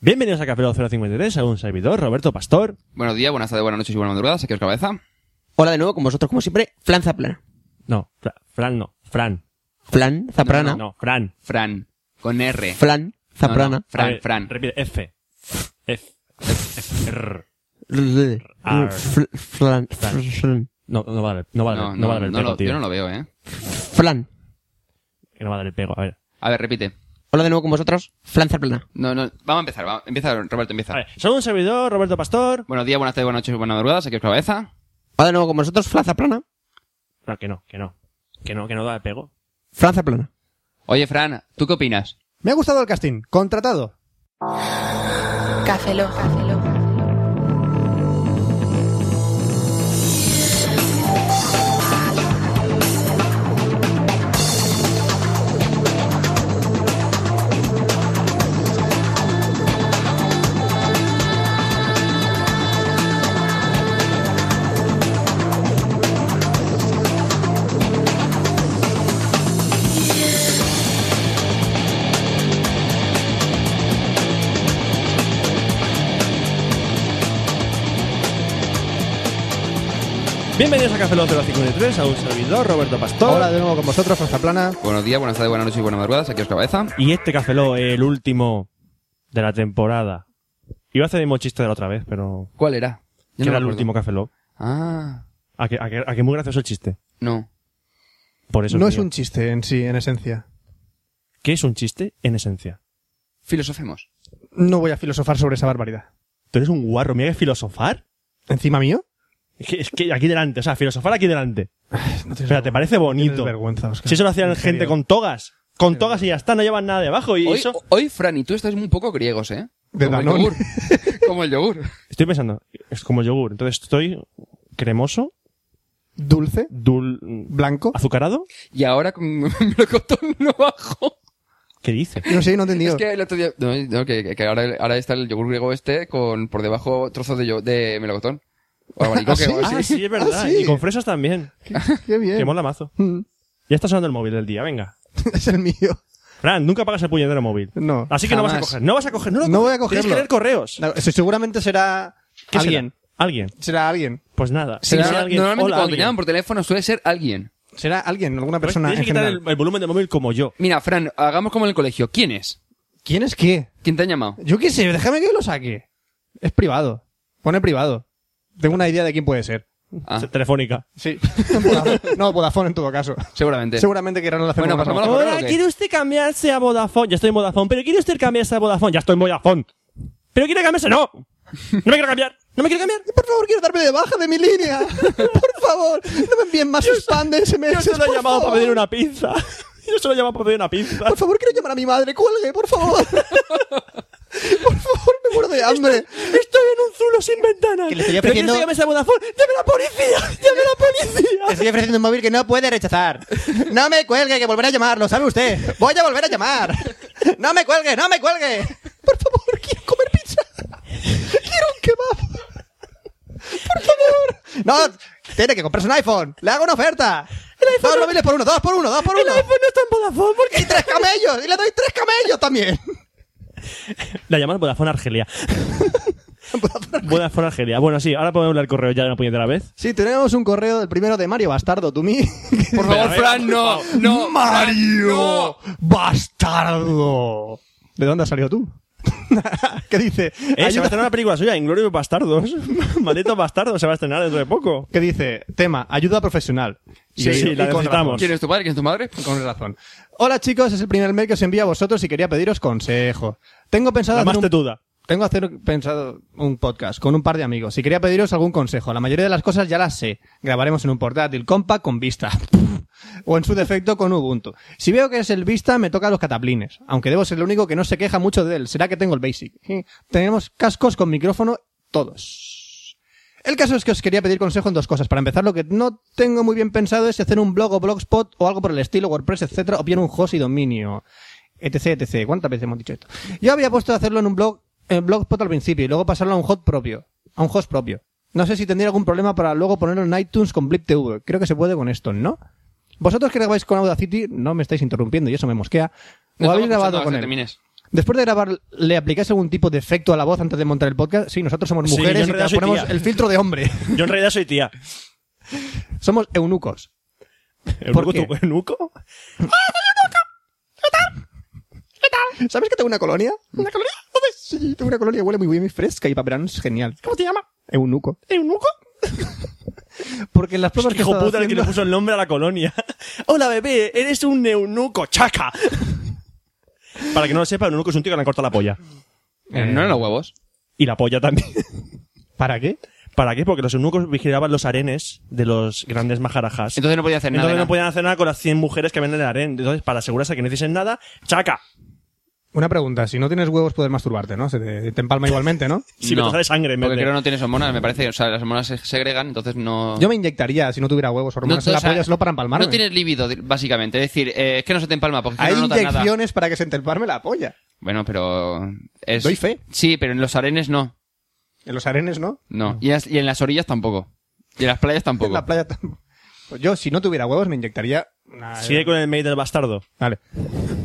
Bienvenidos a Café Lock 053, a un servidor, Roberto Pastor. Buenos días, buenas tardes, buenas noches y buenas madrugadas. Aquí os cabeza. Hola de nuevo con vosotros, como siempre, Flan Zaplana. No, Fra- Fran no, Fran. Flan Zaprana. No, Fran. Fran, con R. Flan Zaprana. No, no, Fran, A ver, Fran. Repite, F. F. F. R. Fl- Ar. fl- Flan. Flan. Flan. No, no va a dar, no va a dar, no, va a dar el no pego, lo- tío. yo no lo veo, ¿eh? Flan. Que no va a dar el pego, a ver. A ver, repite. Hola de nuevo con vosotros, Flan Zaplana. No, no, vamos a empezar. va- Empieza, Roberto, A empieza. ver, soy un servidor, Roberto Pastor. Buenos días, buenas tardes, buenas noches y buenas madrugadas. Aquí os cabeza. Hola de nuevo con vosotros, Flan Zaplana. No, que no, que no. Que no, que no da el pego. Flan Zaplana. Oye, Fran, ¿tú qué opinas? Me ha gustado el casting. Contratado. Café Lock. Bienvenidos a Café Lock 053, a un servidor, Roberto Pastor. Hola de nuevo con vosotros, Franza Plana. Buenos días, buenas tardes, buenas noches y buenas madrugadas. Aquí os cabeza. Y este Café Lock, el último de la temporada. Iba a hacer el mismo chiste de la otra vez, pero... ¿Cuál era? que era Yo no me el acuerdo. último Café Lock. Ah, A que, a que- a que muy gracioso el chiste. no. Por eso. No tío. es un chiste en sí, en esencia. ¿Qué es un chiste en esencia? Filosofemos. No voy a filosofar sobre esa barbaridad. Tú eres un guarro, mira que filosofar. ¿Encima mío? Es que, es que aquí delante, o sea, filosofar aquí delante. Espera, ¿te parece Tienes bonito? vergüenza, Oscar. Si eso lo hacían En gente serio. con togas. Con togas y ya está, no llevan nada debajo. Y Hoy, eso. hoy, Fran, y tú estáis un poco griegos, ¿eh? De Como el Danone. yogur. Como el yogur. Estoy pensando, es como yogur. Entonces estoy cremoso, Dulce, dul. blanco. azucarado. Y ahora con melocotón no bajo. ¿Qué dice? No sé, no he entendido. Es que el otro día... No, no, que, que- que ahora, ahora está el yogur griego este con por debajo trozos de, yo- de melocotón. O abanico, ¿Ah, que- sí? o así. Ah, sí, es verdad. Ah, sí. Y con fresas también. Qué Que bien. mola mazo. Mm. Ya está sonando el móvil del día, venga. es el mío. Fran, nunca pagas el puñetero móvil. No. Así que no vas a Jamás. coger. No vas a coger, no lo No voy coges. a cogerlo. Tienes que leer correos. No, se- Seguramente será ¿Qué será? alguien. Alguien. Será alguien. Pues nada. Si Sí, no- alguien- normalmente hola, cuando alguien. te llaman por teléfono suele ser alguien. Será alguien, alguna Pues persona Tienes en que quitar general. el, el volumen del móvil como yo. Mira, Fran, hagamos como en el colegio. ¿Quién es? ¿Quién es qué? ¿Quién te ha llamado? Yo qué sé, déjame que lo saque. Es privado. Pone privado. Tengo una idea de quién puede ser. Ah, Telefónica. Sí. Vodafone. No, Vodafone en todo caso. seguramente. Seguramente querrán hacer Bueno, una pasamos broma. a la Hola, ¿o qué? ¿quiere usted cambiarse a Vodafone? Ya estoy en Vodafone. ¿Pero quiere usted cambiarse a Vodafone? Ya estoy en Vodafone. ¿Pero quiere cambiarse? ¡No! ¡No me quiero cambiar! ¡No me quiero cambiar! Por favor, quiero darme de baja de mi línea. Por favor, no me envíen más spam de SMS. Yo solo he por llamado favor. para pedir una pizza. Yo solo he llamado para pedir una pizza. Por favor, quiero llamar a mi madre. Cuelgue, por favor. por favor, me muero de hambre. Estoy en un zulo sin ventana. Que le estaría ¿Pero quiere ofreciendo- usted cambiarse a Vodafone? ¡Llame a la policía! ¡Llame a la policía! Estoy ofreciendo un móvil que no puede rechazar. No me cuelgue, que volveré a llamarlo, ¿sabe usted? Voy a volver a llamar. No me cuelgue, no me cuelgue. Por favor, quiero comer pizza. Quiero un kebab. Por favor. No, tiene que comprarse un iPhone. Le hago una oferta. Dos móviles por uno, dos por uno, dos por uno. no está en Vodafone Y tres camellos. Y le doy tres camellos también. La llaman Vodafone Argelia. Vodafone Argelia. Bueno, sí, ahora podemos leer el correo ya de una puñetera vez. Sí, tenemos un correo del primero de Mario Bastardo, tú mí. Por Espera, a favor, ver, Fran, no. No. Mario no. Bastardo. ¿De dónde has salido tú? ¿Qué dice? Eh, se va a Ayuda- estrenar una película suya, Inglorio Bastardos. Maldito bastardo, se va a estrenar dentro de poco. ¿Qué dice? Tema, ayuda profesional. Y- Sí, sí, y la con necesitamos. ¿Quién es tu padre? ¿Quién es tu madre? razón, Con razón. Hola chicos, es el primer mail que os envío a vosotros y quería pediros consejo. Tengo pensado La hacer más un- tetuda. Tengo hacer pensado un podcast con un par de amigos y quería pediros algún consejo. La mayoría de las cosas ya las sé. Grabaremos en un portátil compa con Vista. o en su defecto con Ubuntu. Si veo que es el Vista, me toca los cataplines. Aunque debo ser el único que no se queja mucho de él. Será que tengo el Basic. Tenemos cascos con micrófono todos. El caso es que os quería pedir consejo en dos cosas. Para empezar, lo que no tengo muy bien pensado es si hacer un blog o blogspot o algo por el estilo, WordPress, etcétera, o bien un host y dominio etc, etc. ¿Cuántas veces hemos dicho esto? Yo había puesto a hacerlo en un blog, en Blogspot al principio y luego pasarlo a un host propio, a un host propio. No sé si tendría algún problema para luego ponerlo en iTunes con Blip TV. Creo que se puede con esto, ¿no? Vosotros que grabáis con Audacity, no me estáis interrumpiendo y eso me mosquea. ¿O No estamos habéis escuchando grabado hasta con que él? termines. Después de grabar, ¿le aplicáis algún tipo de efecto a la voz antes de montar el podcast? Sí, nosotros somos Sí, yo en mujeres y realidad te soy ponemos tía. el filtro de hombre. Yo en realidad soy tía. Somos eunucos. ¿Eunuco qué? tu eunuco? ¿Sabes que tengo una colonia? ¿Una colonia? Sí, tengo una colonia, huele muy bien y fresca y para verano es genial. ¿Cómo te llama? Eunuco. ¿Eunuco? Porque las pruebas que he Hijo estado puta el que le haciendo- puso el nombre a la colonia. Hola, bebé, eres un eunuco, chaca. Para que no lo sepa, un eunuco es un tío que le han cortado la polla. Eh, No eran los huevos. Y la polla también. ¿Para qué? ¿Para qué? Porque los eunucos vigilaban los arenes de los grandes majarajas. Entonces no podía hacer nada. Entonces no era. podían hacer nada con las 100 mujeres que habían en el harén. Entonces, para asegurarse que no hiciesen nada, chaca. Una pregunta, si no tienes huevos puedes masturbarte, ¿no? Se te, te empalma igualmente, ¿no? Si me sale sangre en vez Porque de- creo no tienes hormonas, me parece. O sea, las hormonas se segregan, entonces no. Yo me inyectaría si no tuviera huevos hormonas te- en la o sea, polla solo para empalmarme. No tienes líbido, di- básicamente. Es decir, eh, es que no se te empalma porque es que Hay no notas nada. inyecciones para que se te empalme la polla. Bueno, pero. Es... Doy fe. Sí, pero en los arenes no. En los arenes, ¿no? No. Y, as- y en las orillas tampoco. Y en las playas En tampoco. la playa tampoco. Pues yo, si no tuviera huevos, me inyectaría... una- Sigue con el mail del bastardo. Vale.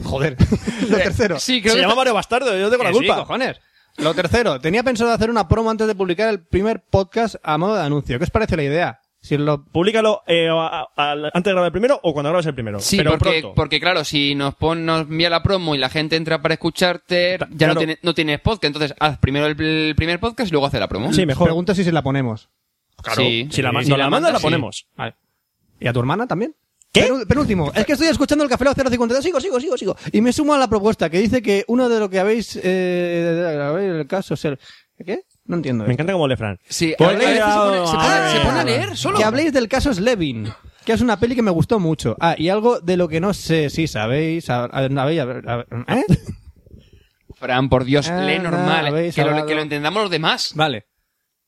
Joder. Lo tercero. Sí, creo Se que. llama Mario Bastardo, yo tengo la Que sí, culpa. cojones. Lo tercero, tenía pensado hacer una promo antes de publicar el primer podcast a modo de anuncio. ¿Qué os parece la idea? Si lo... Públicalo eh, a- a- al- antes de grabar el primero o cuando grabes el primero. Sí, pero porque, pronto. porque claro, si nos, pon, nos envía la promo y la gente entra para escucharte, ya Ta- no, claro. tiene- no tienes podcast. Entonces haz primero el, el primer podcast y luego hace la promo. Sí, mejor. Pregunto si se la ponemos. Claro. Sí. si la, ma- Si nos la la mandas, la mandas, sí. ponemos. ¿Y a tu hermana también? ¿Qué? Penú- penúltimo, es que estoy escuchando el Café Lock 052. Sigo, sigo, sigo, sigo. Y me sumo a la propuesta que dice que uno de lo que habéis... Eh, a ver, el caso... ser- ¿Qué? No entiendo. Me esto. encanta cómo le Fran. Sí, Pues ahora- leer, se pone- se pone- ah, se pone a eh, leer solo. Que habléis del caso Slevin, que es una peli que me gustó mucho. Ah, y algo de lo que no sé si sabéis. hab- habéis- hab- hab- ¿eh? Fran, por Dios, Ah, lee normal. habéis que, lo, hablado. que lo entendamos los demás. Vale.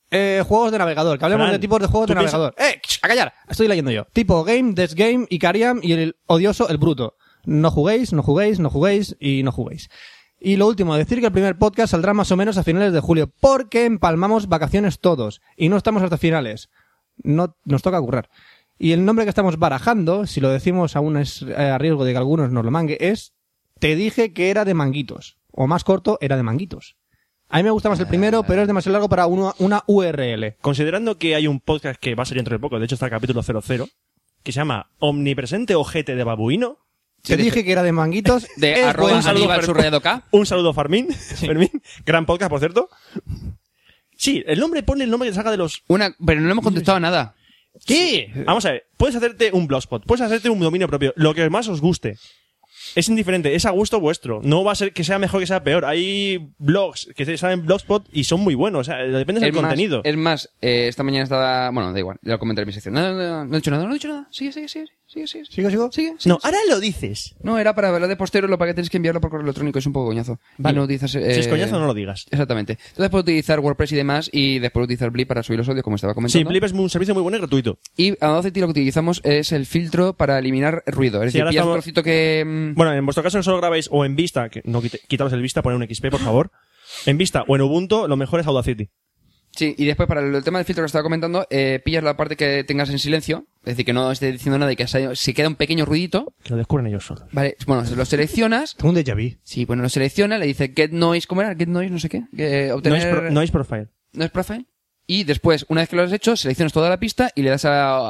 Eh, juegos de navegador, que hablemos Fran, de tipos de juegos ¿tú de navegador. ¡Eh! ch, ¡A callar! Estoy leyendo yo. Tipo Game, Death Game, Icariam y el odioso El Bruto. No juguéis, no juguéis, no juguéis y no juguéis. Y lo último, decir que el primer podcast saldrá más o menos a finales de julio, porque empalmamos vacaciones todos y no estamos hasta finales. No, nos toca currar. Y el nombre que estamos barajando, si lo decimos aún es eh, a riesgo de que algunos nos lo mangue, es Te dije que era de manguitos. O más corto, era de manguitos. A mí me gusta más el primero, pero es demasiado largo para uno- una URL. Considerando que hay un podcast que va a salir dentro de poco, de hecho está el capítulo 00, que se llama Omnipresente Ojete de Babuino. Sí, Te de- dije que era de manguitos. De es arroba buen saludo. Aníbal Fer- subrayado K. Un saludo, Farmín. Fermín. Gran podcast, por cierto. Sí, el nombre, ponle el nombre que te salga de los... Una, pero no le hemos contestado nada. ¿Qué? Vamos a ver, puedes hacerte un blogspot, puedes hacerte un dominio propio, lo que más os guste. Es indiferente, es a gusto vuestro. No va a ser que sea mejor que sea peor. Hay blogs que se saben blogspot y son muy buenos. O sea, depende del más, contenido. Es más, eh, esta mañana estaba. Bueno, da igual, ya lo comentaré en mi sección. No, no, no, no he dicho nada, no he dicho nada. Sigue, sigue, sigue. Sigue, sigue. ¿Sigo, sigo? sigue, sigue. No, ahora lo dices. No, era para hablar de postero, lo para que tenéis que enviarlo por correo electrónico, es un poco coñazo. Vale. Y no utilizas, Si eh, es coñazo, no lo digas. Exactamente. Entonces puedes utilizar WordPress y demás y después utilizar Blip para subir los audios, como estaba Sí, comentando. Blip es un servicio muy bueno y gratuito. Y Audacity lo que utilizamos es el filtro para eliminar ruido. Es Sí, decir, ahora pillas un estamos- trocito que... mm, Bueno, en vuestro caso no solo grabáis o en Vista, que no quite- quitaros el Vista, poned un XP, por favor. En Vista o en Ubuntu, lo mejor es Audacity. Sí, y después para el tema del filtro que estaba comentando, eh, pillas la parte que tengas en silencio, es decir, que no esté diciendo nada y que se, se queda un pequeño ruidito, Que lo descubren ellos solos. vale, bueno, lo seleccionas, Tengo un déjà vu. sí, bueno, lo selecciona, le dice get noise, ¿cómo era? Get noise, no sé qué, que obtener Noise, pro- noise Profile. noise profile. Y después, una vez que lo has hecho, seleccionas toda la pista y le das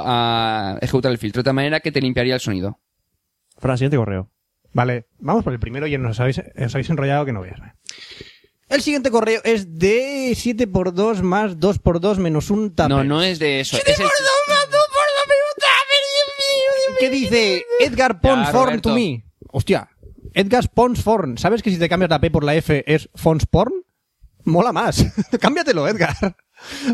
a, a ejecutar el filtro de tal manera que te limpiaría el sonido. Fran, siguiente correo. Vale, vamos por el primero y nos habéis, os habéis enrollado que no veas. ¿eh? El siguiente correo es de 7x2 más 2x2 menos un tupper. No, no es de eso. es el- ¿Qué dice Edgar Pons Ya, Porn Roberto. to me? Hostia. Edgar Pons Porn. ¿Sabes que si te cambias la P por la F es Fons Porn? Mola más. Cámbiatelo, Edgar.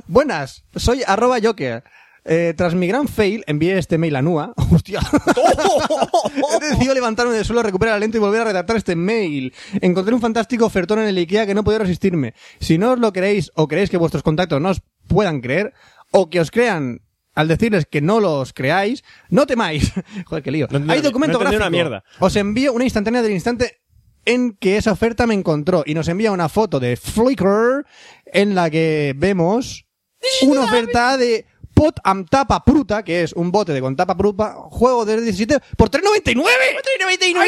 Buenas, soy arroba Joker. Eh, tras mi gran fail, envié este mail a Nua. Hostia. Oh. He decidido levantarme del suelo, recuperar el lento y volver a redactar este mail. Encontré un fantástico ofertón en el IKEA que no podía resistirme. Si no os lo queréis o queréis que vuestros contactos no os puedan creer, o que os crean al decirles que no los creáis, no temáis. Joder, qué lío. No entendí- Hay documento no entendí gráfico. una mierda. Os envío una instantánea del instante en que esa oferta me encontró y nos envía una foto de Flickr en la que vemos una oferta de Pot am Tapa Pruta, que es un bote de con tapa pruta, juego de 17 por 3.99. 3.99.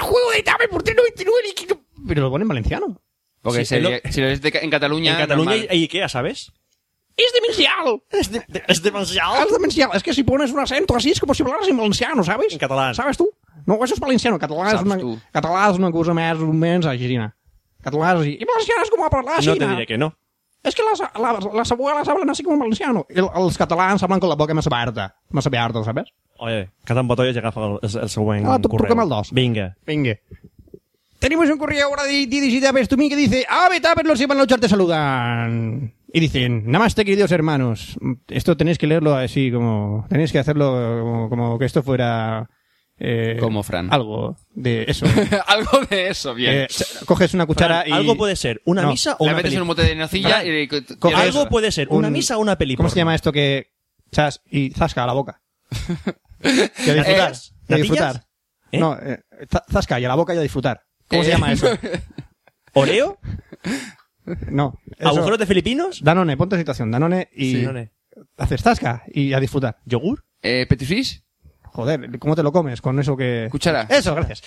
juego de tablet por 399 y que no- Pero lo pone en valenciano. Porque Sí, si, lo- si lo ves de- en Cataluña. En Cataluña normal. hay hay Ikea, ¿sabes? ¡Es demasiado! Es, de- de- es demasiado. Has de mencionar, Ah, es que si pones un acento así es como si hablaras en valenciano, ¿sabes? En catalán. ¿Sabes tú? No, eso es valenciano. Catalán és Saps una, tu. català és una cosa més o menys aixina. Català és així. I valenciano és com a parlar així. No te diré que no. És que les, les, les abuelas hablen així com valenciano. I el- els catalans hablen con la boca més aberta. Més aberta, ¿sabes? Oye, que tan botó ja agafa el, el, el següent Ah, tu- tu correu. que me'l dos. Vinga. Venga. Tenemos un correo ahora de Didis y de Abestumi que dice, "Ah, Ave Tapes, los Iván Lochar te saludan. Y dicen, Namaste, queridos hermanos. Esto tenéis que leerlo así, como, tenéis que hacerlo como, como que esto fuera... Eh, Como Fran. Algo de eso. Algo de eso, bien. Eh, se- coges una cuchara y... Algo puede ser una No. misa o Le una metes peli. en un mote de nocilla Fran, y. y- coges- tienes- Algo pues- puede ser una misa o una peli. ¿Cómo se porno. llama esto que chas y zasca a la boca? Y a disfrutar. ¿Natillas? y a disfrutar. ¿Natillas? ¿Eh? No, eh, za- zasca y a la boca y a disfrutar. ¿Cómo se Eh. llama eso? ¿Oreo? No. eso- ¿Agujeros de filipinos? Danone, ponte en situación. Danone y... Sí, no, no. haces tasca y a disfrutar. ¿Yogur? Eh, petit suisse, Joder, ¿cómo te lo comes con eso que...? cuchara. Eso, gracias.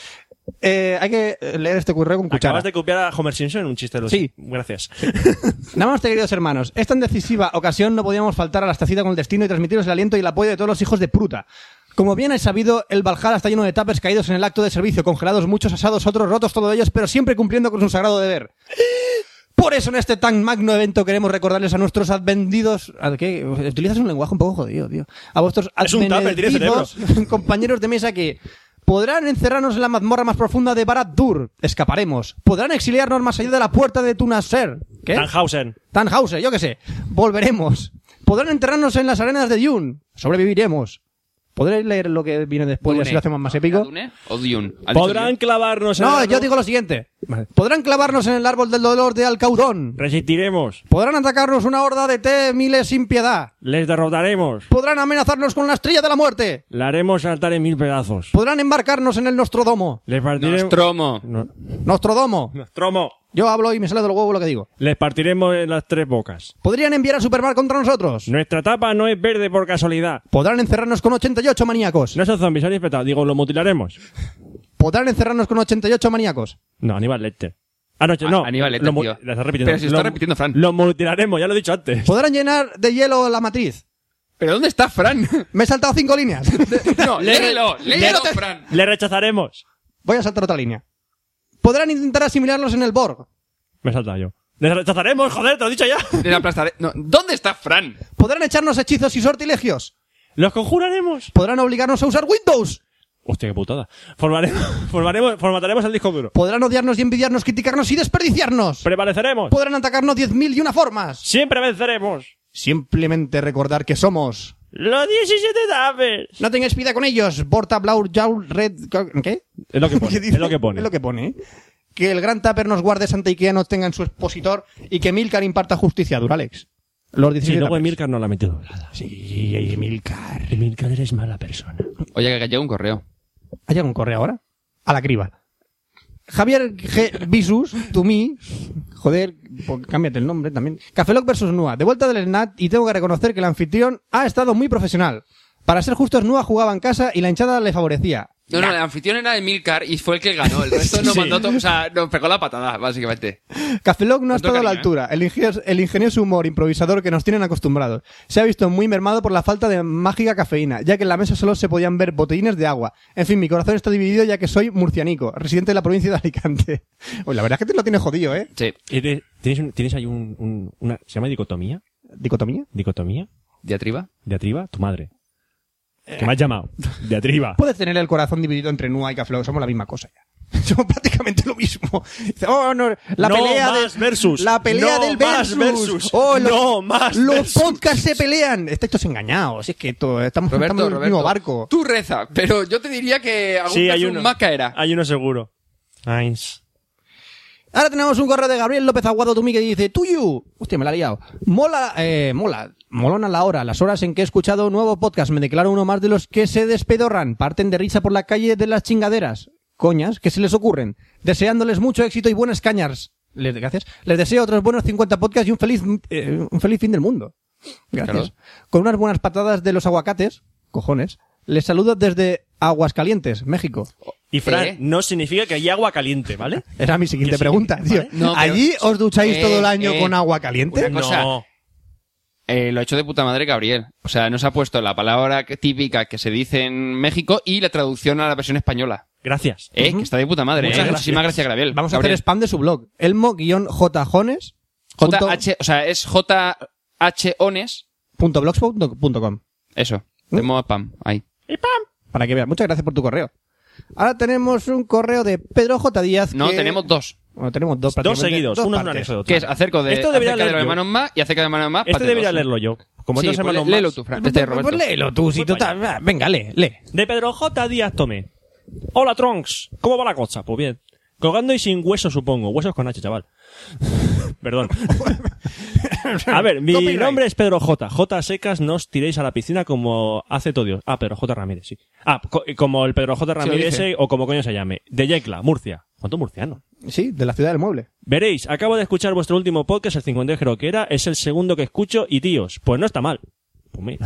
Eh, hay que leer este correo con cuchara. Acabas de copiar a Homer Simpson en un chiste de los... Sí. Gracias. Nada más, queridos hermanos. Esta en decisiva ocasión no podíamos faltar a la estacita con el destino y transmitiros el aliento y el apoyo de todos los hijos de pruta. Como bien es sabido, el Valhalla está lleno de tapers caídos en el acto de servicio, congelados muchos, asados otros, rotos todos ellos, pero siempre cumpliendo con su sagrado deber. Por eso en este tan magno evento queremos recordarles a nuestros advendidos... ¿A qué? Utilizas un lenguaje un poco jodido, tío. A vuestros Es un tupper, tiene advenedizos compañeros de mesa que... Podrán encerrarnos en la mazmorra más profunda de Barad Dur. Escaparemos. Podrán exiliarnos más allá de la puerta de Tunaser. ¿Qué? Danhausen. Tannhauser, yo qué sé. Volveremos. Podrán enterrarnos en las arenas de Dune. Sobreviviremos. ¿Podréis leer lo que viene después y Dune. pues, así lo hacemos más épico? ¿Dune o Dune? ¿Has dicho Podrán Dune? clavarnos en No, el- yo digo lo siguiente. Podrán clavarnos en el árbol del dolor de Alcaudón. Resistiremos. Podrán atacarnos una horda de T miles sin piedad. Les derrotaremos. Podrán amenazarnos con la estrella de la muerte. La haremos saltar en mil pedazos. Podrán embarcarnos en el Nostrodomo. Les partiremos... Nostromo. No- Nostrodomo. Nostromo. Yo hablo y me sale del huevo lo que digo. Les partiremos en las tres bocas. Podrían enviar a Superman contra nosotros. Nuestra tapa no es verde por casualidad. Podrán encerrarnos con 88 maníacos. No son zombies, son infectados. Digo, lo mutilaremos. Podrán encerrarnos con 88 maníacos. No, Aníbal Lecter. Ah, no, Ah, no. Aníbal Lecter, lo mu- tío. La estás repitiendo. Pero si lo está Lo- repitiendo Fran. Lo mutilaremos, ya lo he dicho antes. Podrán llenar de hielo la matriz. ¿Pero dónde está Fran? Me he saltado cinco líneas. no, léelo, léelo, léelo, Fran. Le rechazaremos. Voy a saltar otra línea. Podrán intentar asimilarlos en el Borg. Me he saltado yo. Le rechazaremos, joder, te lo he dicho ya. Le aplastaré. No, ¿dónde está Fran? Podrán echarnos hechizos y sortilegios. Los conjuraremos. Podrán obligarnos a usar Windows. Hostia, qué putada. Formaremos, formaremos, formataremos el disco duro. Podrán odiarnos y envidiarnos, criticarnos y desperdiciarnos. Prevaleceremos. Podrán atacarnos 10.000 y una formas. Siempre venceremos. Simplemente recordar que somos. Los 17 tapes. No tengáis vida con ellos. Borta, Blau, Jaul, Red... ¿Qué? Es lo que pone. ¿Qué dice? es lo que pone. Es lo que pone, ¿eh? Que el gran Tupper nos guarde Santa Ikea no tenga en su expositor y que Milcar imparta justicia a Duralex. Los 17 Sí, luego Tuppers. Emilcar no la ha metido doblada. Sí, Emilcar. Emilcar eres mala persona. Oye, que llega un correo. ¿Ha llegado un correo ahora? A la criba. Javier G. Visus, to me. Joder, po- cámbiate el nombre también. Cafeloc versus Nua. De vuelta del SNAT y tengo que reconocer que el anfitrión ha estado muy profesional. Para ser justos, Nua jugaba en casa y la hinchada le favorecía. No, no, el anfitrión era de Milcar y fue el que ganó. El resto no Sí. mandó todo. O sea, nos pegó la patada, básicamente. Cafeloc no ha Tanto estado a la cariño, ¿eh? altura. El ingenioso, el ingenioso humor improvisador que nos tienen acostumbrados. Se ha visto muy mermado por la falta de mágica cafeína, ya que en la mesa solo se podían ver botellines de agua. En fin, mi corazón está dividido ya que soy murcianico, residente de la provincia de Alicante. Oye, la verdad es que te lo tienes jodido, ¿eh? Sí, Eres- ¿Tienes, un- tienes ahí un, un- una... ¿Se llama dicotomía? ¿Dicotomía? ¿Dicotomía? diatriba. ¿Diatriba? Tu madre. ¿Qué me has llamado? Diatriba. Puedes tener el corazón dividido entre Nua y Caflo, somos la misma cosa ya. Somos prácticamente lo mismo. Dice, Oh, no, la No pelea más de- versus. La pelea No del más versus. versus. Oh, los, No más Los versus. podcasts se pelean. Está esto es engañado. Si es que todo- estamos, Roberto, estamos en el Roberto. mismo barco. Tú reza, pero yo te diría que algún Sí, hay caso uno. más caerá. Hay uno seguro. Eins. Ahora tenemos un correo de Gabriel López Aguado Tumi que dice, Tuyu, hostia, me la he liado. Mola, eh, mola, molona la hora, las horas en que he escuchado un nuevo podcast. Me declaro uno más de los que se despedorran, parten de risa por la calle de las chingaderas, coñas, que se les ocurren. Deseándoles mucho éxito y buenas cañas. Les, gracias. Les deseo otros buenos 50 podcasts y un feliz, eh, un feliz fin del mundo. Gracias. Con unas buenas patadas de los aguacates, cojones, les saludo desde Aguascalientes, México. Y Fran, ¿Eh? no significa que hay agua caliente, ¿vale? Era mi siguiente Que sí, pregunta, tío. ¿vale? No, pero- ¿Allí os ducháis Eh, todo el año eh, con agua caliente? una cosa- no. Eh, lo ha hecho de puta madre Gabriel. O sea, nos ha puesto la palabra que- típica que se dice en México y la traducción a la versión española. Gracias. Eh, que está de puta madre. Muchas eh. gracias. Muchísimas gracias, Gabriel. Vamos a hacer Gabriel. spam de su blog. Elmo-jjones. JH, o sea, es JH Ones. punto blogspot.com. ¿Eh? Eso. De modo pam. Ahí. Para que veas. Muchas gracias por tu correo. Ahora tenemos un correo de Pedro J. Díaz. No, que- tenemos dos. Bueno, tenemos Dos dos prácticamente, seguidos, dos uno es un partes. anexo de otro. Que es acerca de, Esto debería acerca de los leerlo yo. hermanos más y acerca de los hermanos más. Este parte debería dos. leerlo yo. Como Sí, otros pues, hermanos léelo más. tú, Fran. Este, Pues- pues Roberto. léelo tú, si Voy tú para estás- Ah, Venga, lee, lee. De Pedro J. Díaz Tomé. Hola, Tronks. ¿Cómo va la cosa? Pues bien. Colgando y sin huesos, supongo. Huesos con H, chaval. Perdón. A ver, mi Copyright. nombre es Pedro J. J secas, no os tiréis a la piscina como hace todo Dios. Ah, Pedro J. Ramírez, sí. Ah, co- como el Pedro J. lo Ramírez dice. ese, o como coño se llame. De Yecla, Murcia. ¿Cuánto murciano? Sí, de la ciudad del mueble. Veréis, acabo de escuchar vuestro último podcast, el 50 creo que era, es el segundo que escucho y tíos, pues no está mal. Pues mira.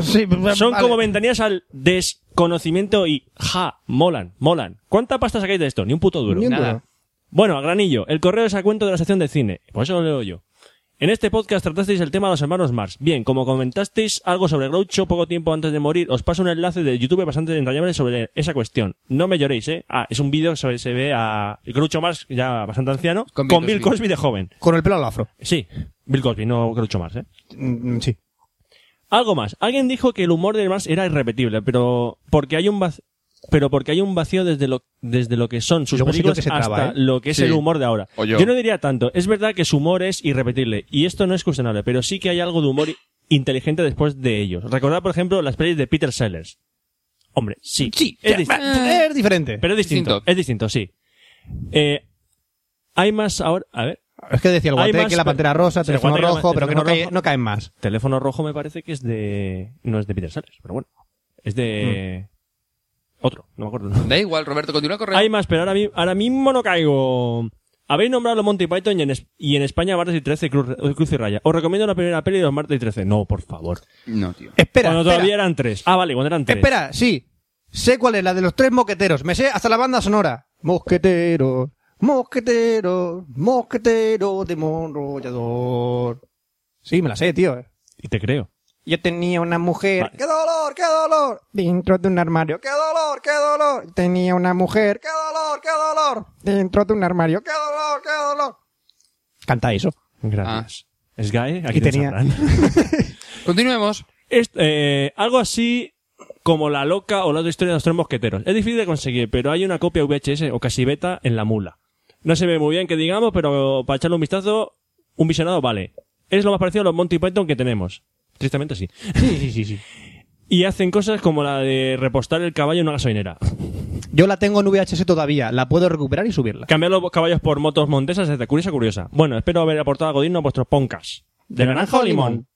Sí, Son como ventanillas al desconocimiento y ja, molan, molan. ¿Cuánta pasta sacáis de esto? Ni un puto duro. Ni un nada. duro. Bueno, a granillo, el correo es a cuento de la sección de cine. Por eso lo leo yo. En este podcast tratasteis el tema de los hermanos Mars. Bien, como comentasteis algo sobre Groucho poco tiempo antes de morir, os paso un enlace de YouTube bastante entrañable sobre esa cuestión. No me lloréis, ¿eh? Ah, es un vídeo sobre se ve a Groucho Mars, ya bastante anciano, Con con, Bill Bill Cosby. Cosby de joven. Con el pelo al afro. Sí, Bill Cosby, no Groucho Mars, ¿eh? Mm, mm, sí. Algo más. Alguien dijo que el humor de Mars era irrepetible, pero porque hay un vacío, pero porque hay un vacío desde lo, desde lo que son sus Luego sí películas creo que se hasta traba, ¿eh? lo que es Sí. el humor de ahora. O yo. no diría tanto. Es verdad que su humor es irrepetible, y esto no es cuestionable, pero sí que hay algo de humor i- inteligente después de ellos. Recordad, por ejemplo, las pelis de Peter Sellers. Hombre, sí. Sí, Es ya, Eh. dis- va, es diferente. pero es distinto. Distinto. Es distinto, sí. Eh, hay más ahora... A ver. Es que decía el Hay guateque, más, la pantera rosa, sí, teléfono Guateque, rojo, pero que no, Teléfono cae- Rojo. no caen más. Teléfono rojo me parece que es de... No es de Peter Sellers, pero bueno. Es de... Mm. Otro, no me acuerdo. Da igual, Roberto, continúa corriendo. Hay más, pero ahora, mi- ahora mismo no caigo. Habéis nombrado Monty Python y en, es- y en España Martes y 13 Cruz, Cruz y Raya. Os recomiendo la primera peli de los Martes y 13. No, por favor. No, tío. Espera, cuando espera, todavía eran tres. Ah, vale, cuando eran tres. espera, sí. Sé cuál es, la de los tres mosqueteros. Me sé hasta la banda sonora. Mosquetero, mosquetero, mosquetero, demonrollador. Sí, me la sé, tío. Y te creo. Yo tenía una mujer. Vale. ¡Qué dolor, qué dolor! Dentro de un armario. ¡Qué dolor, qué dolor! Tenía una mujer. ¡Qué dolor, qué dolor! Dentro de un armario. ¡Qué dolor, qué dolor! Canta eso. Ah. Gracias. Es gay. Aquí Aquí Ah. tenía. tenía. Continuemos. Es- eh, algo así como la loca o la otra historia de los tres mosqueteros. Es difícil de conseguir, pero hay una copia VHS o casi beta en la mula. No se ve muy bien que digamos, pero para echarle un vistazo, un visionado vale. Es lo más parecido a los Monty Python que tenemos. Tristemente sí. Sí, sí, sí, sí. Y hacen cosas como la de repostar el caballo en una gasolinera. Yo la tengo en VHS todavía. La puedo recuperar y subirla. Cambiar los caballos por motos montesas desde curiosa a curiosa. Bueno, espero haber aportado a Godino a vuestros poncas. De, naranja o limón.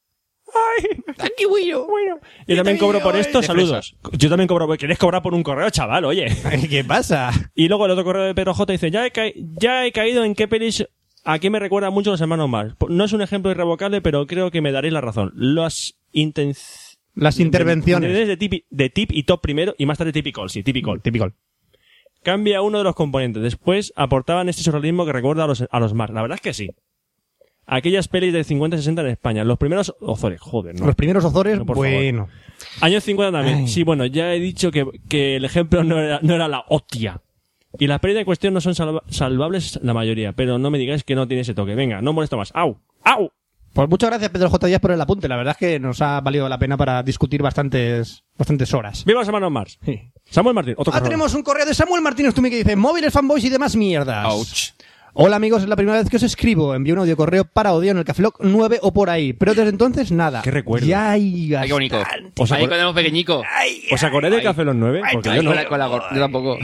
Aquí voy yo. Bueno. Yo también cobro por esto, de saludos. Yo también cobro, por- ¿querés cobrar por un correo, chaval? Oye. ¿Qué pasa? Y luego el otro correo de Pedro J dice, ya he, ca- ya he caído en qué pelis a qué me recuerda mucho los hermanos Mars. Po- No es un ejemplo irrevocable, pero creo que me daréis la razón. Las intenciones Las intervenciones. de tip, y- de tip y top primero y más tarde tip y call, sí, tip y call. Típico. Cambia uno de los componentes. Después aportaban este surrealismo que recuerda a los, a los Mars. La verdad es que sí. Aquellas pelis de 50 y 60 en España. Los primeros Ozores, joder, no. Los primeros Ozores, No, por favor. bueno. Años 50 también. Sí, bueno, ya he dicho que, que el ejemplo no era, no era la hostia. Y las pérdidas en cuestión no son salva- salvables la mayoría, pero no me digáis que no tiene ese toque. Venga, no molesto más. ¡Au! ¡Au! Pues muchas gracias, Pedro J. Díaz, por el apunte. La verdad es que nos ha valido la pena para discutir bastantes, bastantes horas. ¡Viva los hermanos Mars! Sí. Samuel Martín, otro Ah, correo. tenemos un correo de Samuel Martínez Tumi que dice móviles, fanboys y demás mierdas. Ouch. Hola amigos, es la primera vez que os escribo. Envío un audio correo para odio en el Caflock 9 o por ahí. Pero desde entonces nada. Qué recuerdo. Ya hay Ay, qué bonito. Os Ahí acord- cuando éramos pequeñico. ¿Os acordáis del Ay. Café Los 9? Porque yo no. Con la- con la gor- yo tampoco.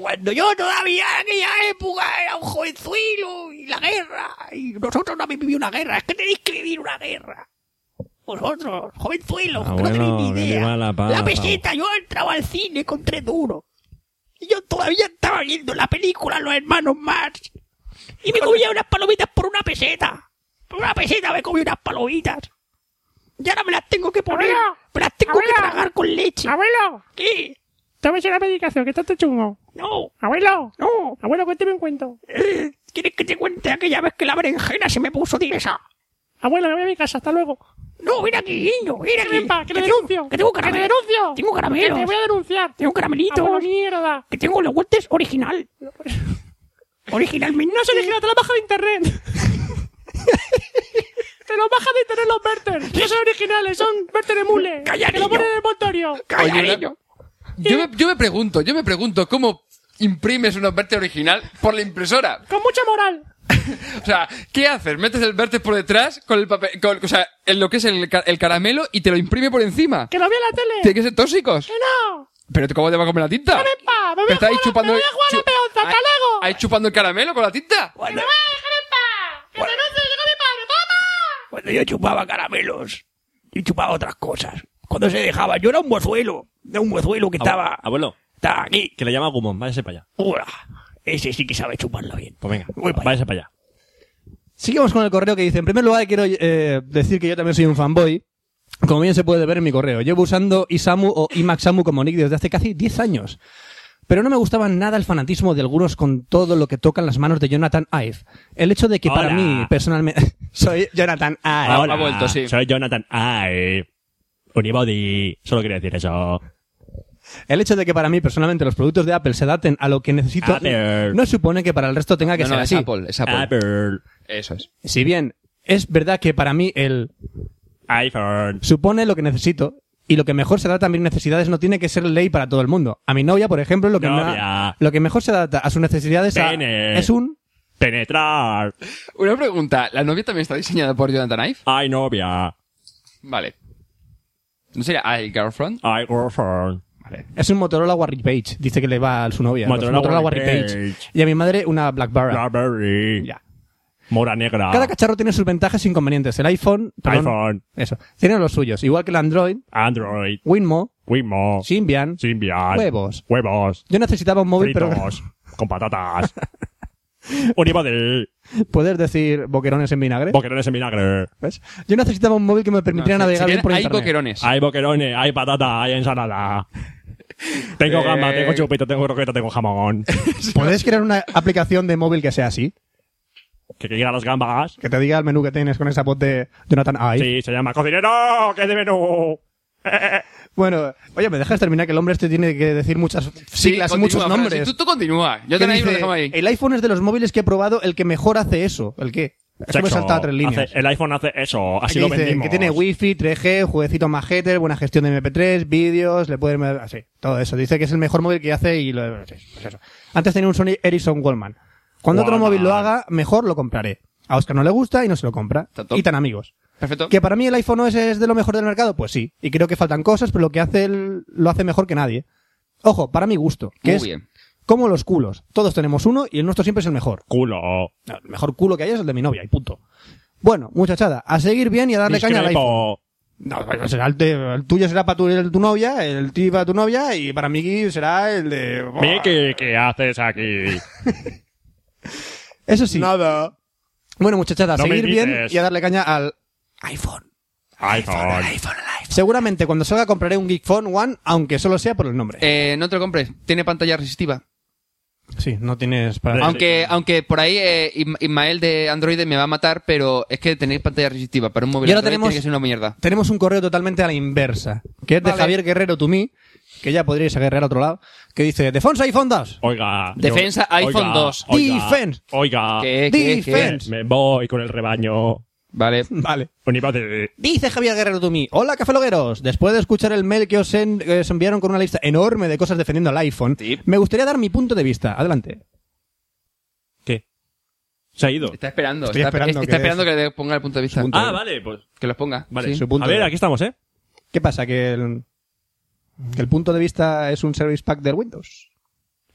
cuando yo todavía en aquella época era un jovenzuelo y la guerra, y nosotros no habéis vivido una guerra, es que tenéis que vivir una guerra. Vosotros, jovenzuelos, Ah, que no bueno, tenéis ni que viva idea. la paz, peseta, yo entraba al cine con tres duros. Y yo todavía estaba viendo la película Los Hermanos Marx. Y me comía unas palomitas por una peseta. Por una peseta me comí unas palomitas. Y ahora me las tengo que poner. Me las tengo que tragar con leche. ¿Qué? Tómese la medicación, que está todo chungo. No, Abuelo, no. abuelo, cuénteme un cuento. Eh, ¿Quieres que te cuente aquella vez que la berenjena se me puso tiesa? Abuelo, me voy a mi casa, hasta luego. No, ven aquí, niño, ven Que aquí. me pa- que te tengo- denuncio. Que tengo Que te caramelos. denuncio. Tengo Que caramelos. te voy a denunciar. Tengo caramelitos. Abuelo, mierda. Que tengo los guantes original. Originalmente. No se original, te lo baja de internet. te lo baja de internet los Werther. No son originales, son Werther de Mule. Calla, que lo niño. ponen en el montorio. Calla, Oye, niño. Yo me, yo me pregunto, yo me pregunto cómo imprimes un verte original por la impresora. Con mucha moral. O sea, ¿qué haces? ¿Metes el verte por detrás con el papel, con, o sea, en lo que es el, ca- el caramelo y te lo imprime por encima? Que lo vi en la tele. Tiene que ser tóxicos. Que no. Pero ¿cómo te va a comer la tinta? Dame pa, me voy Pero a está ahí jugar a- chupando me voy a jugar a chu- la peonza, hasta ahí- luego. Ahí chupando el caramelo con la tinta. Cuando, Déjame en paz. Que te denuncio, llegó mi padre. ¡Toma! cuando yo chupaba caramelos, yo chupaba otras cosas. Cuando se dejaba, yo era un mozuelo. Era un mozuelo que estaba. Abuelo, Estaba aquí. que le llama Gumon, váyase para allá. Ura. Ese sí que sabe chuparla bien. Pues venga, Voy pa' allá. váyase para allá. Sigamos con el correo que dice, en primer lugar quiero eh, decir que yo también soy un fanboy. Como bien se puede ver en mi correo, llevo usando Isamu o Imaxamu como nick desde hace casi 10 años. Pero no me gustaba nada el fanatismo de algunos con todo lo que tocan las manos de Jonathan Ive. El hecho de que para Hola. mí, personalmente, soy Jonathan Ive. ha vuelto, sí. Soy Jonathan. Ay, Unibody. Solo quería decir eso. El hecho de que para mí, personalmente, los productos de Apple se adapten a lo que necesito Apple. no supone que para el resto tenga que No, ser no, es así. Apple, es Apple. Apple. Eso es. Si bien es verdad que para mí el iPhone. supone lo que necesito y lo que mejor se adapta a mis necesidades no tiene que ser ley para todo el mundo. A mi novia, por ejemplo, lo que, me- Novia. lo que mejor se adapta a sus necesidades a- Pene. es un... Penetrar. Una pregunta, ¿la novia también está diseñada por Jonathan Ive? Ay, novia. Vale. ¿No sería I Girlfriend? Ay, girlfriend. Es un Motorola Warrior Page, dice que le va a su novia. pues, Motorola Warrior Warrior Page. Page. Y a mi madre una Blackberry. Blackberry. Ya. Mora negra. Cada cacharro tiene sus ventajas e inconvenientes. El iPhone... perdón, iPhone. Eso. Tiene los suyos. Igual que el Android, Android. Winmo, Wimo. Symbian... Symbian. Huevos. Huevos. Yo necesitaba un móvil, Fritos. Con patatas. Unibody. pero... ¿Puedes decir boquerones en vinagre? Boquerones en vinagre. ¿Ves? Yo necesitaba un móvil que me permitiera No, navegar bien serían por I internet. Boquerones. Hay boquerones, hay patata, hay ensalada. Tengo gamba, Eh, tengo chupito, tengo croqueta, tengo jamón. ¿Puedes crear una aplicación de móvil que sea así? que quiera las gambas. Que te diga el menú que tienes con esa voz de Jonathan Ive. Sí, se llama cocinero, que es de menú. Bueno, oye, ¿me dejas terminar? Que el hombre este tiene que decir muchas Sí, siglas y continúa, muchos Fran, nombres. sí, tú, tú continúa. Yo Que también lo dice, dejamos ahí. el iPhone es de los móviles que he probado el que mejor hace eso. ¿El qué? Es que me he Sexo. saltado tres líneas. Hace- el iPhone hace eso, así Aquí lo dice vendimos. que tiene wifi, 3G, jueguecitos más haters, buena gestión de MP3, vídeos, le pueden... Así, todo eso. Dice que es el mejor móvil que hace y lo... sí, pues eso. Antes tenía un Sony Ericsson Wallman. Cuando otro Wallman. móvil lo haga, mejor lo compraré. A Oscar no le gusta y no se lo compra. Está top. Y tan amigos. Perfecto. ¿Que para mí el iPhone OS es de lo mejor del mercado? Pues sí. Y creo que faltan cosas, pero lo que hace él lo hace mejor que nadie. Ojo, para mi gusto. Que Muy es bien. como los culos. Todos tenemos uno y el nuestro siempre es el mejor. Culo. No, El mejor culo que hay es el de mi novia y punto. Bueno, muchachada, a seguir bien y a darle caña al iPhone. Discrepo. No, bueno, será el, de- el tuyo será para tu, el de tu novia, el tuyo para tu novia y para mí será el de... oh, Miki, ¿qué haces aquí? Eso sí. Nada. Bueno, muchachada, a No me seguir bien imites. y a darle caña al... iPhone. Seguramente cuando salga compraré un Geek Phone One, aunque solo sea por el nombre. Eh, no te lo compres. Tiene pantalla resistiva. Sí, no tienes para... Sí, Aunque, aunque por ahí eh, Isma- Ismael de Android me va a matar, pero es que tenéis pantalla resistiva para un móvil Ya lo Android tenemos. tiene que ser una mierda. Tenemos un correo totalmente a la inversa, que es de Vale. Javier Guerrero Tumí, que ya podríais agarrar a otro lado, que dice, Defensa iPhone 2. Oiga. yo- Defensa iPhone oiga, 2. Oiga. Defense. Ah. Oiga. ¿Qué, qué, qué? Defense. Me voy con el rebaño. Vale. Vale. Unibody. Dice Javier Guerrero Tumí, hola cafelogueros, después de escuchar el mail que os, en- que os enviaron con una lista enorme de cosas defendiendo al iPhone, Sí. me gustaría dar mi punto de vista. Adelante. Se ha ido. Está esperando. Estoy está, esperando está que- esperando que le ponga el Eh, punto de vista. punto. Ah, vale, pues. Que los ponga. Vale, Sí. su punto A ver, de- aquí estamos, ¿eh? ¿Qué pasa? ¿Que el, que el punto de vista es un service pack del Windows?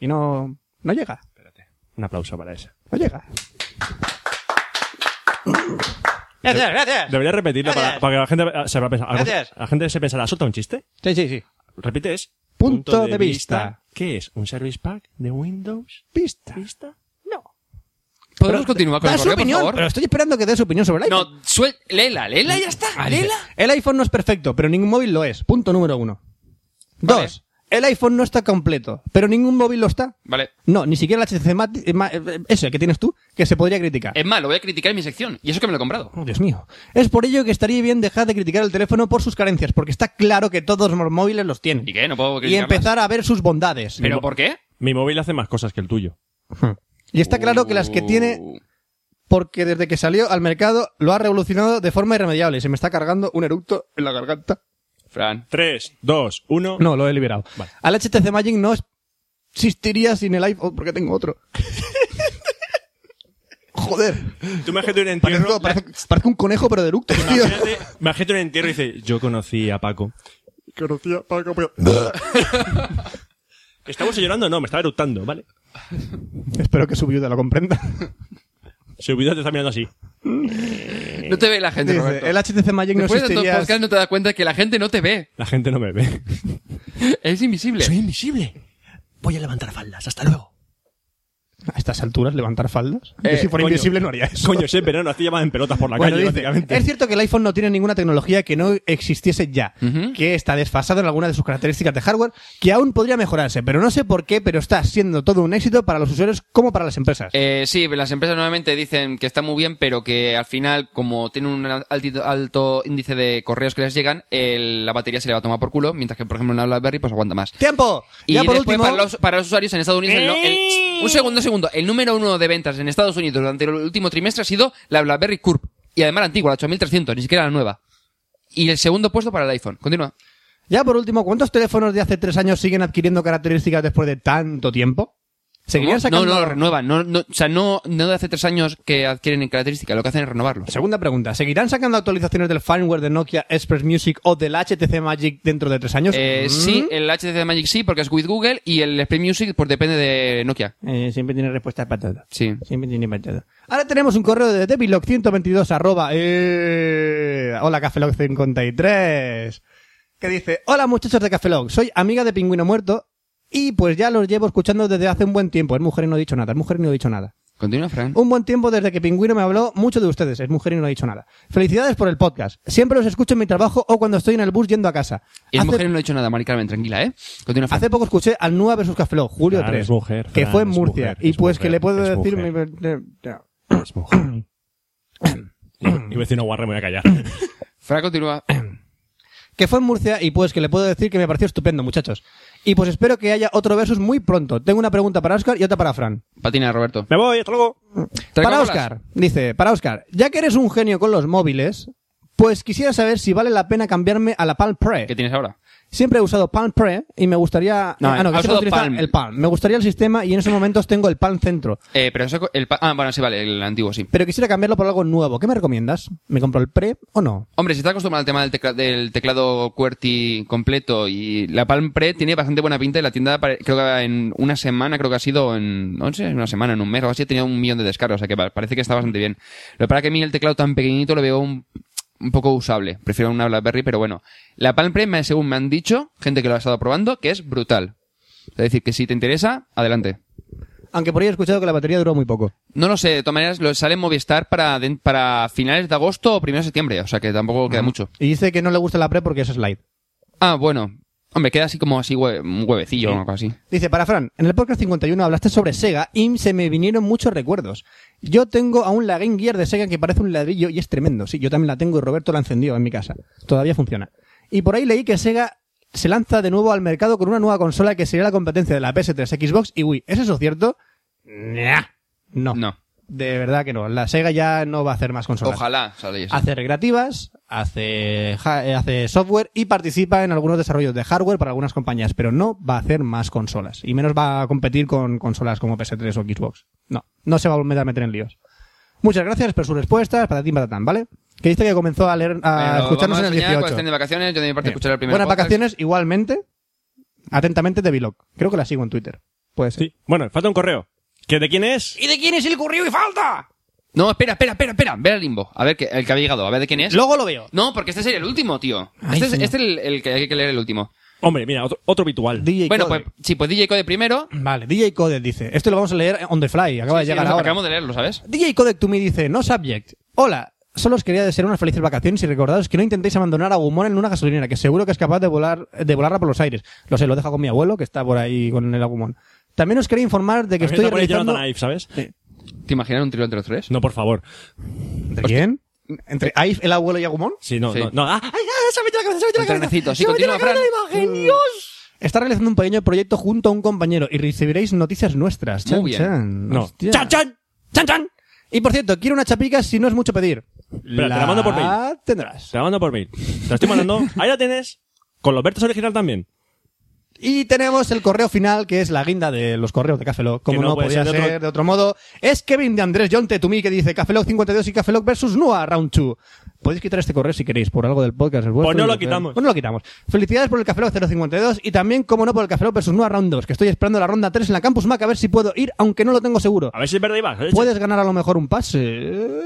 Y no, no llega. Un aplauso para esa. No llega. Gracias, gracias. Debería repetirla para, Gracias. para que la gente eh, se va a pensar. Gracias. La gente se pensará, ¿suelta un chiste? Sí, sí, sí. Repite, es. Punto de vista. ¿Qué es? ¿Un service pack de Windows? Pista. ¿Vista? ¿Podemos continuar con Da el su correo, por opinión, favor? pero estoy esperando que dé su opinión sobre el iPhone. No, suel... Lela, Lela, ya está. Lela. El iPhone no es perfecto, pero ningún móvil lo es. Punto número uno. Vale. Dos. el iPhone no está completo, pero ningún móvil lo está. Vale. No, ni siquiera el HTC Mat- eh, ma- eh, ese que tienes tú, que se podría criticar. Es más, lo voy a criticar en mi sección. Y eso que me lo he comprado. Oh, Dios mío. Es por ello que estaría bien dejar de criticar el teléfono por sus carencias, porque está claro que todos los móviles los tienen. ¿Y qué? No puedo Y criticarlas. empezar a ver sus bondades. ¿Pero por qué? Mi móvil hace más cosas que el tuyo. Y está claro que las que tiene, Uh, porque desde que salió al mercado lo ha revolucionado de forma irremediable. Se me está cargando un eructo en la garganta. Fran. 3, 2, 1. No, lo he liberado. Vale. Al HTC Magic no existiría sin el iPhone, porque tengo otro. Joder, Tú imagínate un entierro. parezco, parezco- parezco un conejo pero de eructo, tío. imagínate, imagínate un entierro y dice, yo conocí a Paco. Conocía Paco, pero- ¿Estamos llorando? No, me estaba eructando, ¿vale? Espero que su viuda lo comprenda. Se olvidó, te está mirando así. No te ve la gente, Eh, Dice, Roberto. el HTC Magic no Después de todo existiría... podcast no te das cuenta que la gente no te ve. La gente no me ve. Es invisible. invisible. Voy a levantar faldas. Hasta luego. A estas alturas, levantar faldas. Yo Eh, si fuera coño. invisible no haría eso. Coño, ese verano hacía llamadas en pelotas por la Bueno, calle, dice, básicamente. es cierto que el iPhone no tiene ninguna tecnología que no existiese ya, Ujú. que está desfasado en alguna de sus características de hardware, que aún podría mejorarse, pero no sé por qué, pero está siendo todo un éxito para los usuarios como para las empresas. Eh, sí, las empresas nuevamente dicen que está muy bien, pero que al final, como tienen un altito- alto índice de correos que les llegan, el- la batería se le va a tomar por culo, mientras que, por ejemplo, una BlackBerry pues aguanta más. ¡Tiempo! Y ya por después, último... ¡Eh! para, los, para los usuarios en Estados Unidos, el- el- un segundo, un segundo. El número uno de ventas en Estados Unidos durante el último trimestre ha sido la BlackBerry Curve. Y además la antigua, la 8300, ni siquiera la nueva. Y el segundo puesto para el iPhone. Continúa. Ya por último, ¿cuántos teléfonos de hace tres años siguen adquiriendo características después de tanto tiempo? ¿Seguirían No, sacando...? no, lo renuevan. No, no, o sea, no, no de hace tres años que adquieren en característica, lo que hacen es renovarlo. Segunda pregunta, ¿seguirán sacando actualizaciones del firmware de Nokia Express Music o del HTC Magic dentro de tres años? Eh, Mm. Sí, el HTC Magic sí, porque es with Google y el Space Music pues depende de Nokia. Eh, siempre tiene respuesta para todo. Sí. Siempre tiene para todo. Ahora tenemos un correo de devilog122 arroba eh, hola cafelog53 que dice Hola muchachos de Cafelog, soy amiga de Pingüino Muerto y pues ya los llevo escuchando desde hace un buen tiempo. Es mujer y no he dicho nada, es mujer y no he dicho nada. Continúa, Fran. Un buen tiempo desde que Pingüino me habló mucho de ustedes. Es mujer y no ha dicho nada. Felicidades por el podcast. Siempre los escucho en mi trabajo o cuando estoy en el bus yendo a casa. Y Hace, las mujeres no he dicho nada, Mari Carmen, tranquila, ¿eh? Continúa, Fran. hace poco escuché al Nua versus Cafelog, Julio Fran 3, es mujer, que Fran fue en es Murcia. mujer, y es pues que mujer, le puedo es decir... mujer. Es mujer. Iba a decir una guarra, me voy a callar. Fran, continúa. que fue en Murcia y pues que le puedo decir que me pareció estupendo, muchachos. Y pues espero que haya otro versus muy pronto. Tengo una pregunta para Oscar y otra para Fran. Patina, Roberto. Me voy, hasta luego. Traigo Para bolas. Oscar, dice, para Oscar, ya que eres un genio con los móviles, pues quisiera saber si vale la pena cambiarme a la Palm ¿Qué Pre. tienes ahora? Siempre he usado Palm Pre y me gustaría... No, ah, no, que has usado siempre utiliza Palm. el Palm. Me gustaría el sistema y en esos momentos tengo el Palm Centro. Eh, pero eso, el pa- ah, bueno, sí, vale, el antiguo, sí. Pero quisiera cambiarlo por algo nuevo. ¿Qué me recomiendas? ¿Me compro el Pre o no? Hombre, si estás acostumbrado al tema del, tecla- del teclado QWERTY completo y la Palm Pre tiene bastante buena pinta y la tienda, pare- creo que en una semana, creo que ha sido en, no sé, en una semana, en un mes o así, tenía un millón de descargas, o sea que pa- parece que está bastante bien. Lo que pasa es que a mí el teclado tan pequeñito lo veo un, un poco usable. Prefiero una BlackBerry, pero bueno. La Palm Pre, me- según me han dicho, gente que lo ha estado probando, que es brutal. Es decir, que si te interesa, adelante. Aunque por ahí he escuchado que la batería duró muy poco. No lo sé, de todas maneras, lo sale en Movistar para, den- para finales de agosto o primeros de septiembre, o sea que tampoco queda mucho. Y dice que no le gusta la Pre porque es slide. Ah, bueno. Hombre, queda así como así hue- un huevecillo o algo así. Dice, para Fran, en el podcast 51 hablaste sobre Sega y se me vinieron muchos recuerdos. Yo tengo aún la Game Gear de Sega que parece un ladrillo y es tremendo. Sí, yo también la tengo y Roberto la encendió en mi casa. Todavía funciona. Y por ahí leí que Sega se lanza de nuevo al mercado con una nueva consola que sería la competencia de la PS3, Xbox y Wii. ¿Es eso cierto? Nah, no. No. De verdad que no. La Sega ya no va a hacer más consolas. Ojalá saliese. Hace recreativas, hace, ja- eh, hace software y participa en algunos desarrollos de hardware para algunas compañías, pero no va a hacer más consolas. Y menos va a competir con consolas como PS3 o Xbox. No, no se va a volver a meter en líos. Muchas gracias por sus respuestas, patatín patatán, ¿vale? Que dice que comenzó a leer, a Bueno, Ah, escucharnos vamos en el mañana, cuando 18. estén de vacaciones, yo de mi parte Bien. escucharé el primer Buenas podcast. vacaciones, igualmente. Atentamente de Vlog. Creo que la sigo en Twitter. Puede ser. Sí. Bueno, falta un correo. ¿Que ¿De quién es? ¿Y de quién es el correo y falta? No, espera, espera, espera, espera. Ve al limbo. A ver, que, el que había llegado. A ver de quién es. Luego lo veo. No, porque este sería el último, tío. Ay, este es, señor. este es el, el que hay que leer el último. Hombre, mira, otro, otro habitual. DJ bueno, Codec. pues sí, pues DJ Code primero. Vale, DJ Codec dice. Esto lo vamos a leer on the fly. Acaba Sí, de sí, llegar nos ahora. Acabamos de leerlo, ¿sabes? DJ Codec to me dice, no subject. Hola, Solo os quería desear unas felices vacaciones y recordaros que no intentéis abandonar a Gumón en una gasolinera, que seguro que es capaz de volar, de volarla por los aires. Lo sé, lo deja con mi abuelo, que está por ahí con el Agumón. También os quería informar de que A mí estoy me pone realizando... Jonathan Ive, ¿sabes? ¿Te imaginas un trío entre los tres? No, por favor. ¿Entre quién? ¿Entre Ive, el abuelo y Agumón? Sí, no, Sí. no, no. ¡Ah! ¡Ay, ah! ¡Se ha metido la cabeza! ¡Se ha metido la El cabeza! trenecito. Sí, ¡Se ha metido la continúa, cabeza de la imagen! ¡Dios! Está realizando un pequeño proyecto junto a un compañero y recibiréis noticias nuestras. Chan, Muy bien. chan. No. Hostia. ¡Chan, chan! ¡Chan, chan! Y por cierto, quiero una chapica si no es mucho pedir. Espera, te la mando por mail. tendrás. Te la mando por mail. Te la estoy mandando. Ahí la tienes. Con los vertos original también. Y tenemos el correo final, que es la guinda de los correos de Cafeloc. Como Que no, no puede podía ser ser de de otro... otro- modo, es Kevin de Andrés John Tetumi que dice Cafeloc 52 y Cafeloc versus Nua Round 2. Podéis quitar este correo si queréis, por algo del podcast. es vuestro. Pues no lo Pero- quitamos. Pues no lo quitamos. Felicidades por el Cafeloc 052 y también, como no, por el Cafeloc versus Nua Round 2, que estoy esperando la ronda 3 en la Campus Mac a ver si puedo ir, aunque no lo tengo seguro. A ver si es verdad, Iván. Puedes ganar a lo mejor un pase eh,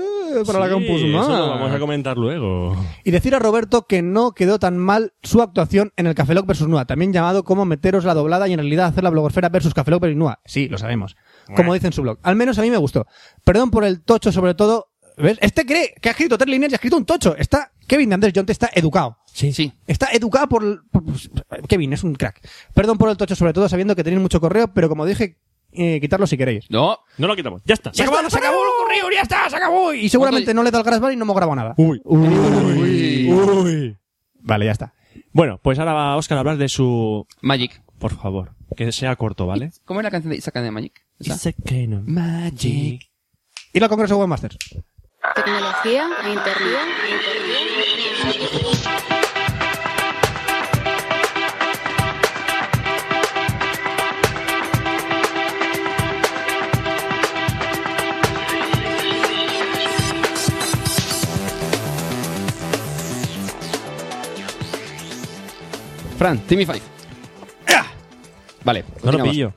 para la Sí, Campus Mac. Eso lo vamos a comentar luego. Y decir a Roberto que no quedó tan mal su actuación en el Cafeloc versus Nua, también llamado como meteros la doblada y en realidad hacer la blogosfera versus Cafeloc versus Nua. Sí, lo sabemos. Como dice en su blog. Al menos a mí me gustó. Perdón por el tocho, sobre todo. ¿Ves? Este cree que ha escrito tres líneas y ha escrito un tocho. Está, Kevin de Andrés John te está educado. Sí. Sí. Está educada por, por- por- Kevin, es un crack. Perdón por el tocho, sobre todo sabiendo que tenéis mucho correo, pero como dije, eh, quitarlo si queréis. No. No lo quitamos. Ya está. Se acabó. se acabó el correo, ya está, se acabó. Uh. Y seguramente no le he dado al Grasbar y no hemos grabado nada. Uy. Uy. Uy. Vale, ya está. Bueno, pues ahora va Oscar a hablar de su. Magic. Por favor, que sea corto, ¿vale? ¿Cómo es la canción de Isaac de Magic? ¿Esa? Magic. Ir al Congreso Webmasters. Tecnología e internet. Fran, Timmy Five. Ah. Vale. No lo continuamos. pillo.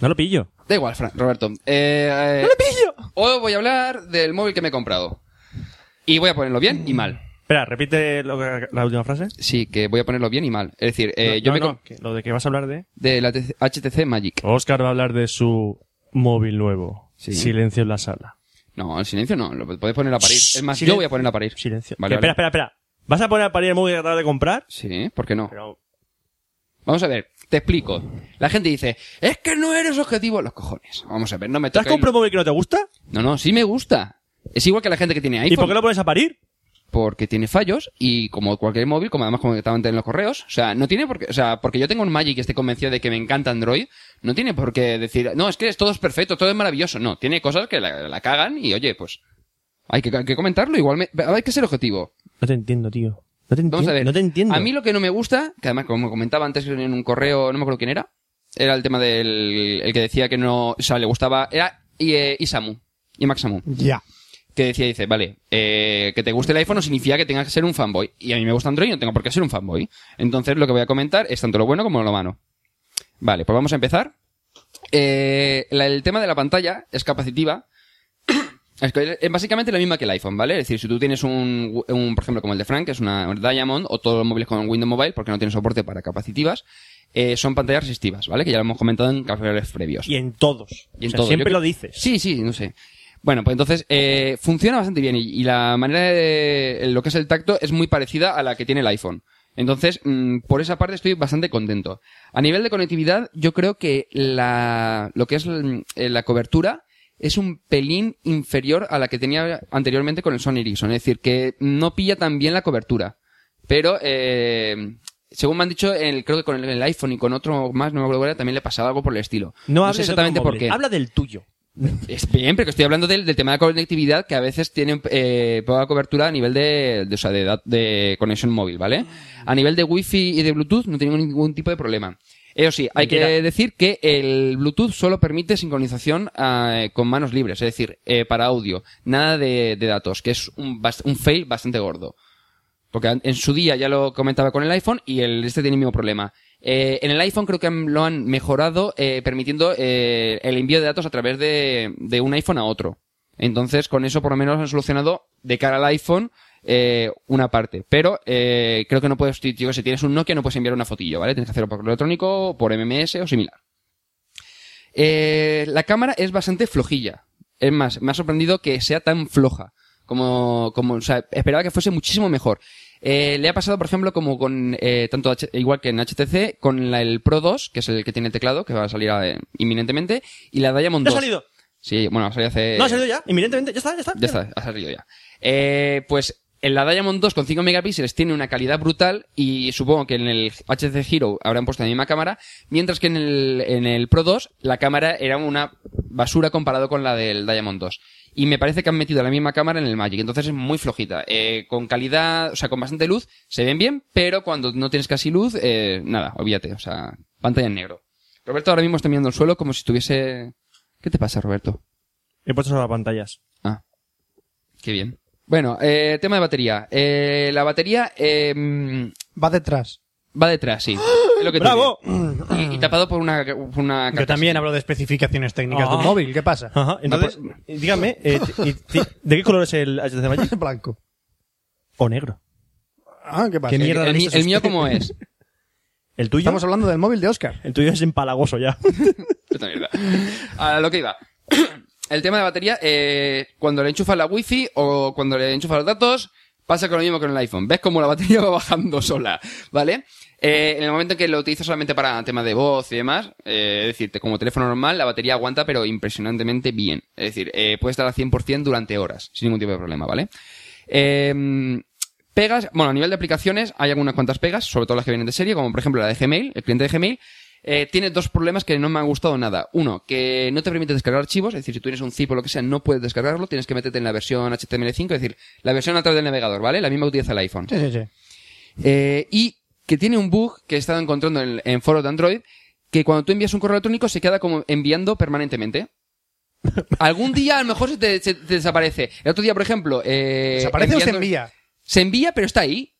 No lo pillo. Da igual, Fran, Roberto. Eh, ¡No lo pillo! Hoy voy a hablar del móvil que me he comprado. Y voy a ponerlo bien y mal. Espera, repite lo que- la última frase. Sí, que voy a ponerlo bien y mal. Es decir, eh, No, yo no, me no, com- que lo de que vas a hablar de. de la TC HTC Magic. Oscar va a hablar de su móvil nuevo. Sí. Silencio en la sala. No, el silencio no, lo podéis poner a parir. Shh, Es más, silencio. yo voy a poner a parir. Silencio. Vale, Que Espera, vale. espera, espera. ¿Vas a poner a parir el móvil que acabas de comprar? Sí, ¿por qué no? Pero, Vamos a ver, te explico. La gente dice, es que no eres objetivo. Los cojones. Vamos a ver, no me ¿Te has toca el- comprado un móvil que no te gusta? No, no, sí me gusta. Es igual que la gente que tiene iPhone. ¿Y por qué lo pones a parir? porque tiene fallos y como cualquier móvil, como además comentaba antes en los correos, o sea, no tiene por qué, o sea, porque yo tengo un Magic y estoy convencido de que me encanta Android, no tiene por qué decir, no, es que es- todo es perfecto, todo es maravilloso, no, tiene cosas que la, la cagan y oye, pues hay que, hay que comentarlo, igual me- hay que ser objetivo. No te entiendo, tío. No te Vamos entiendo. a ver, No te entiendo. a mí lo que no me gusta, que además como comentaba antes en un correo, no me acuerdo quién era, era el tema del el que decía que no, o sea, le gustaba, era eh, Isamu, y Maxamu Ya. que decía, dice, vale, eh, que te guste el iPhone no significa que tengas que ser un fanboy. Y a mí me gusta Android y no tengo por qué ser un fanboy. Entonces lo que voy a comentar es tanto lo bueno como lo malo. Vale, pues vamos a empezar. Eh, la- el tema de la pantalla es capacitiva. Es que es básicamente la misma que el iPhone, ¿vale? Es decir, si tú tienes un, un, por ejemplo, como el de Frank, que es una Diamond, o todos los móviles con Windows Mobile, porque no tienen soporte para capacitivas, eh, son pantallas resistivas, ¿vale? Que ya lo hemos comentado en cafés previos. Y en todos. Y en O sea, todo. Siempre Yo lo creo- dices. Sí, sí, no sé. Bueno, pues entonces eh, funciona bastante bien y, y la manera de lo que es el tacto es muy parecida a la que tiene el iPhone. Entonces, mm, por esa parte estoy bastante contento. A nivel de conectividad, yo creo que la, lo que es mm, eh, la cobertura es un pelín inferior a la que tenía anteriormente con el Sony Ericsson. Es decir, que no pilla tan bien la cobertura. Pero, eh, según me han dicho, el- creo que con el, el iPhone y con otro más, no me acuerdo cuál era, también le pasaba algo por el estilo. No hables sé de otro exactamente por móvil. qué. Habla del tuyo. Es bien, pero que estoy hablando del, del tema de la conectividad que a veces tiene eh, poca cobertura a nivel de, de, o sea, de, dat- de conexión móvil, ¿vale? A nivel de wifi y de Bluetooth no tengo ningún tipo de problema. Eso sí, hay que Mentira. decir que el Bluetooth solo permite sincronización eh, con manos libres, es decir, eh, para audio, nada de, de datos, que es un, bast- un fail bastante gordo. Porque an- en su día ya lo comentaba con el iPhone y el este tiene el mismo problema. Eh, en el iPhone creo que han- lo han mejorado eh, permitiendo eh, el envío de datos a través de, de un iPhone a otro. Entonces, con eso por lo menos han solucionado de cara al iPhone eh, una parte. Pero eh, creo que no puedes, yo que sé, tienes un Nokia, no puedes enviar una fotillo, ¿vale? Tienes que hacerlo por correo electrónico, por MMS o similar. Eh, la cámara es bastante flojilla. Es más, me ha sorprendido que sea tan floja. Como, como, o sea, esperaba que fuese muchísimo mejor. Eh, le ha pasado, por ejemplo, como con, eh, tanto, H- igual que en HTC, con la, el Pro 2, que es el que tiene el teclado, que va a salir eh, inminentemente, y la Diamond ¿Ya ha 2. salido? Sí, bueno, ha salido hace... No, ha salido ya, inminentemente, ya está, eh, ya está. Ya está, ha salido ya. Eh, pues en la Diamond 2 con 5 megapíxeles tiene una calidad brutal y supongo que en el HC Hero habrán puesto la misma cámara, mientras que en el, en el Pro 2 la cámara era una basura comparado con la del Diamond 2. Y me parece que han metido la misma cámara en el Magic, entonces es muy flojita. Eh, con calidad, o sea, con bastante luz, se ven bien, pero cuando no tienes casi luz, eh, nada, olvídate, o sea, pantalla en negro. Roberto ahora mismo está mirando el suelo como si estuviese... ¿Qué te pasa, Roberto? He puesto solo las pantallas. Ah, qué bien. Bueno, eh, tema de batería. Eh, la batería eh, mm, Va detrás. va detrás, sí. Es lo que tú ¡Bravo! dices. Y, y tapado por una, por una Yo carcasa. también hablo de especificaciones técnicas de un Ah. móvil. ¿Qué pasa? Ajá, entonces, dígame, eh, ti- ti- ¿de qué color es el HTC Magic? Blanco. ¿O negro? Ah, ¿qué pasa? ¿Qué mierda El, de mi- listas el mío usted? cómo es. ¿El tuyo? Estamos hablando del móvil de Oscar. El tuyo es empalagoso ya. Puta mierda. A lo que iba. El tema de batería, eh, cuando le enchufas la wifi o cuando le enchufas los datos, pasa con lo mismo que en el iPhone. Ves cómo la batería va bajando sola, ¿vale? Eh, en el momento en que lo utilizas solamente para temas de voz y demás, eh, es decir, te- como teléfono normal, la batería aguanta pero impresionantemente bien. Es decir, eh, puede estar al 100% durante horas, sin ningún tipo de problema, ¿vale? Eh, pegas, bueno, a nivel de aplicaciones hay algunas cuantas pegas, sobre todo las que vienen de serie, como por ejemplo la de Gmail, el cliente de Gmail, eh, tiene dos problemas que no me han gustado nada. Uno, que no te permite descargar archivos, es decir, si tú tienes un zip o lo que sea, no puedes descargarlo, tienes que meterte en la versión HTML5, es decir, la versión a través del navegador, ¿vale? La misma que utiliza el iPhone. Sí, sí, sí. Eh, y que tiene un bug que he estado encontrando en, en foros de Android, que cuando tú envías un correo electrónico se queda como enviando permanentemente. Algún día a lo mejor se te, se te desaparece. El otro día, por ejemplo... Eh, ¿Desaparece o se enviando- envía? se envía, pero está ahí.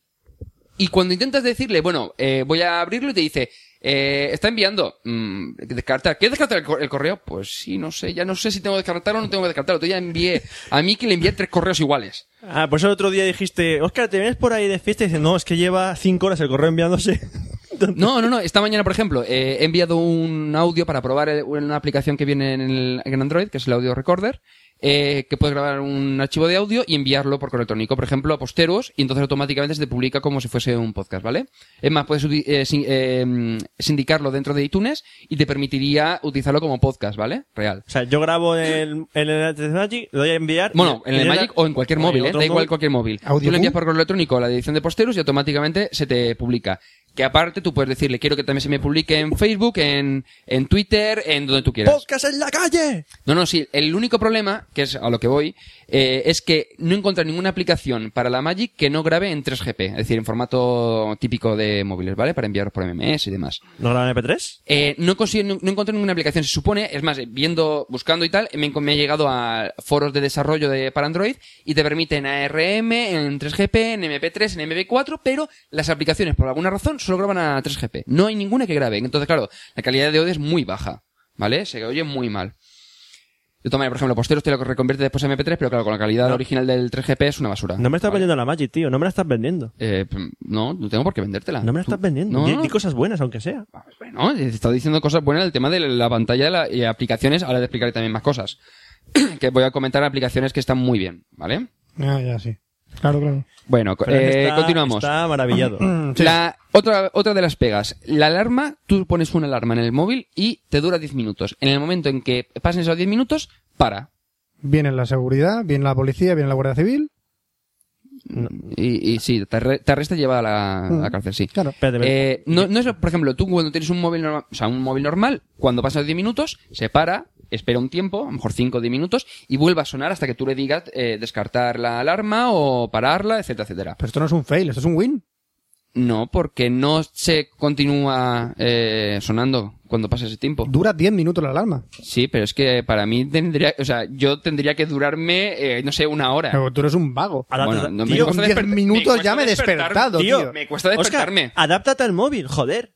Y cuando intentas decirle, bueno, eh, voy a abrirlo y te dice, eh, está enviando, mm, descartar. ¿Quieres descartar el cor- el correo? Pues sí, no sé, ya no sé si tengo que descartarlo o no tengo que descartarlo. Tú ya envié, a mí que le envié tres correos iguales. Ah, por eso el otro día dijiste, Oscar, ¿te vienes por ahí de fiesta? Y dice, no, es que lleva cinco horas el correo enviándose. No, no, no, esta mañana, por ejemplo, eh, he enviado un audio para probar el- una aplicación que viene en, el, en Android, que es el Audio Recorder, eh, que puedes grabar un archivo de audio y enviarlo por correo electrónico, por ejemplo, a posteros, y entonces automáticamente se te publica como si fuese un podcast, ¿vale? Es más, puedes uti- eh, sin- eh, sindicarlo dentro de iTunes y te permitiría utilizarlo como podcast, ¿ale? Real. O sea, yo grabo en el, en el HTC Magic, lo doy a enviar. Bueno, en y el le da- Magic o en cualquier o móvil, ¿eh? otro da igual móvil. cualquier móvil. Tú ¿Audiobook? le envías por correo electrónico la edición de posteros y automáticamente se te publica. Que aparte tú puedes decirle, quiero que también se me publique en Facebook, en, en Twitter, en donde tú quieras. ¡Podcast en la calle! No, no, sí. El único problema, que es a lo que voy, eh, es que no encuentro ninguna aplicación para la Magic que no grabe en 3GP, es decir, en formato típico de móviles, ¿vale? Para enviar por MMS y demás. ¿No graban MP3? Eh, no, consigo, no, no encontré ninguna aplicación, se supone. Es más, eh, viendo, buscando y tal, me, me he llegado a foros de desarrollo de, para Android y te permiten ARM, en 3GP, en MP3, en MP4, pero las aplicaciones, por alguna razón, solo graban a 3GP. No hay ninguna que grabe. Entonces, claro, la calidad de audio es muy baja, ¿vale? Se oye muy mal. Yo tomaré, por ejemplo, Posteros te lo reconvierte después a MP3, pero claro, con la calidad original del 3GP es una basura. No me estás Vale. vendiendo la Magic, tío. No me la estás vendiendo. Eh, p- no, no tengo por qué vendértela. No me la Ah, Tú- estás vendiendo. No, Di- no, Eh, Di cosas buenas, aunque sea. bueno, te está diciendo cosas buenas del tema de la pantalla la- y aplicaciones. Ahora te explicaré también más cosas. que voy a comentar aplicaciones que están muy bien, ¿vale? Ah, ya, sí. Claro, claro. Bueno, co- Pero eh, está- continuamos. Está maravillado. Mm, Sí. La, otra, otra de las pegas. La alarma, tú pones una alarma en el móvil y te dura 10 minutos. En el momento en que pasen esos 10 minutos, para. Viene la seguridad, viene la policía, viene la Guardia Civil. Y, y sí, te, arre- te arresta y lleva a la, a Mm. la cárcel, sí. Claro. Espérate, espérate. Eh, no, no es, por ejemplo, tú cuando tienes un móvil normal, o sea, un móvil normal, cuando pasan los 10 minutos, se para, espera un tiempo, a lo mejor 5 o 10 minutos, y vuelve a sonar hasta que tú le digas eh, descartar la alarma o pararla, etcétera, etcétera. Pero esto no es un fail, esto es un win. No, porque no se continúa eh, sonando cuando pasa ese tiempo. Dura 10 minutos la alarma. Sí, pero es que para mí tendría, o sea, yo tendría que durarme, eh, no sé, una hora. Pero tú eres un vago. Ahora bueno, te- no me tío, Con cuesta 10 desper- minutos me ya me he cuesta despertado, despertarme, tío. tío. Me cuesta Oscar, despertarme. adáptate al móvil, joder.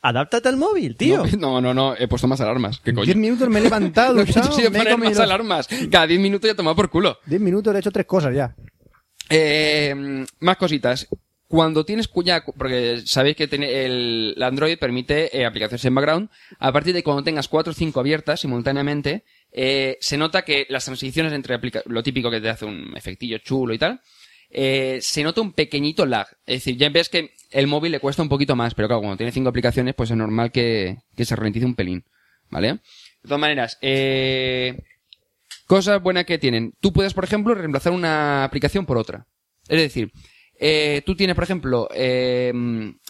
Adáptate al móvil, tío. No, no, no, he puesto más alarmas. ¿Qué coño? 10 minutos me he levantado, Lo que he chao, hecho ha sido me he poner comido más los- alarmas. Cada 10 minutos ya tomaba por culo. 10 minutos le he hecho tres cosas ya. Eh, mm, más cositas. Cuando tienes cu- ya, porque sabéis que tiene el, el Android permite eh, aplicaciones en background, a partir de cuando tengas cuatro o cinco abiertas simultáneamente, eh, se nota que las transiciones entre aplica- lo típico que te hace un efectillo chulo y tal, eh, se nota un pequeñito lag. Es decir, ya ves que el móvil le cuesta un poquito más, pero claro, cuando tiene cinco aplicaciones, pues es normal que, que se ralentice un pelín. ¿Vale? De todas maneras, eh, cosas buenas que tienen. Tú puedes, por ejemplo, reemplazar una aplicación por otra. Es decir, eh, tú tienes, por ejemplo, eh,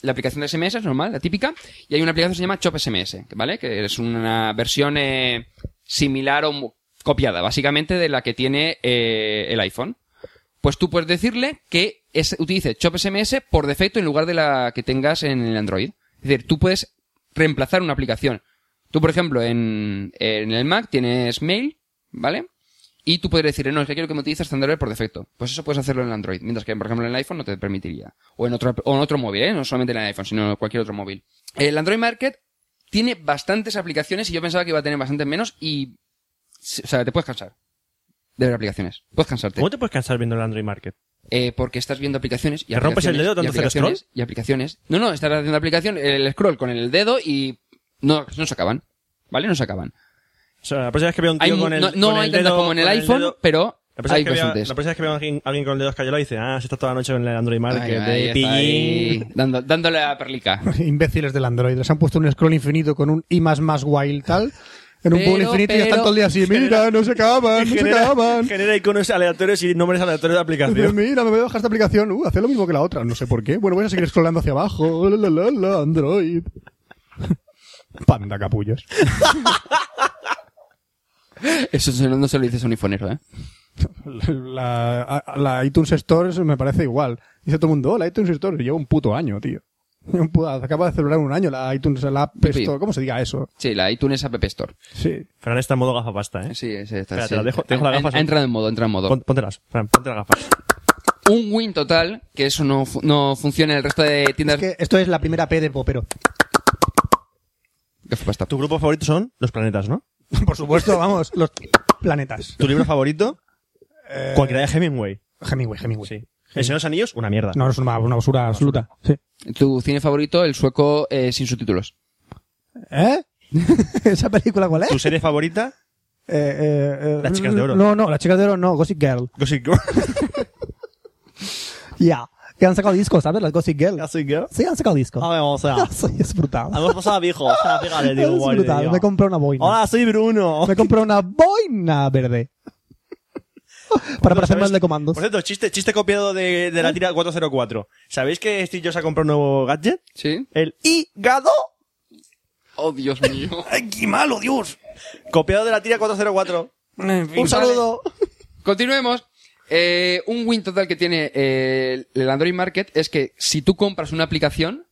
la aplicación de SMS, es normal, la típica, y hay una aplicación que se llama Chop SMS, ¿vale? Que es una versión eh, similar o mu- copiada, básicamente, de la que tiene eh, el iPhone. Pues tú puedes decirle que es- utilice Chop SMS por defecto en lugar de la que tengas en el Android. Es decir, tú puedes reemplazar una aplicación. Tú, por ejemplo, en, en el Mac tienes Mail, ¿vale? Y tú puedes decirle, no, es que quiero que me utilices Thunderbird por defecto. Pues eso puedes hacerlo en el Android, mientras que, por ejemplo, en el iPhone no te permitiría. O en otro, o en otro móvil, ¿eh? No solamente en el iPhone, sino en cualquier otro móvil. El Android Market tiene bastantes aplicaciones y yo pensaba que iba a tener bastantes menos y... O sea, te puedes cansar de ver aplicaciones. Puedes cansarte. ¿Cómo te puedes cansar viendo el Android Market? Eh, porque estás viendo aplicaciones ¿Te y rompes el aplicaciones dedo y tanto hacer aplicaciones y aplicaciones. No, no, estás haciendo aplicación, el scroll con el dedo y no, no se acaban. ¿Vale? No se acaban. O sea, la próxima vez que veo a un Hay tío mu- con el no no con hay el tantas dedo- como en el con iPhone, dedo- pero La próxima, hay vez que vea, bastantes. la próxima vez que veo a alguien, alguien con el dedo escayolado dice, ah, se está toda la noche en el Android Ahí Market va, ahí de está, pillín. ahí, dando- dándole a perlica. Imbéciles del Android. Les han puesto un scroll infinito con un I más más wild tal. En un Pero, pueblo infinito y están pero- todo el día así. Mira, no se acaban, no se Genera, acaban. genera iconos aleatorios y nombres aleatorios de Pero aplicación. Mira, me voy a bajar esta aplicación. Uh, hace lo mismo que la otra. No sé por qué. Bueno, voy a seguir scrollando hacia abajo. La, la, la, la, Android. Panda capullos. Eso se- no se lo dices a un iPhoneero, ¿eh? La, la iTunes Store eso me parece igual. Dice todo el mundo, "Oh, la iTunes Store lleva un puto año, tío. Un puto- acaba de celebrar un año la iTunes, la App Pipi. Store, ¿cómo se diga eso? Sí, la iTunes App Store. Sí. Fran está en modo gafapasta, ¿eh? Sí, sí, está. Espera, sí. te la dejo- te dejo las Ha- gafas. ha entrado en modo, entra en modo. Pon- Póntelas, Fran, ponte las gafas. Un win total, que eso no, fu- no funciona en el resto de tiendas. Es que esto es la primera P de popero. Gafapasta. Tu grupo favorito son los planetas, ¿no? Por supuesto, vamos, los planetas. Tu libro favorito, Eh, cualquiera de Hemingway. Hemingway, Hemingway. Sí. El Señor de los Anillos, una mierda. No, es una, una basura absoluta. Sí. Tu cine favorito, el sueco eh, sin subtítulos. ¿Eh? ¿Esa película cuál es? Tu serie favorita, Eh, eh, eh, Las chicas de oro. No, no, las chicas de oro no, Gossip Girl. Gossip Girl. Ya. Que han sacado discos, ¿sabes? Las Gossip Girl. Gossip Girl. Sí, han sacado discos. ver, o sea, Sí, es brutal. hemos pasado viejo. O sea, fíjate, es brutal. Me compré una boina. soy Bruno. Me compré una boina verde. para para hacer más de comandos. ¿Eh? Por cierto, chiste, chiste copiado de, de la tira 404. ¿Sabéis que Steve Jobs ha comprado un nuevo gadget? ¿Sí? El hígado. Oh, Dios mío. ¡Ay, qué malo, Dios! Copiado de la tira 404. un saludo. Continuemos. Eh, un win total que tiene eh, el Android Market es que si tú compras una aplicación,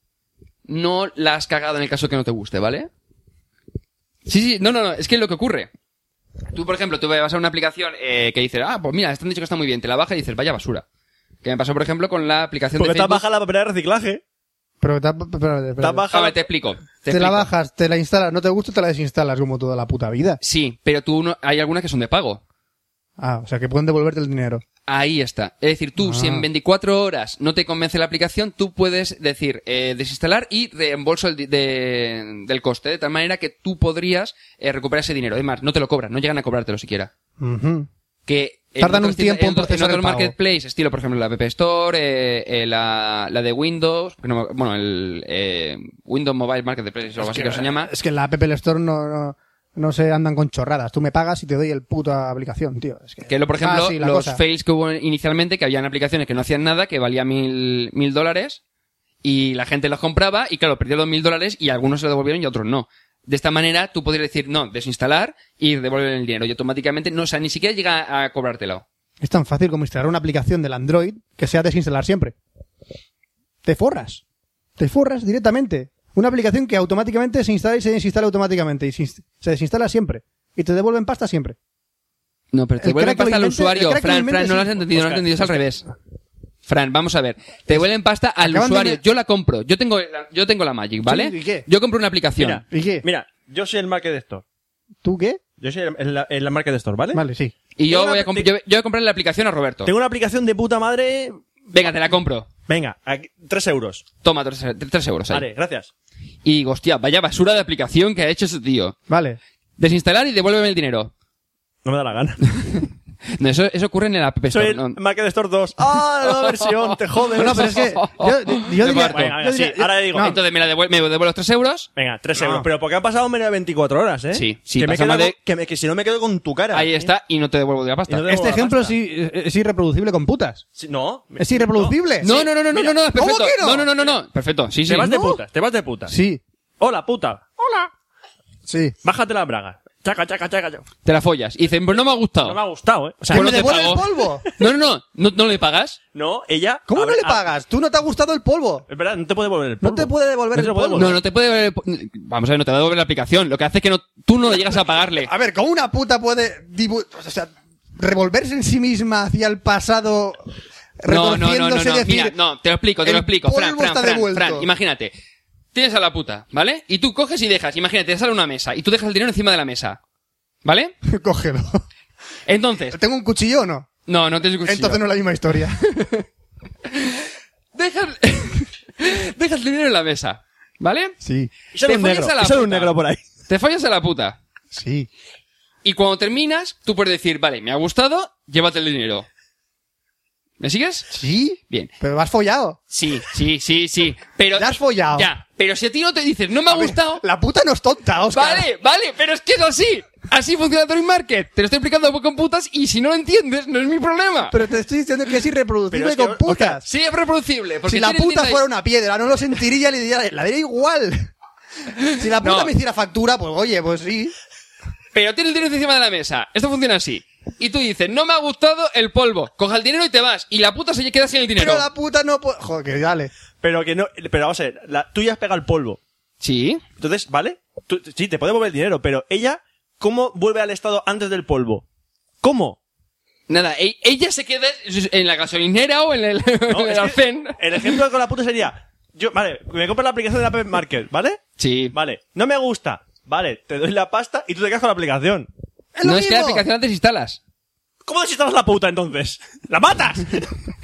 no la has cagado en el caso que no te guste, ¿vale? Sí, sí, no, no, no, es que es lo que ocurre. Tú, por ejemplo, tú vas a una aplicación eh, que dices, ah, pues mira, están dicho que está muy bien, te la bajas y dices, vaya basura. Que me pasó, por ejemplo, con la aplicación Porque de está Facebook. baja la papelera de reciclaje. Pero, ta- pero- pero- Está Ah, baja. vale, te explico. Te, te la explico. bajas, te la instalas, no te gusta, te la desinstalas como toda la puta vida. Sí, pero tú no- hay algunas que son de pago. Ah, o sea que pueden devolverte el dinero. Ahí está. Es decir, tú, si en Ah. 24 horas no te convence la aplicación, tú puedes decir eh, desinstalar y reembolso el di- de- del coste, de tal manera que tú podrías eh, recuperar ese dinero. Además, no te lo cobran, no llegan a cobrártelo siquiera. Ujú. Que Tardan otras tiendas- un tiempo en otros- procesar el otros pago. marketplace, estilo, por ejemplo, la App Store, eh, eh, la, la de Windows, que no me- bueno, el eh, Windows Mobile Marketplace, o algo así que se llama. Ah, Es que en la Apple Store no, no, no se andan con chorradas. Tú me pagas y te doy el puto aplicación, tío. Es que, Que lo, por ejemplo, Ah, sí, la los cosa. fails que hubo inicialmente, que habían aplicaciones que no hacían nada, que valía mil, mil dólares, y la gente los compraba, y claro, perdieron los mil dólares, y algunos se lo devolvieron y otros no. De esta manera, tú podrías decir, no, desinstalar y devolver el dinero, y automáticamente, no, o sea, ni siquiera llega a cobrártelo. Es tan fácil como instalar una aplicación del Android que sea desinstalar siempre. Te forras. Te forras directamente. Una aplicación que automáticamente se instala y se desinstala automáticamente. Y se inst- se desinstala siempre. Y te devuelven pasta siempre. No, pero te El devuelven crack lo pasta al invente- el usuario. crack lo Fran, invente, Fran, no lo has sí. entendido, no lo has entendido, es al revés. Fran, vamos a ver. Te devuelven pasta al Acaban de usuario. me- Yo la compro. Yo tengo, la- yo tengo la Magic, ¿vale? Sí, ¿y qué? Yo compro una aplicación. Mira, ¿Y qué? mira, yo soy el market store. ¿Tú qué? ¿Eh? Yo soy el, el- el market store, ¿vale? Vale, sí. y yo Tengo voy, una- a comp- yo, yo voy a comprarle la aplicación a Roberto. Tengo una aplicación de puta madre. Venga, te la compro. Venga, aquí, 3 euros. Toma, tres, tres euros ahí. Vale, gracias. Y digo, hostia, vaya basura de aplicación que ha hecho ese tío. Vale. Desinstalar y devuélveme el dinero. No me da la gana. No, eso, eso ocurre en el App Store. Soy el no. Market Store 2. ¡Ah, la nueva versión! ¡Te jodes! Bueno, pero es que yo, yo diría... parto. Venga, venga, yo sí. diría- Ahora le digo. Entonces me, la devuel- me devuelvo los 3 euros. Venga, 3 euros. Pero porque han pasado menos de 24 horas, ¿eh? Sí, sí, Que, me pasa quedo más de- con- que, me- que si no me quedo con tu cara. Ahí ¿eh? está, y no te devuelvo la pasta. Y no te- Este Luego la ejemplo pasta. sí, eh, es, es irreproducible con putas. Sí, No. Es irreproducible. No, no, no, no, no, no, no, es ¿Cómo perfecto. que no? no, no, no, no, perfecto. Sí, sí. Te vas de No. puta, te vas de puta. Sí, Hola, puta. sí. Bájate la braga. Chaca, chaca, chaca. chaca. Te la follas. Y dicen, pero no me ha gustado. No me ha gustado, ¿eh? O sea, ¿Que Pues me no te devuelve el pago. polvo? No, no, no, no, no le pagas. no, ella. ¿Cómo no abre- le pagas? Tú no te ha gustado el polvo. ah, Es verdad, no te puede devolver el polvo. No te puede devolver el Pues No te lo puede polvo. No, no te puede devolver el po- Vamos a ver, no te va a devolver la aplicación. Lo que hace es que no, tú no le llegas a pagarle. A ver, ¿cómo una puta puede dibu- o sea, revolverse en sí misma hacia el pasado No, no, no, no, retorciéndose no. y decir, Mira, no, te lo explico, te lo el explico. Fran, polvo Fran, está Fran, devuelto. Fran, imagínate. Tienes a la puta, ¿vale? Y tú coges y dejas, imagínate, te sale una mesa y tú dejas el dinero encima de la mesa. ¿Vale? cógelo? Entonces, ¿Tengo un cuchillo o no? no, no te Entonces no es la misma historia. dejas, dejas el dinero en la mesa, ¿vale? Sí, Sale Te un follas negro. a la sale un puta. negro por ahí. Te fallas a la puta. sí. Y cuando terminas, tú puedes decir, vale, me ha gustado, llévate el dinero. ¿Me sigues? ¿Sí? Bien. Pero me has follado. Sí, sí, sí, sí. Pero. Ya has follado. Ya. Pero si a ti no te dices, no me ha A ver, gustado. La puta no es tonta, Oscar. Vale, vale, pero es que es así. Así funciona Tory Market. Te lo estoy explicando con putas y si no lo entiendes, no es mi problema. Pero te estoy diciendo que es irreproducible Pero es que, con putas. Sí, es reproducible. Porque si la tiene puta tienda- fuera una piedra, no lo sentiría, le diría, la daría igual. Si la puta No. me hiciera factura, pues oye, pues sí. Pero tiene el dinero encima de la mesa. Esto funciona así. Y tú dices, no me ha gustado el polvo. Coja el dinero y te vas. Y la puta se queda sin el dinero. Pero la puta no puede... Joder, que dale. Pero que no. Pero vamos a ver, la- tú ya has pegado el polvo. Sí. Entonces, ¿vale? Tú- sí, te puede devolver el dinero, pero ella, ¿cómo vuelve al estado antes del polvo? ¿Cómo? Nada, e- ella se queda en la gasolinera o en el, No, en el es que almacén. el ejemplo con la puta sería, yo, vale, me compro la aplicación de la App Market, ¿vale? Sí. Vale, no me gusta. Vale, te doy la pasta y tú te quedas con la aplicación. Es lo No es que la mismo. aplicación la desinstalas. ¿Cómo desinstalas la puta entonces? ¡La matas!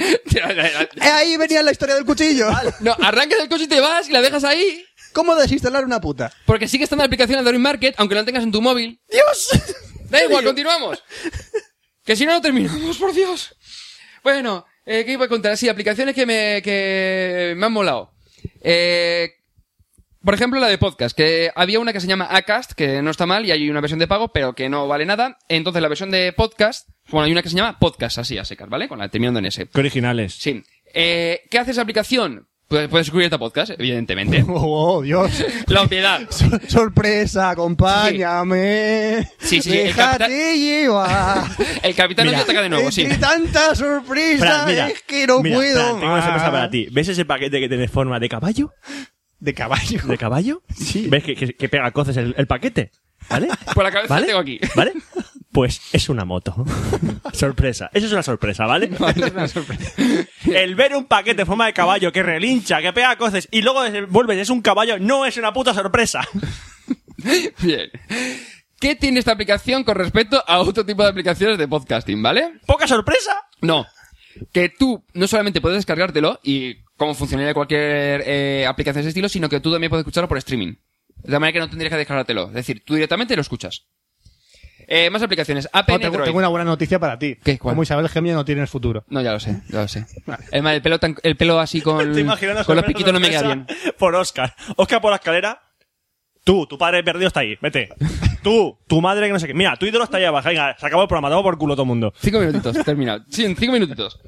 Eh, ahí venía la historia del cuchillo. no, arrancas el coche y te vas y la dejas ahí. ¿Cómo desinstalar una puta? Porque sigue estando la aplicación de Dory Market, aunque no la tengas en tu móvil. ¡Dios! Da igual, continuamos. Que si no, no terminamos, por Dios. Bueno, eh, ¿qué iba a contar? Sí, aplicaciones que me, que me han molado. Eh, por ejemplo, la de podcast, que había una que se llama Acast, que no está mal, y hay una versión de pago, pero que no vale nada. Entonces, la versión de podcast, bueno, hay una que se llama Podcast, así a secas, ¿vale? Con la terminando en S. ¡Qué originales! Sí. Eh, ¿Qué hace esa aplicación? Pues puedes suscribirte a podcast, evidentemente. Oh, oh, Dios. La obviedad. Sor- Sorpresa, acompáñame. Sí, sí, el Déjate capitán- llevar. El capitán nos ataca de eh, nuevo, sí. Entre tanta sorpresa Fran, mira, es que no mira, puedo Ah. Fran, tengo una más. sorpresa para ti. ¿Ves ese paquete que tiene forma de caballo? De caballo. ¿De caballo? Sí. ¿Ves que, que- que pega coces el, el paquete? ¿Vale? Por la cabeza ¿Vale? tengo aquí. ¿Vale? Pues es una moto. sorpresa. Eso es una sorpresa, ¿vale? El ver un paquete en forma de caballo que relincha, que pega coces y luego vuelves es un caballo, no es una puta sorpresa. Bien. ¿Qué tiene esta aplicación con respecto a otro tipo de aplicaciones de podcasting, ¿vale? ¿Poca sorpresa? No. Que tú no solamente puedes descargártelo y como funcionaría cualquier eh, aplicación de ese estilo, sino que tú también puedes escucharlo por streaming. De la manera que no tendrías que descargártelo. Es decir, tú directamente lo escuchas. Eh, más aplicaciones. App Oh, en tengo, Android. tengo una buena noticia para ti. ¿Qué? ¿Cuál? Como Isabel Gemio no tienes futuro. No, ya lo sé, ya lo sé. El, el, pelo, tan- el pelo así con, Te imaginas Mm, con los sorpresa, piquitos no me queda bien. sorpresa Por Oscar. Oscar por la escalera. Tú, tu padre perdido está ahí, vete. Tú, tu madre que no sé qué. Mira, tu ídolo está ahí abajo. Venga, se acabó el programa, damos por culo todo el mundo. Cinco minutitos, terminado. Sí, en cinco minutitos.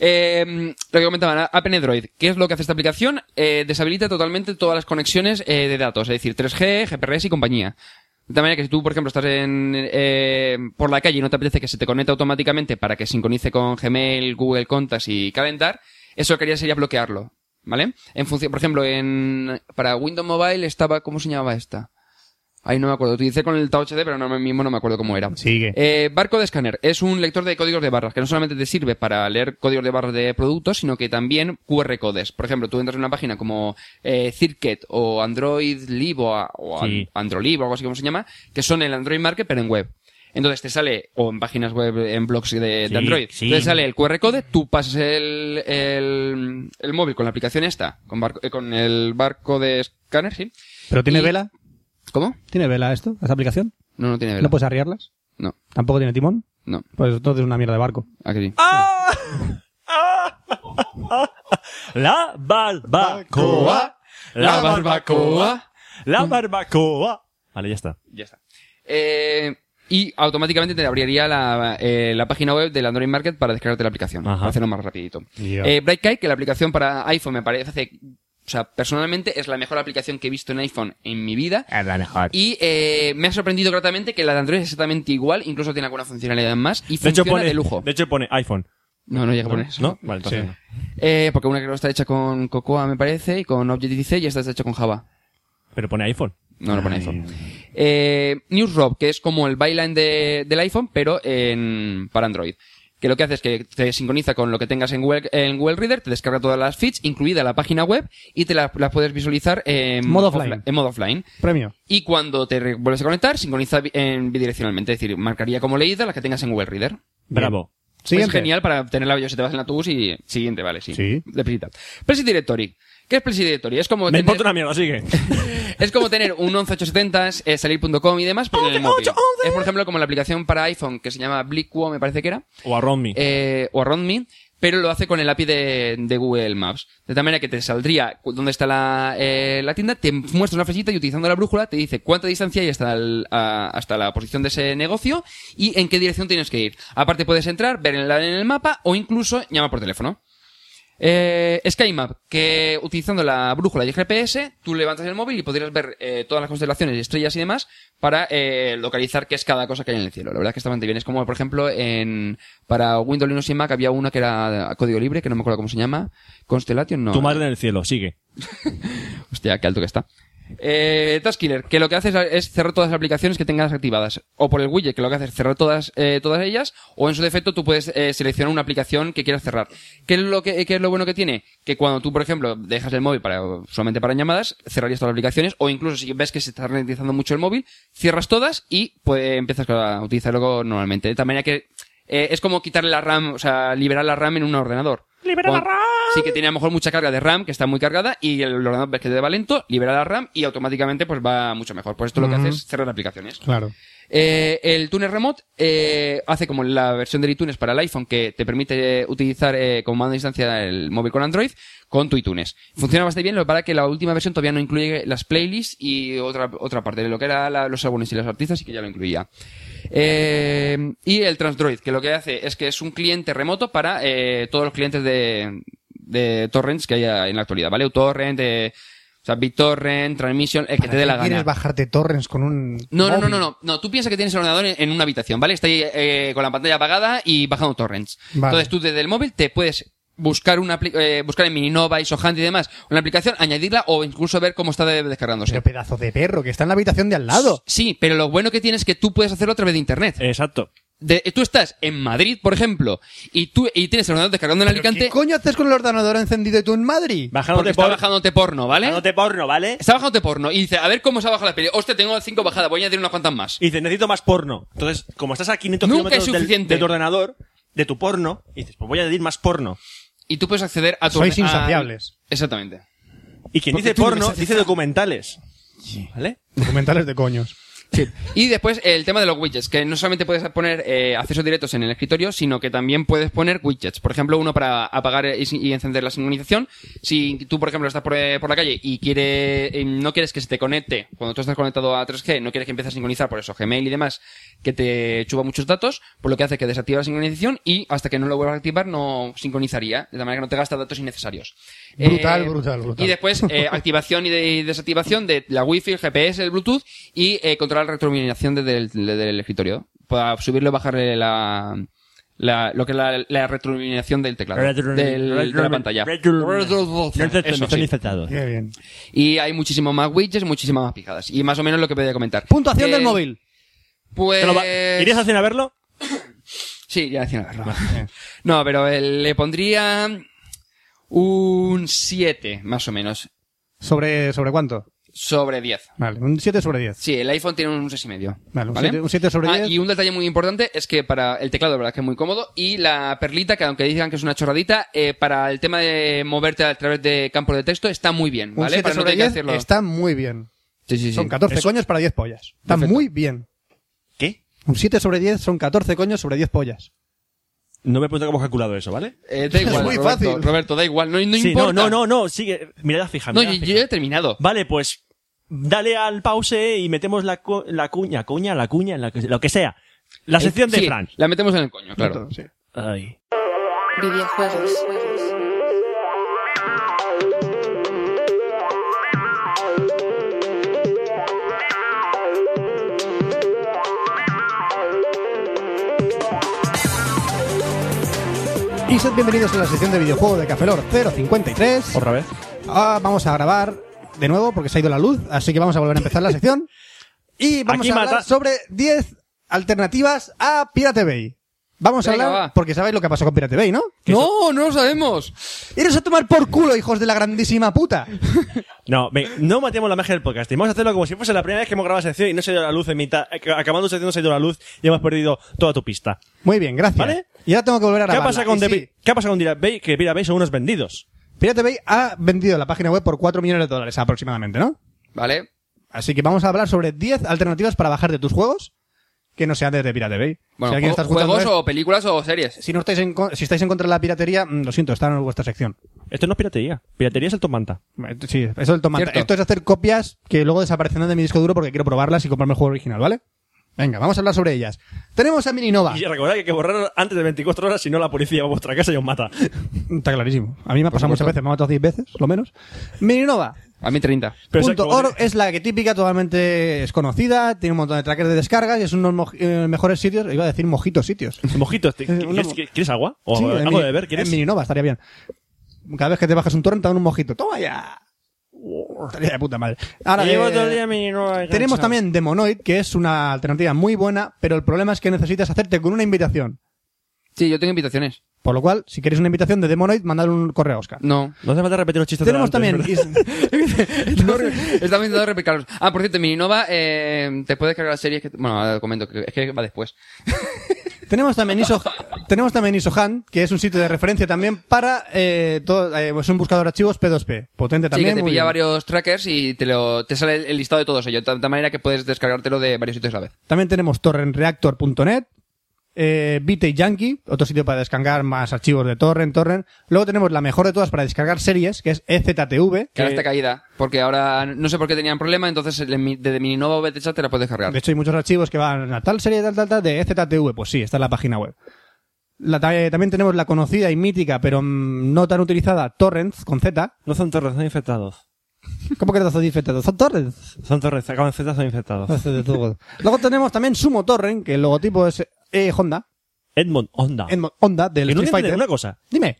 Eh, lo que comentaban, AppNedroid. ¿Qué es lo que hace esta aplicación? Eh, deshabilita totalmente todas las conexiones eh, de datos, es decir, 3G, GPRS y compañía. De tal manera que si tú, por ejemplo, estás en, eh, por la calle y no te apetece que se te conecte automáticamente para que sincronice con Gmail, Google Contacts y Calendar, eso lo que haría sería bloquearlo. ¿Vale? En función, por ejemplo, en, para Windows Mobile estaba, ¿cómo se llamaba esta? Ahí no me acuerdo. Utilicé con el Touch HD, pero no, ahora mismo no me acuerdo cómo era. Sigue. Eh, barco de escáner es un lector de códigos de barras que no solamente te sirve para leer códigos de barras de productos, sino que también QR codes. Por ejemplo, tú entras en una página como eh, Circuit o Android Lib o, a- o Sí. An- Androlib o algo así como se llama, que son el Android Market pero en web. Entonces te sale, o en páginas web, en blogs de, de Sí, Android, sí. te sale el QR code, tú pasas el, el, el móvil con la aplicación esta, con, barco- eh, con el barco de escáner, ¿sí? ¿Pero tiene y- vela? ¿Cómo? ¿Tiene vela esto? ¿Esta aplicación? No, no tiene vela. ¿No puedes arriarlas? No, ¿Tampoco tiene timón? no. Pues entonces es una mierda de barco. ¿A que sí? La barbacoa. La barbacoa. La barbacoa. Vale, ya está. Ya está. Eh, y automáticamente te abriría la, eh, la página web del Android Market para descargarte la aplicación. Ajá. Para hacerlo más rapidito. Ya. Eh, Brightkite, que la aplicación para iPhone me parece... O sea, personalmente es la mejor aplicación que he visto en iPhone en mi vida. Es la mejor. Y eh, me ha sorprendido gratamente que la de Android es exactamente igual, incluso tiene alguna funcionalidad más y De funciona hecho, pone, de lujo. de hecho pone iPhone. No, no llega a poner eso. ¿No? Vale, entonces no. Eh, porque una creo que está hecha con Cocoa, me parece, y con Objective-C y esta está hecha con Java. Pero pone iPhone. No, no pone iPhone. Eh, Newsrob, que es como el byline de, del iPhone, pero en, para Android. Que lo que hace es que te sincroniza con lo que tengas en Google, en Google Reader, te descarga todas las feeds, incluida la página web, y te las las puedes visualizar en Modo offli- offline. En modo offline. Premio. Y cuando te re- vuelves a conectar, sincroniza bi- en bidireccionalmente. Es decir, marcaría como leída las que tengas en Google Reader. Bravo. Siguiente. Es genial para tener la si te vas en la autobús y... Siguiente, vale, sí. Sí. Deprisa. Presi Directory. ¿Qué es Presi Directory? Es como Me tener, importa una mierda, sigue. es como tener un 11870, eh, salir.com y demás, pero en el móvil. Es, por ejemplo, como la aplicación para iPhone que se llama Bliquo, me parece que era, o a Romi. eh, o Around Me, pero lo hace con el API de, de Google Maps. De tal manera que te saldría cu- dónde está la, eh, la tienda, te muestra una flechita y utilizando la brújula te dice cuánta distancia hay hasta, el- a- hasta la posición de ese negocio y en qué dirección tienes que ir. Aparte puedes entrar, ver en, la- en el mapa o incluso llamar por teléfono. Eh, SkyMap, que utilizando la brújula y el GPS, tú levantas el móvil y podrías ver eh, todas las constelaciones, estrellas y demás para eh, localizar qué es cada cosa que hay en el cielo. La verdad es que está bastante bien. Es como, por ejemplo, en para Windows, Linux y Mac había una que era a código libre, que no me acuerdo cómo se llama. Constellation, no. Tu madre en el cielo, sigue. Hostia, qué alto que está. Eh, Taskiller, que lo que hace es, es cerrar todas las aplicaciones que tengas activadas. O por el widget, que lo que hace es cerrar todas, eh, todas ellas. O en su defecto, tú puedes eh, seleccionar una aplicación que quieras cerrar. ¿Qué es, lo que, qué es lo bueno que tiene? Que cuando tú, por ejemplo, dejas el móvil para, solamente para llamadas, cerrarías todas las aplicaciones. O incluso si ves que se está ralentizando mucho el móvil, cierras todas y pues, empiezas a utilizarlo normalmente. De tal manera que eh, es como quitarle la RAM, o sea, liberar la RAM en un ordenador. Libera la Cuan- RAM. Sí, que tiene a lo mejor mucha carga de RAM, que está muy cargada, y el ordenador ves que te va lento, libera la RAM y automáticamente pues va mucho mejor. Por esto lo que hace es cerrar aplicaciones. Claro. Eh, el Tuner Remote eh, hace como la versión del iTunes para el iPhone que te permite eh, utilizar eh, como mando de distancia el móvil con Android con tu iTunes. Funciona bastante bien, lo que pasa que la última versión todavía no incluye las playlists y otra, otra parte de lo que era la- los álbumes y los artistas y que ya lo incluía. Eh, y el Transdroid, que lo que hace es que es un cliente remoto para eh, todos los clientes de, de torrents que hay en la actualidad, ¿vale? Torrent, eh, o sea, BitTorrent, Transmission, el que te dé la ¿Para qué gana. ¿Quieres bajarte torrents con un.? No, no, no, móvil? no, no, no. Tú piensas que tienes el ordenador en, en una habitación, ¿vale? Está ahí eh, con la pantalla apagada y bajando torrents. Vale. Entonces tú desde el móvil te puedes buscar una apli- eh, buscar en Mininova, Isohunt y demás una aplicación, añadirla o incluso ver cómo está de- descargándose. Pero pedazo de perro, que está en la habitación de al lado. Sí, pero lo bueno que tienes es que tú puedes hacerlo a través de internet. Eh. Exacto. De- eh, tú estás en Madrid, por ejemplo, y tú y tienes el ordenador descargando en ¿Qué Alicante coño haces con el ordenador encendido y tú en Madrid? porque Bajándote está por... bajándote porno, ¿vale? Bajándote porno, ¿vale? Está bajándote porno y dice, a ver cómo se ha bajado la peli. Hostia, tengo cinco bajadas, voy a añadir unas cuantas más. Y dices, necesito más porno. Entonces, como estás a 500 Nunca kilómetros es del- suficiente. de tu ordenador, de tu porno, y dices, pues voy a añadir más porno. Y tú puedes acceder a tu Sois a- insaciables. Exactamente. Y quien Porque dice tú no me porno, estás dice documentales. ¿Vale? Documentales de coños. Y después el tema de los widgets, que no solamente puedes poner eh, accesos directos en el escritorio, sino que también puedes poner widgets. Por ejemplo, uno para apagar y, y encender la sincronización. Si tú, por ejemplo, estás por, eh, por la calle y quiere, eh, no quieres que se te conecte, cuando tú estás conectado a 3G, no quieres que empieces a sincronizar por eso, Gmail y demás, que te chupa muchos datos, por lo que hace que desactiva la sincronización y hasta que no lo vuelvas a activar no sincronizaría, de tal manera que no te gasta datos innecesarios. Eh, Brutal, brutal, brutal. Y de- Después, eh, activación y, de- y desactivación de la Wi-Fi, el GPS, el Bluetooth y eh, controlar la retroiluminación desde el, desde el escritorio. Para subirle o bajarle la, la- lo que es la, la retroiluminación del teclado. del- de la pantalla. Eso, sí. Qué bien. Y hay muchísimos más widgets, muchísimas más pijadas. Y más o menos lo que podía comentar. Puntuación Eh, del móvil. Pues... Te lo va- ¿Irías a cena a verlo? Sí, ya decía la verdad. No, pero eh, le pondría un 7, más o menos, ¿Sobre, ¿Sobre cuánto? sobre 10. Vale, un 7 sobre 10. Sí, el iPhone tiene un 6,5. Vale, un siete- un siete sobre Ah, diez. y un detalle muy importante es que para el teclado, la verdad, es que es muy cómodo. Y la perlita, que aunque digan que es una chorradita, eh, para el tema de moverte a través de campos de texto, está muy bien, Un ¿vale? 7 para no sobre tener 10 que hacerlo. está muy bien. Sí, sí, sí. Son 14 coños para 10 pollas. Está Perfecto. muy bien. ¿Qué? Un 7 sobre 10 son 14 coños sobre 10 pollas. No me pregunto cómo has calculado eso, ¿vale? Eh, da igual, muy Roberto, fácil. Roberto, da igual, no, no sí, importa. no, no, no, no, sigue. Mirada fija. No, yo, mirada yo fija. ya he terminado. Vale, pues dale al pause y metemos la, cu- la cuña, cuña, la cuña, la que- lo que sea. La sección Eh, sí, de Fran. La metemos en el coño, claro. Sí. Ay. Videojuegos. Y sed bienvenidos a la sección de videojuego de Cafelor 053. Otra vez. Ah, vamos a grabar de nuevo porque se ha ido la luz, así que vamos a volver a empezar la sección. Y vamos Aquí a hablar mata- sobre 10 alternativas a Pirate Bay. Vamos a Venga, hablar, va. porque sabéis lo que pasó con Pirate Bay, ¿no? No, no lo sabemos. Iros a tomar por culo, hijos de la grandísima puta. No, ve- no matemos la magia del podcast. y Vamos a hacerlo como si fuese la primera vez que hemos grabado la sección y no se ha ido la luz en mitad. ac- Acabando la sección se ha ido la luz y hemos perdido toda tu pista. Muy bien, gracias. ¿Vale? Y ahora tengo que volver a ¿Qué grabar. pasa con Devi- ¿Qué pasa con Pirate Bay? Que Pirate Bay son unos vendidos. Pirate Bay ha vendido la página web por 4 millones de dólares aproximadamente, ¿no? Vale. Así que vamos a hablar sobre 10 alternativas para bajar de tus juegos que no sean desde Pirate Bay. Bueno, si alguien ju- está escuchando juegos esto- o películas o series. si, no estáis en, con- si estáis en contra de la piratería, mm, lo siento, está en vuestra sección. Esto no es piratería. Piratería es el Tom Manta. Sí, eso es el tomate. Cierto. Esto es hacer copias que luego desaparecerán de mi disco duro porque quiero probarlas y comprarme el juego original, ¿vale? Venga, vamos a hablar sobre ellas. Tenemos a Mininova. Y recordad que hay que borrar antes de 24 horas, si no la policía va a vuestra casa y os mata. Está clarísimo. A mí me ha pasado supuesto. muchas veces, me ha matado 10 veces, lo menos. Mininova. A mí 30. Pero eso Punto como- org es la que típica, totalmente es conocida, tiene un montón de trackers de descargas y es uno de los moj- eh, mejores sitios, iba a decir mojitos sitios. Mojitos, te- Eh, una ¿quieres, mo- quieres agua? ¿O Sí, en algo mini- de beber? pues, ¿Quieres? En Mininova estaría bien. Cada vez que te bajas un torrent, te dan un mojito. ¡Toma ya! Estaría de puta madre. Ahora, Llevo de- todo el día en Mininova enganchado. Tenemos también Demonoid, que es una alternativa muy buena, pero el problema es que necesitas hacerte con una invitación. Sí, yo tengo invitaciones. Por lo cual, si queréis una invitación de Demonoid, mandad un correo a Mm, Oscar. No. No hace falta repetir los chistes de Tenemos antes, también. ¿verdad? Estaba intentando replicarlos. Ah, por cierto, Mininova, eh, te puedes cargar las series que... Bueno, ahora comento, que- es que va después. Tenemos también ISO, tenemos también ISOHAN, que es un sitio de referencia también para eh, todo, eh, es un buscador de archivos P2P, potente también. sí, que te muy pilla bien. varios trackers y te, lo, te sale el- el listado de todos ellos. De tal manera que puedes descargártelo de varios sitios a la vez. También tenemos torrentreactor.net, eh, Vite Yankee, otro sitio para descargar más archivos de torrent, torrent. Luego tenemos la mejor de todas para descargar series, que es E EZTV. Que ahora está caída. Porque ahora no sé por qué tenían problema, entonces el mi- desde Mininova o BTChat te la puedes cargar. De hecho, hay muchos archivos que van a tal serie, tal, tal, tal, de EZTV. Pues sí, está en la página web. La- ta- eh, también tenemos la conocida y mítica, pero mm, no tan utilizada, Torrents, con Z. No son torres, son infectados. ¿Cómo que no son infectados? Son Torrents. Son torres, acaban Z, son infectados. Luego tenemos también Sumo Torrent, que el logotipo es eh, Honda. Edmond Honda. Edmo- Honda, del Que no Street entienden Fighter. una cosa. Dime.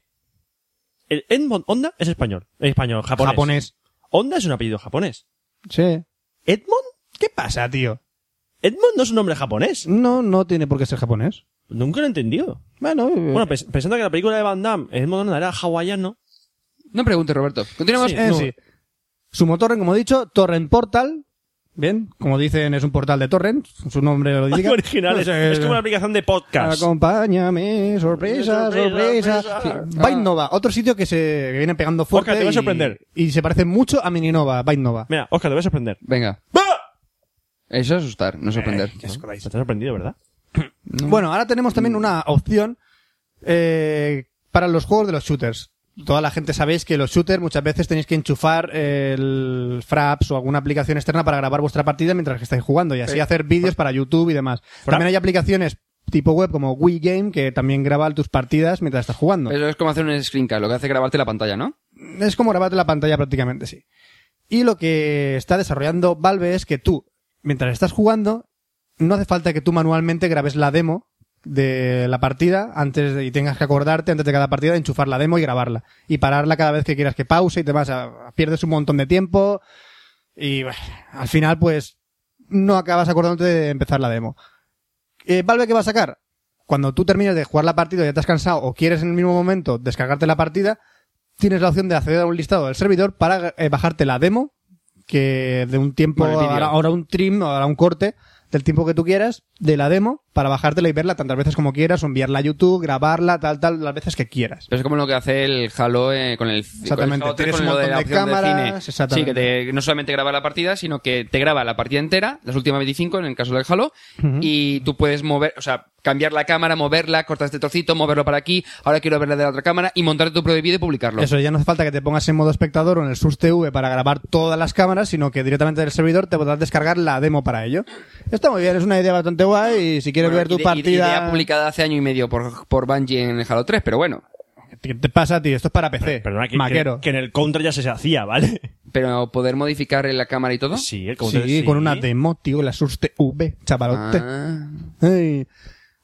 El Edmond Honda es español. Es español, japonés. Japonés. Honda es un apellido japonés. Sí. ¿Edmond? ¿Qué pasa, tío? Edmond no es un nombre japonés. No, no tiene por qué ser japonés. Nunca lo he entendido. Bueno, eh, Bueno, pens- pensando que la película de Van Damme, Edmond Honda era hawaiano. No preguntes, Roberto. Continuamos. Sí. eh, no. sí. Sumo Torrent, como he dicho, Torrent Portal. Bien, como dicen, es un portal de Torrent. Su nombre lo indica. Algo original. No es, sé. es como una aplicación de podcast. Acompáñame, sorpresa, sorpresa. Sorpresa, Ah. Sí. Bytenova, otro sitio que se que viene pegando fuerte. Oscar, te va a y- sorprender. Y, se parece mucho a Mininova, Bytenova. Mira, Oscar, te voy a sorprender. Venga. Eso es asustar, no Eh, sorprender. Te has sorprendido, ¿verdad? Bueno, ahora tenemos también una opción eh, para los juegos de los shooters. Toda la gente sabéis que los shooters muchas veces tenéis que enchufar el Fraps o alguna aplicación externa para grabar vuestra partida mientras que estáis jugando y así hacer vídeos para YouTube y demás. También hay aplicaciones tipo web como Wii Game que también graba tus partidas mientras estás jugando. Eso es como hacer un screencast, lo que hace grabarte la pantalla, ¿no? es como grabarte la pantalla prácticamente, sí. Y lo que está desarrollando Valve es que tú, mientras estás jugando, no hace falta que tú manualmente grabes la demo de la partida antes de- y tengas que acordarte antes de cada partida de enchufar la demo y grabarla y pararla cada vez que quieras que pause y te vas a, pierdes un montón de tiempo y bueno, al final pues no acabas acordándote de empezar la demo. Eh, Valve qué va a sacar? Cuando tú termines de jugar la partida ya te has cansado o quieres en el mismo momento descargarte la partida, tienes la opción de acceder a un listado del servidor para eh, bajarte la demo que de un tiempo Bueno, el vídeo. ahora, ahora un trim ahora un corte del tiempo que tú quieras de la demo para bajártela y verla tantas veces como quieras, o enviarla a YouTube, grabarla, tal, tal, las veces que quieras. Pero es como lo que hace el Halo eh, con el con el Exactamente, Halo 3, tienes con un lo de la montón de opción de cámaras, cine. Sí, exactamente. que te- no solamente graba la partida, sino que te graba la partida entera, las últimas 25 en el caso del Halo, y tú puedes mover, o sea, cambiar la cámara, moverla, cortar este trocito, moverlo para aquí, ahora quiero verla de la otra cámara y montar tu propio vídeo y publicarlo. Eso, ya no hace falta que te pongas en modo espectador o en el SUS TV para grabar todas las cámaras, sino que directamente del servidor te podrás descargar la demo para ello. Está muy bien, es una idea bastante guay y si quieres Bueno, ver tu ide- ide- partida... Idea publicada hace año y medio por, por Bungie en el Halo 3, pero bueno. ¿Qué te pasa a ti? Esto es para PC. Perdona, que, maquero. que- que en el counter ya se, se hacía, ¿vale? Pero poder modificar la cámara y todo. Sí, el ¿Ah? Sí, counter con una demo, tío, la SUS TV, chavalote. Ah. Ay.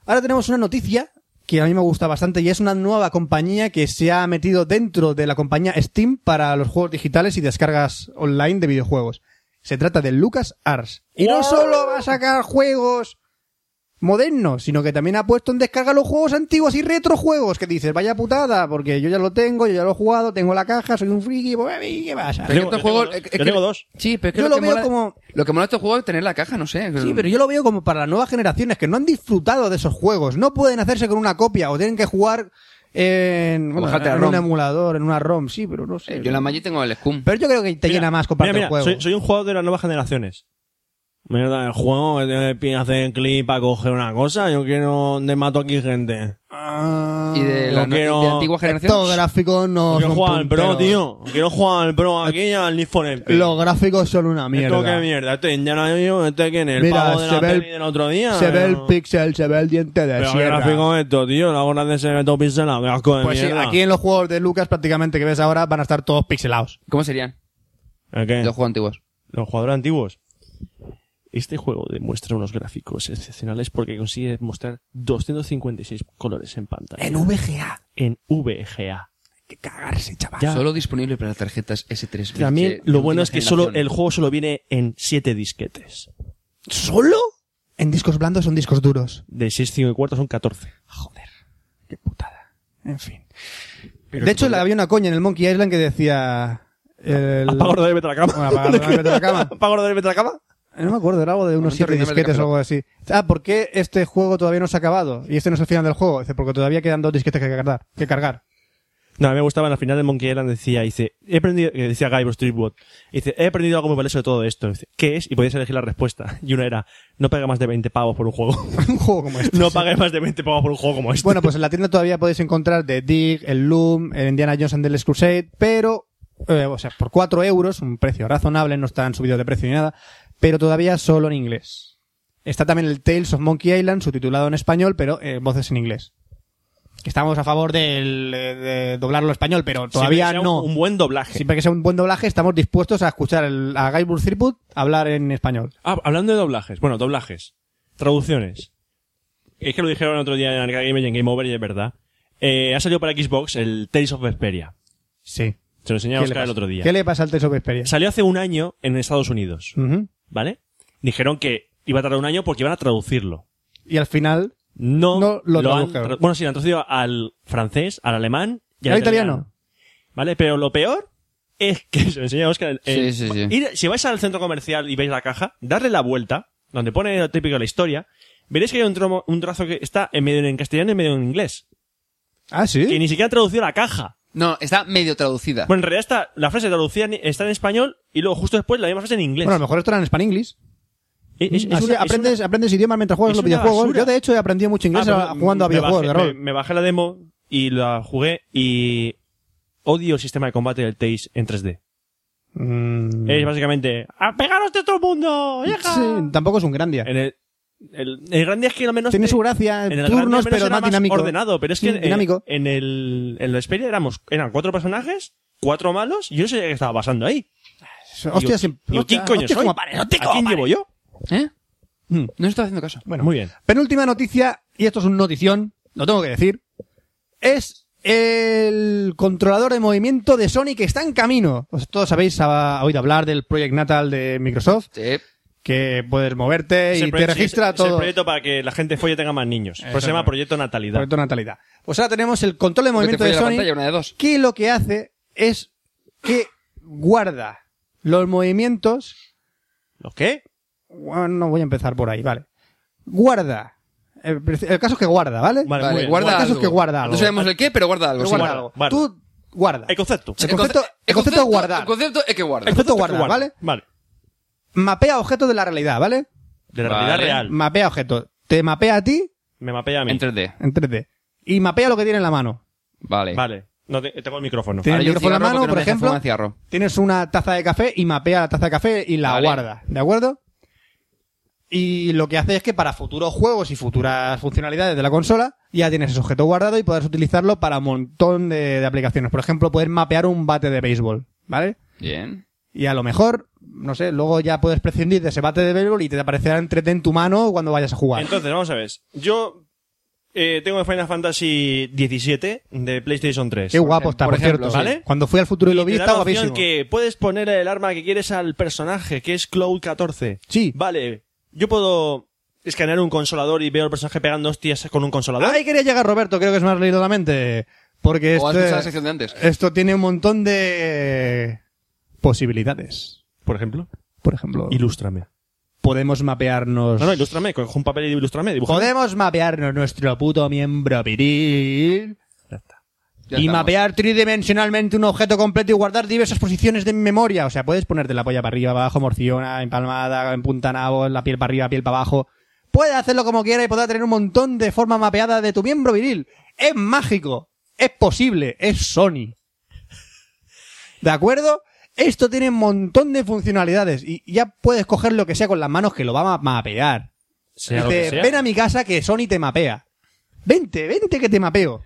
Ahora tenemos una noticia que a mí me gusta bastante y es una nueva compañía que se ha metido dentro de la compañía Steam para los juegos digitales y descargas online de videojuegos. Se trata de LucasArts. Y no solo va a sacar juegos modernos, sino que también ha puesto en descarga los juegos antiguos y retrojuegos que dices, vaya putada, porque yo ya lo tengo, yo ya lo he jugado, tengo la caja, soy un friki, pues, eh, ¿y qué pasa? Pero es que Yo estos tengo juegos- dos. es- es Yo que- tengo dos. Sí, pero es que Yo lo, que lo veo mola, como- lo que mola de estos juegos es tener la caja, no sé. Mm. Sí, pero yo lo veo como para las nuevas generaciones que no han disfrutado de esos juegos. No pueden hacerse con una copia o tienen que jugar en, bueno, Bajarte la en ROM. un emulador, en una ROM. Sí, pero no Eh, sé. Yo en la Magic tengo el Scum. Pero yo creo que te llena más comprar mira, mira, el juego. Soy, soy un jugador de las nuevas generaciones. Mierda, el juego que te hacer clip para coger una cosa. Yo quiero donde mato aquí gente. y de la no quiero- de antigua generación. Los gráficos no quiero son jugar al pro, punteros. tío. Quiero jugar al pro aquí y al Need for Speed. Los gráficos son una Esto qué mierda. mierda. Este Indiana Jones, este quién es. El Mira, pavo de se la ve el- peli del otro día. Se ve el Pero- pixel, se ve el diente de Pero qué sierra. gráfico es esto, tío. La gorra de ese ve todo pincelado. Qué asco de Pues sí, mierda. aquí en los juegos de Lucas prácticamente que ves ahora van a estar todos pixelados. ¿Cómo serían? ¿El Eh. qué? Los juegos antiguos. los jugadores antiguos. Este juego demuestra unos gráficos excepcionales porque consigue mostrar 256 colores en pantalla. En VGA. En VGA. Ah, Ya. Solo disponible para tarjetas S3. También de- de lo bueno última es que solo el generación. juego solo viene en 7 disquetes. ¿Solo? En discos blandos son discos duros. De 6, 5 y cuarto son 14. Joder, qué putada. En fin. de hecho, había una coña en el Monkey Island que decía... El... Apaga ordenador y vete a la cama. Bueno, apaga ordenador y vete a la cama. Apaga ordenador y vete a la cama. No me acuerdo, era algo de unos Momento siete random del disquetes o capítulo. algo así. Ah, ¿por qué este juego todavía no se ha acabado? Y este no es el final del juego. Dice, porque todavía quedan dos disquetes que cargar. Que cargar. No, a mí me gustaban al final de Monkey Island decía, dice, he aprendido, eh, decía Guy Streetwood, dice, he aprendido algo muy valioso de todo esto. Dice, ¿qué es? Y podías elegir la respuesta. Y una era, no pague más de 20 pavos por un juego. un juego como este. no sí. pagues más de 20 pavos por un juego como este. Bueno, pues en la tienda todavía podéis encontrar The Dig, el Loom, el Indiana Jones and the Last Crusade, pero, eh, o sea, por 4 euros, un precio razonable, no están subidos de precio ni nada, pero todavía solo en inglés. Está también el Tales of Monkey Island, subtitulado en español, pero eh, voces en inglés. Estamos a favor del, eh, de doblarlo al español, pero todavía Siempre que sea no. Un, un buen doblaje. Siempre que sea un buen doblaje, estamos dispuestos a escuchar el- a Guy Burzirput hablar en español. Ah, hablando de doblajes, bueno, doblajes, traducciones. Es que lo dijeron el otro día en Arcade Gamer y en Game Over y es verdad. Eh, ha salido para Xbox el Tales of Vesperia. Sí. Se lo enseñé a ¿Qué le Oscar el pasa? otro día. ¿Qué le pasa al Tales of Vesperia? Salió hace un año en Estados Unidos, Ujú. ¿vale? Dijeron que iba a tardar un año porque iban a traducirlo. Y al final, No, No lo han tradujeron. tra- Bueno, sí, lo han traducido al francés, al alemán y al, ¿Al italiano? ¿Vale? Pero lo peor es que se lo enseña a Oscar. eh, Sí, sí, sí. ir- si vais al centro comercial y veis la caja, darle la vuelta, donde pone lo típico de la historia, veréis que hay un, tromo- un trozo que está en medio en castellano y en medio en inglés. ah, sí. Que ni siquiera ha traducido la caja. No, está medio traducida. Bueno, en realidad está, la frase traducida en- está en español y luego justo después la misma frase en inglés. Bueno, a lo mejor esto era en Span English. Es- es- es Así una- es aprendes, una- aprendes idiomas mientras es juegas los una videojuegos. basura. Yo, de hecho, he aprendido mucho inglés Ah, pero jugando a me videojuegos de bajé- rol. Me, me bajé la demo y la jugué y odio el sistema de combate del Tails en 3D. Mm, Es básicamente, ¡a pegaros de todo el mundo! ¡Llega! sí, tampoco es un gran día. En el, el, el Gran Día es que al menos... Tiene te- su gracia, en el Gran Día al turnos, menos pero era más dinámico. ordenado, pero es que Sí, eh, dinámico. en el en la Xperia éramos, eran cuatro personajes, cuatro malos, y yo no sé qué estaba pasando ahí. Digo, Hostia, sí, digo, hostia, ¿quién coño hostia, soy? como pares, hostia, ¿A como quién pares. llevo yo? ¿Eh? Hmm. No está haciendo caso. Bueno, muy bien. Penúltima noticia, y esto es un notición, lo tengo que decir, es el controlador de movimiento de Sony que está en camino. Pues todos habéis ha- oído hablar del Project Natal de Microsoft, Sí. que puedes moverte Es el y te proyecto- registra es- es el todo. proyecto para que la gente folle y tenga más niños. Por eso se llama Exactamente. Proyecto Natalidad. Proyecto natalidad. Pues ahora tenemos el control de movimiento Porque te de falla la Sony, pantalla, una de dos. que lo que hace es que guarda los movimientos ¿Los qué? bueno, no voy a empezar por ahí, vale. Guarda El, el caso es que guarda, ¿vale? Vale, muy Vale, bien. guarda El caso es algo. que guarda algo. No sabemos el qué, pero guarda algo. Pero sí. guarda guarda, algo. guarda. Tú guarda. El concepto. El concepto, el concepto es guardar. El concepto es que guarda. El concepto es guardar, ¿vale? Vale. Mapea objetos de la realidad, ¿vale? De la Vale. realidad real. Mapea objetos. Te mapea a ti Me mapea a mí. En 3D. en 3D. Y mapea lo que tiene en la mano. Vale. Vale. No, te- tengo el micrófono. Tiene Ahora el yo un micrófono en la cigarro porque no mano, por me deja ejemplo. fumar cigarro. Tienes una taza de café y mapea la taza de café y la Vale. guarda, ¿de acuerdo? Y lo que hace es que para futuros juegos y futuras funcionalidades de la consola ya tienes ese objeto guardado y podrás utilizarlo para un montón de, de aplicaciones. Por ejemplo, poder mapear un bate de béisbol, ¿vale? Bien. Y a lo mejor, no sé, luego ya puedes prescindir de ese bate de béisbol y te aparecerá entrete en tu mano cuando vayas a jugar. Entonces, vamos a ver. Yo eh, tengo Final Fantasy XVII de PlayStation 3. Qué guapo está, por por, ejemplo, cierto. ¿vale? Cuando fui al futuro y lo vi, te da está la opción guapísimo. que puedes poner el arma que quieres al personaje, que es Cloud 14. Sí. Vale, yo puedo escanear un consolador y veo al personaje pegando hostias con un consolador. Ahí quería llegar Roberto, creo que se me ha leído la mente. Porque O has este- escuchado la sección de antes. esto tiene un montón de posibilidades. Por ejemplo, Por ejemplo, ilústrame. podemos mapearnos. No, no, ilústrame, coge un papel y ilústrame, dibuja. podemos mapearnos nuestro puto miembro viril. Ya y estamos. mapear tridimensionalmente un objeto completo y guardar diversas posiciones de memoria. O sea, puedes ponerte la polla para arriba, para abajo, morciona, empalmada, en punta nabo, en la piel para arriba, piel para abajo. Puedes hacerlo como quieras y podrás tener un montón de formas mapeadas de tu miembro viril. Es mágico. Es posible. Es Sony. ¿De acuerdo? Esto tiene un montón de funcionalidades y ya puedes coger lo que sea con las manos que lo va a mapear. Sea lo Dice, que sea. ven a mi casa que Sony te mapea. Vente, vente que te mapeo.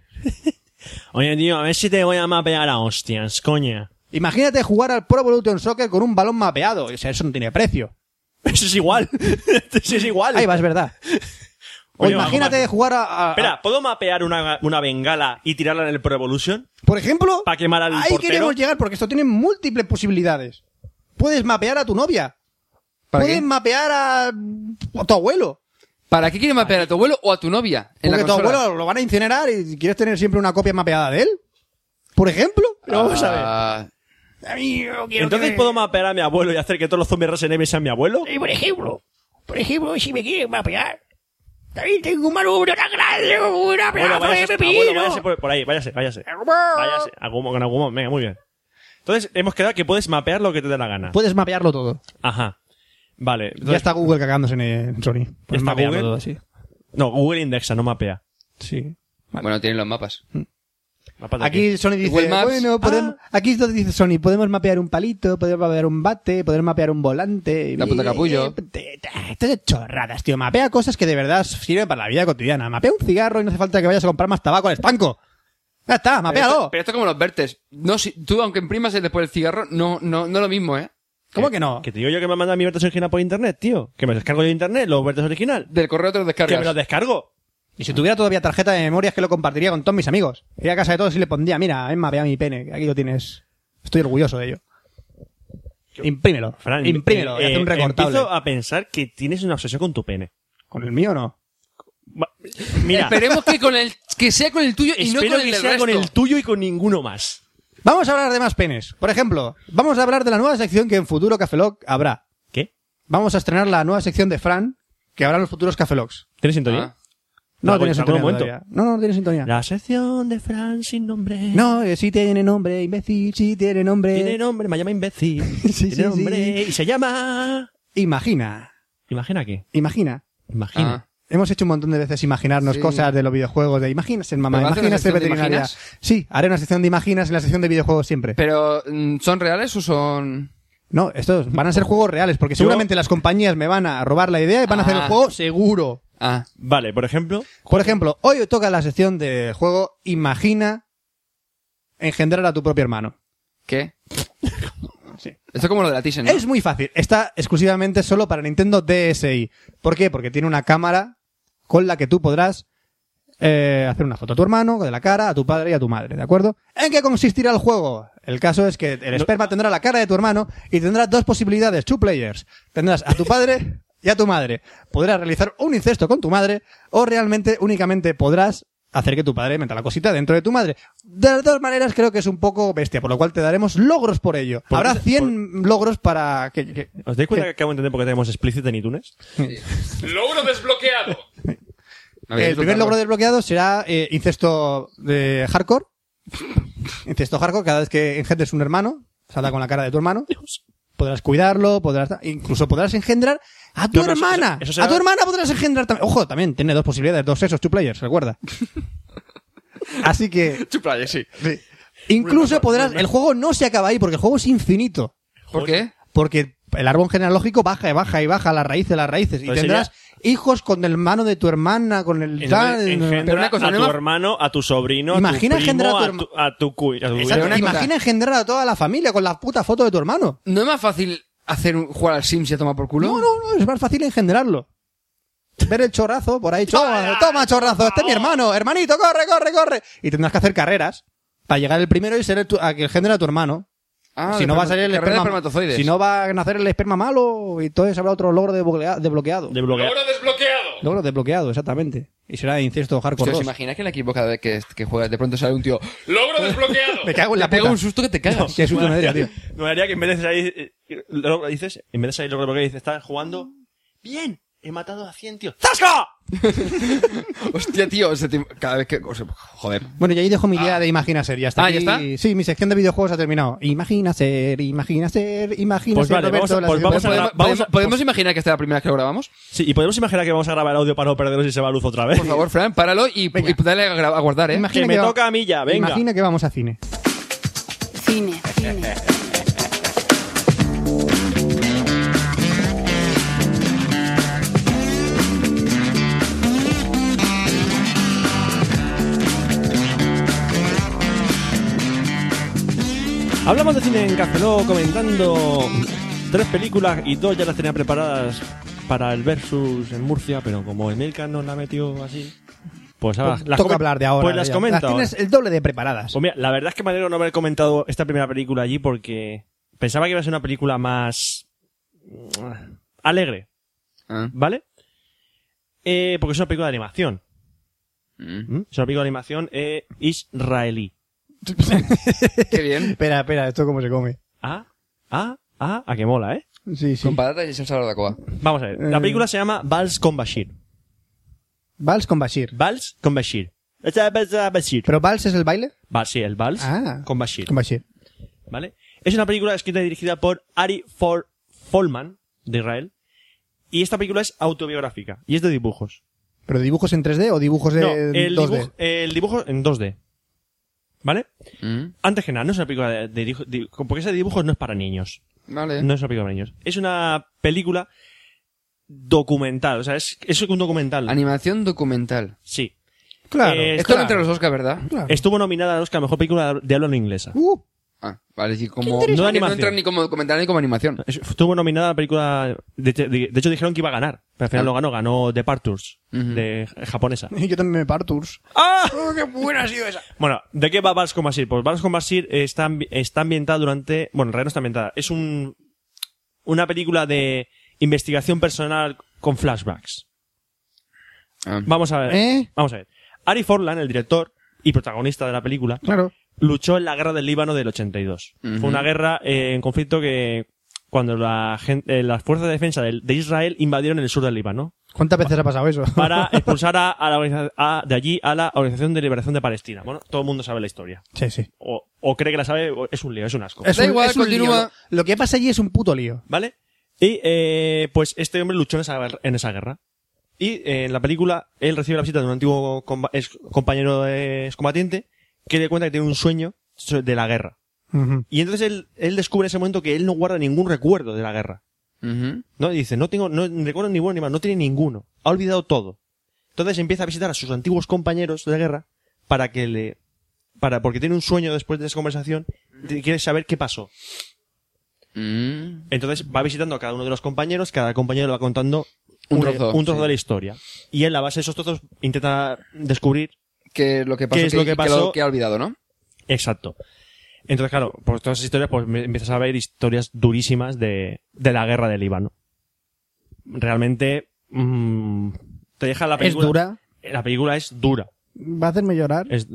Oye, tío, a ver si te voy a mapear a hostias, coña. Imagínate jugar al Pro Evolution Soccer con un balón mapeado. O sea, eso no tiene precio. Eso es igual. Eso es igual. Ahí va, es verdad. O Oye, imagínate vamos, jugar a, a- a- Espera, ¿puedo mapear una, una bengala y tirarla en el Pro Evolution? Por ejemplo, Pa' quemar al ahí portero. queremos llegar porque esto tiene múltiples posibilidades. Puedes mapear a tu novia. ¿Para Puedes qué? mapear a, a tu abuelo. ¿Para qué quieres mapear a tu abuelo o a tu novia? En la Porque tu consola? abuelo lo van a incinerar y quieres tener siempre una copia mapeada de él. Por ejemplo. Pero vamos a ver. Ah, Mm. Entonces puedo mapear a mi abuelo y hacer que todos los zombies Resident Evil sean mi abuelo. Y por ejemplo, por ejemplo, si me quieren mapear, también tengo una luna grande, una Abuelo, pedazo de váyase, abuelo, váyase pepino. por, por ahí, váyase, váyase. Váyase, Agumon, con Agumon, venga, muy bien. Entonces hemos quedado que puedes mapear lo que te dé la gana. Puedes mapearlo todo. Ajá. Vale. Pues- ya entonces- está Google cagándose en- en Sony. Puedes está mapearlo Google? todo, sí. No, Google indexa, no mapea. Sí. Bueno, tienen los mapas. Mapa de Aquí Sony dice, Google Maps. bueno, podemos, "Ah". aquí es donde dice Sony, podemos mapear un palito, podemos mapear un bate, podemos mapear un volante. eh, La puta capullo. Estas es chorradas, tío. Mapea cosas que de verdad sirven para la vida cotidiana. Mapea un cigarro y no hace falta que vayas a comprar más tabaco al estanco. Ya Pero está, esto, mapealo. pero esto es como los vertes. No, si, tú, aunque imprimas el después del cigarro, no, no, no es lo mismo, ¿eh? ¿Cómo que no? Que te digo yo que me manda mi versión original por internet, tío. Que me descargo yo de internet, los verdes original. Del correo te lo Que me descargas. los descargo. Y si tuviera todavía tarjeta de memoria es que lo compartiría con todos mis amigos. Iría a casa de todos y le pondría, mira, he mapeado mi pene, aquí lo tienes. Estoy orgulloso de ello. Imprímelo, Fran, imprímelo, y eh, haz un eh, recortable. Empiezo a pensar que tienes una obsesión con tu pene. ¿Con el mío no? Va- Mira, Esperemos que, con el, que sea con el tuyo y no espero con el que del sea con resto. el tuyo y con ninguno más. Vamos a hablar de más penes. Por ejemplo, vamos a hablar de la nueva sección que en futuro Cafeloc habrá. ¿Qué? Vamos a estrenar la nueva sección de Fran que habrá en los futuros Cafelocs. ¿Tienes sintonía? ¿eh? Ah. No, Ah, bueno, en tiene algún sintonía. momento. todavía. No, no, no tiene sintonía. La sección de Fran sin nombre. No, eh, sí tiene nombre, imbécil, sí tiene nombre. Tiene nombre, me llama imbécil. Sí, Tiene sí, nombre sí. y se llama. Imagina, Imagina qué. imagina. Imagina. Ah. Hemos hecho un montón de veces imaginarnos Sí. cosas de los videojuegos, de imaginas ser mamá, ¿Pero haces una imaginas ser sección de veterinaria. imaginas? Sí, haré una sección de imaginas en la sección de videojuegos siempre. Pero, mm, ¿son reales o son...? No, estos van a ser juegos reales, porque seguramente las compañías me van a robar la idea y van a hacer el Ah. juego seguro. Ah, Vale, por ejemplo. Por ejemplo, hoy toca la sección de juego Imagina engendrar a tu propio hermano. ¿qué? Esto es como lo de la Thyssen, ¿no? Es muy fácil. Está exclusivamente solo para Nintendo DSi. ¿Por qué? Porque tiene una cámara con la que tú podrás eh, hacer una foto a tu hermano, de la cara, a tu padre y a tu madre, ¿de acuerdo? ¿En qué consistirá el juego? El caso es que el esperma tendrá la cara de tu hermano y tendrás dos posibilidades, two players. Tendrás a tu padre y a tu madre. Podrás realizar un incesto con tu madre o realmente únicamente podrás hacer que tu padre meta la cosita dentro de tu madre. De las dos maneras creo que es un poco bestia, por lo cual te daremos logros por ello. Por- Habrá 100 logros para que- que, ¿Os dais cuenta que acabo de entender por qué tenemos explícit en iTunes? Logro desbloqueado. A ver, el otro primer cargo. logro desbloqueado será eh, incesto de hardcore. incesto hardcore, cada vez que engendres un hermano, salta con la cara de tu hermano. Podrás cuidarlo, podrás, incluso podrás engendrar a tu No, no, eso- hermana. eso- eso será- A tu hermana podrás engendrar también. Ojo, también tiene dos posibilidades, dos sexos, two players, recuerda. Así que, Chuplaya, sí. incluso podrás, el juego no se acaba ahí porque el juego es infinito. ¿Por qué? Porque el árbol genealógico baja y baja y baja las raíces, las raíces. Pues y tendrás hijos con el hermano de tu hermana, con el tal. Entonces, engendra Pero una cosa, a no tu me- hermano, a tu sobrino, Imagina a tu primo, engendrar a tu a herma- tu, a tu cu- a tu Exacto, Pero una imagina cosa- engendrar a toda la familia con la puta foto de tu hermano. ¿No es más fácil hacer un, jugar al Sims y a tomar por culo? No, no, no, es más fácil engendrarlo. Ver el chorrazo por ahí. Toma, toma chorrazo, este es mi hermano, hermanito, corre, corre, corre. Y tendrás que hacer carreras para llegar el primero y ser el tu- a que engendre a tu hermano. Ah, si de no va a esperma- salir carrera el de esperma, espermatozoides. si no va a nacer el esperma malo y entonces habrá otro logro desbloquea- desbloqueado. de bloquear. Logro desbloqueado, exactamente. Y será incesto hardcore Hostia, ¿os 2. imagináis que en la equipo cada vez que, que juegas de pronto sale un tío ¡Logro desbloqueado! Me cago en la Te pega puta. un susto que te cagas. Qué susto me daría, tío. Me daría que en vez de salir, eh, lo- dices, en vez de salir lo que dices, estás jugando. Mm. Bien, he matado a 100, tío. ¡Zasca! Hostia, tío, o sea, te- cada vez que... o sea, joder. Bueno, y ahí dejo mi idea de Imagina Ser. Ya está. Ah, ¿ya aquí- Sí, mi sección de videojuegos ha terminado. Imagina Ser, Imagina Ser, Imagina Pues Ser, vale, Roberto, vamos a- la pues vamos sección- a- ¿Podemos, vamos a- podemos- podemos imaginar que esta es la primera vez que lo grabamos? Sí, y podemos imaginar que vamos a grabar audio para no perderlo si se va la luz otra vez. Por favor, Fran, páralo y, y dale a, gra- a guardar, ¿eh? Imagina que me va- toca a mí ya, venga. Imagina que vamos a cine. Cine, cine. Hablamos de cine en Cafeló comentando tres películas y dos ya las tenía preparadas para el versus en Murcia, pero como Emilka nos la metió así, pues ahora las Toca comen- hablar de ahora. Pues las ya. comento. Las tienes ahora. el doble de preparadas. Pues mira, la verdad es que me alegro no haber comentado esta primera película allí porque pensaba que iba a ser una película más mm, alegre, Ah. ¿vale? Eh, porque es una película de animación. Mm. ¿m? Es una película de animación eh, israelí. Qué bien. Espera, espera, ¿esto cómo se come? Ah, ah, ah, a que mola, ¿eh? Sí, sí. Con patatas y salsa de barbacoa. Vamos a ver. La Eh. película se llama Vals con Bashir. Vals con Bashir. Vals con Bashir. Bashir. ¿Pero Vals es el baile? Va, sí, el Vals Ah. con Bashir. Con Bashir. ¿Vale? Es una película escrita y dirigida por Ari For Folman, de Israel. Y esta película es autobiográfica y es de dibujos. ¿Pero dibujos en 3D o dibujos No, en el, 2D? dibujo, el dibujo en 2D. ¿Vale? Mm. Antes que nada, no es una película de, de dibujo- di- porque ese dibujos no es para niños. Vale. No es una película para niños. Es una película documental. O sea, es, es un documental. Animación documental. sí. Claro. Eh, Esto no claro. entre los Oscars, ¿verdad? claro. Estuvo nominada al Oscar a Mejor Película de Habla No Inglesa. Uh, Ah, vale, es decir, como... interesante. No No, de no animación. entra ni como documental ni como animación. Estuvo nominada a la película. De, de- de hecho, dijeron que iba a ganar. Pero al final Ah. no ganó. Ganó Departures, Ujú. de eh, japonesa. yo también me paro tours. Bueno, ¿de qué va Vals con Basir? Pues Vals con Basir está, ambi- está ambientada durante. Bueno, en realidad no está ambientada. Es un, una película de investigación personal con flashbacks. Ah. Vamos a ver. ¿Eh? Vamos a ver. Ari Forlan, el director y protagonista de la película, Claro. luchó en la guerra del Líbano del 82. Ujú. Fue una guerra eh, en conflicto que cuando la gen- eh, las fuerzas de defensa del- de Israel invadieron el sur del Líbano ¿Cuántas veces ha pasado eso? para expulsar a, a la organiza- a- de allí a la Organización de Liberación de Palestina. Bueno, todo el mundo sabe la historia. sí, sí. O, o cree que la sabe, o es un lío, es un asco. Es Da un- igual, es un continúa. lío. Lo, lo que pasa allí es un puto lío. ¿Vale? Y eh, pues este hombre luchó en esa, guer- en esa guerra. Y eh, en la película él recibe la visita de un antiguo comba- ex- compañero eh, excombatiente que le cuenta que tiene un sueño so- de la guerra. Y entonces él, él descubre en ese momento que él no guarda ningún recuerdo de la guerra. Ujú. ¿no? Y dice, no tengo no, recuerdo ni bueno ni mal, no tiene ninguno. Ha olvidado todo. Entonces empieza a visitar a sus antiguos compañeros de guerra para que le... Para, porque tiene un sueño después de esa conversación y quiere saber qué pasó. Mm. Entonces va visitando a cada uno de los compañeros, cada compañero le va contando Un trozo, sí. de la historia. Y él, a base de esos trozos, intenta descubrir Que lo que pasó, ¿Qué es lo que pasó? que ha olvidado, ¿no? exacto. Entonces, claro, por todas esas historias, pues me- empiezas a ver historias durísimas de, de la guerra del Líbano. Realmente, mm, te deja la Es película. Eh, dura. La película es dura. Va a hacerme llorar. Es,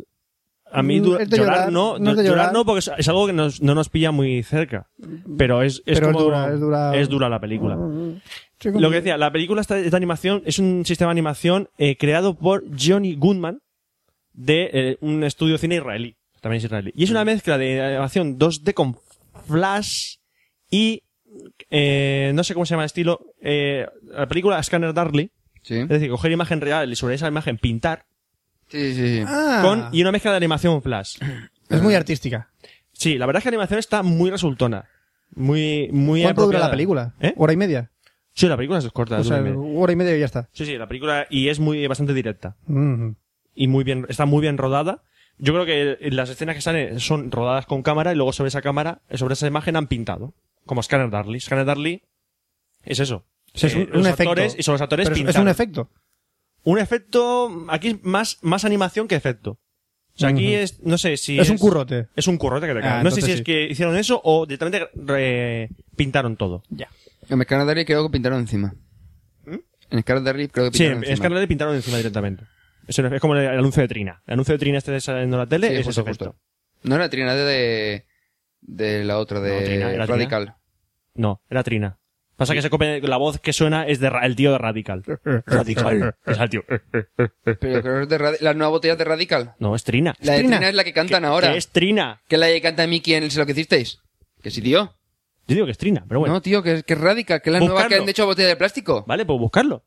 A mí du- Mm, Es de llorar, llorar, no, no es de llorar. llorar. no, porque es, es algo que nos- no nos pilla muy cerca. Pero es, es, Pero es como- dura, es dura. es dura la película. Sí, como- Lo que decía, la película esta, esta animación es un sistema de animación eh, creado por Johnny Goodman de eh, un estudio de cine israelí. También es israelí. Y es una mezcla de animación 2D con flash y eh, no sé cómo se llama el estilo. eh, la película Scanner Darkly. Sí. Es decir, coger imagen real y sobre esa imagen pintar Sí, sí, sí. Ah, con, y una mezcla de animación flash. es muy artística. Sí, la verdad es que la animación está muy resultona. Muy, muy ¿Cuánto dura apropiada. la película? ¿Eh? ¿Hora y media? Sí, la película es corta. O sea, dura y media. hora y media y ya está. Sí, sí, la película y es muy bastante directa Mm. y muy bien está muy bien rodada. Yo creo que las escenas que salen son rodadas con cámara y luego sobre esa cámara, sobre esa imagen han pintado, como Scanner Darley. Scanner Darley es eso. O sea, es Eh, un, los un efecto. actores y sobre los actores Pero es- es pintaron. un efecto. Un efecto aquí es más más animación que efecto. O sea, aquí Ujú. es no sé si es un currote. Es un currote que te cae. Ah, no sé entonces si es sí. que hicieron eso o directamente re- pintaron todo. En Scarlet Darry creo que pintaron encima. En Scarlet Darry creo que Sí, pintaron en encima. Scarlet le pintaron encima directamente. Es, es como el, el anuncio de Trina. El anuncio de Trina este saliendo en la tele Sí, es justo, ese efecto. justo. No era Trina, era de, de la otra, de No, Trina, era Radical. No, era Trina. Pasa que se copia, la voz que suena es de Ra- el tío de Radical. Radical. es el tío. Pero creo que es de Radi- las nuevas botellas de Radical. No, es Trina. La de Trina. Trina es la que cantan ahora. Que es Trina. Que es la que canta Mickey en el Se lo que hicisteis. Que sí, tío. Yo digo que es Trina, pero bueno. No, tío, que es, que es Radical, que es la nueva que Buscarlo. han hecho botella de plástico. Vale, pues buscarlo.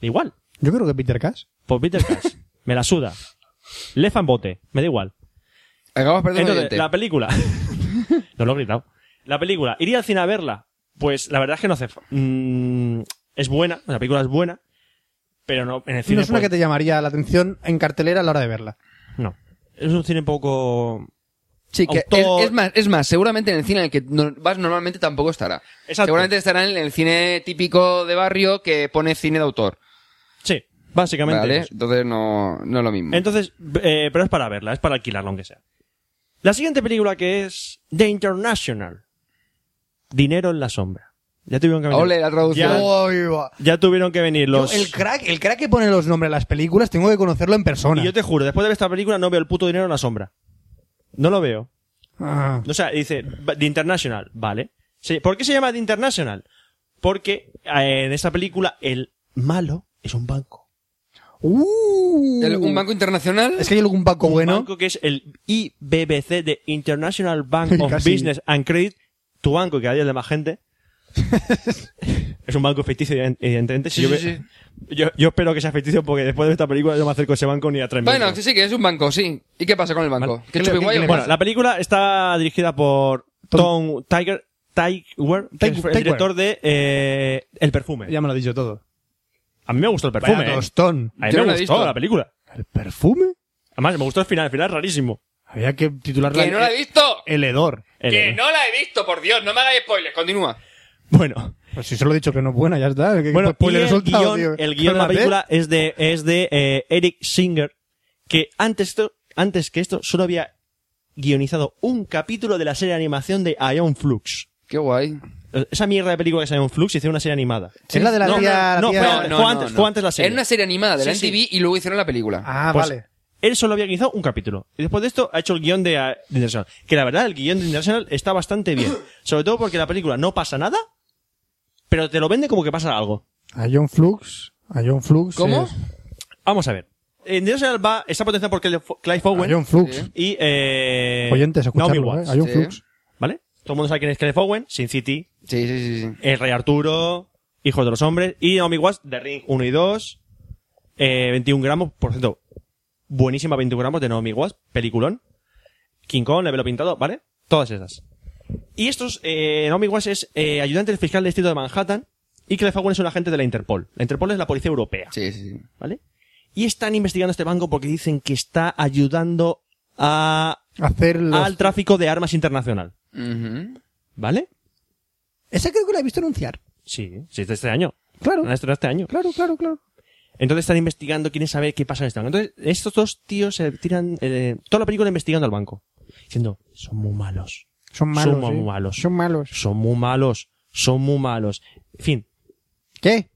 Igual. Yo creo que Peter Cash. Pues Peter Cash. Me la suda. Lefan bote. Me da igual. Acabamos perdiendo un Entonces, oyente. la película. no lo he gritado. La película. ¿Iría al cine a verla? Pues la verdad es que no hace. fa- Mm, es buena. La película es buena. Pero no. En el cine. No es una que te pues, llamaría la atención en cartelera a la hora de verla. No. Es un cine poco. Sí, que es, autor- es más, es más, seguramente en el cine en el que no- vas normalmente tampoco estará. Exacto. Seguramente estará en el cine típico de barrio que pone cine de autor. Sí. Básicamente. Vale, es. entonces no, no es lo mismo. Entonces, eh, pero es para verla, es para alquilarla, aunque sea. La siguiente película que es The International. Dinero en la sombra. Ya tuvieron que venir. Ole, la traducción. Ya, ya tuvieron que venir los. el crack, el crack que pone los nombres a las películas, tengo que conocerlo en persona. Y yo te juro, después de ver esta película no veo el puto dinero en la sombra. No lo veo. Ah. O sea, dice va- The International, vale. Se- ¿Por qué se llama The International? Porque eh, en esta película el malo es un banco. Uh. El- un banco internacional. Es que hay algún banco bueno. Un banco que es el IBBC de International Bank of Casi. Business and Credit, tu banco que cada día es de más gente. es un banco ficticio, evident- evidentemente. Si Sí, yo, sí, ve- Yo, yo espero que sea ficticio porque después de esta película no me acerco a ese banco ni a tres Bueno, minutos. sí, sí, que es un banco, sí. ¿Y qué pasa con el banco? ¿Qué ¿Qué chupi le- guay o qué bueno, pasa? la película está dirigida por Tom Tiger, Tiger, que es el Tiger- director de eh, El Perfume. Ya me lo he dicho todo. A mí me gustó El Perfume. Vaya ¿eh? tostón. A mí me Yo no la he gustó visto. la película. ¿El perfume? Además, me gustó el final. El final es rarísimo. Había que titularla ¡Que no la he visto! El hedor. El- ¡Que no la he visto, por Dios! No me hagáis spoilers, continúa. Bueno, Pues si solo he dicho que no es buena, ya está. ¿Qué- Bueno, qué spoiler y el, resultado, guión, tío? el guión de la Espérate. película es de, es de eh, Eric Singer, que antes, esto- antes que esto solo había guionizado un capítulo de la serie de animación de Ion Flux. ¡Qué guay! Esa mierda de película que es Ion Flux hizo una serie animada. Es la de la No, tía... no, la tía- fue antes, antes, fue antes la serie. Era una serie animada de la Sí, sí. MTV y luego hicieron la película. Ah, Pues- vale. Él solo había guionizado un capítulo. Y después de esto ha hecho el guión de, eh, de International. Que la verdad, el guión de International está bastante bien. Sobre todo porque la película no pasa nada, pero te lo vende como que pasa algo. A John Flux. A John Flux. eh, ¿Cómo? es- Vamos a ver. International va, está potenciada por Clive Clive A Owen. John Flux. Sí. y eh, Oyentes, Naomi escuchadlo, ¿eh? Watts, A John Sí. Flux. ¿vale? Todo el mundo sabe quién es Clive Owen, Sin City, Sí, sí, sí. sí. El Rey Arturo, Hijos de los Hombres y Naomi Watts de Ring 1 y 2, eh, 21 gramos, por cierto, buenísima 21 gramos de Naomi Watts, peliculón, King Kong, Le Velo Pintado, ¿vale? Todas esas. Y estos, eh, Naomi Watts es eh, ayudante del fiscal del distrito de Manhattan y Clive Owen es un agente de la Interpol. La Interpol es la policía europea. Sí, sí, sí. ¿vale? Y están investigando este banco porque dicen que está ayudando a, Hacer los... al tráfico de armas internacional, Ujú. ¿vale? Esa creo que la he visto anunciar. Sí, sí, es de este año. Claro. La han estrenado este año. Claro, claro, claro. Entonces están investigando, quieren saber qué pasa en este banco. Entonces, estos dos tíos se tiran eh, toda la película investigando al banco, diciendo, son muy malos, Son malos. Son muy ¿eh? malos. Son malos. son muy malos, son muy malos. En fin, ¿Qué?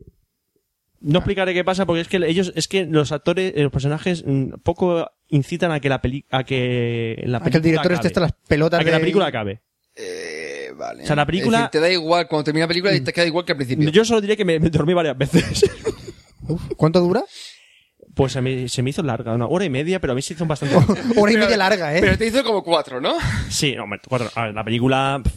No explicaré qué pasa porque es que ellos, es que los actores, eh, los personajes mm, poco incitan a que la peli a que la A que el director esté hasta las pelotas a Ah, que la de- película acabe. Eh, vale. O sea, la película- Mm. Es decir, te da igual, cuando termina la película, te queda igual que al principio. Yo solo diré que me, me dormí varias veces. Uf, ¿Cuánto dura? pues se me, se me hizo larga, una hora y media, pero a mí se hizo bastante. Hora y Pero- media larga, ¿eh? Pero te hizo como cuatro, ¿no? sí, no, hombre, cuatro. A ver, la película pff,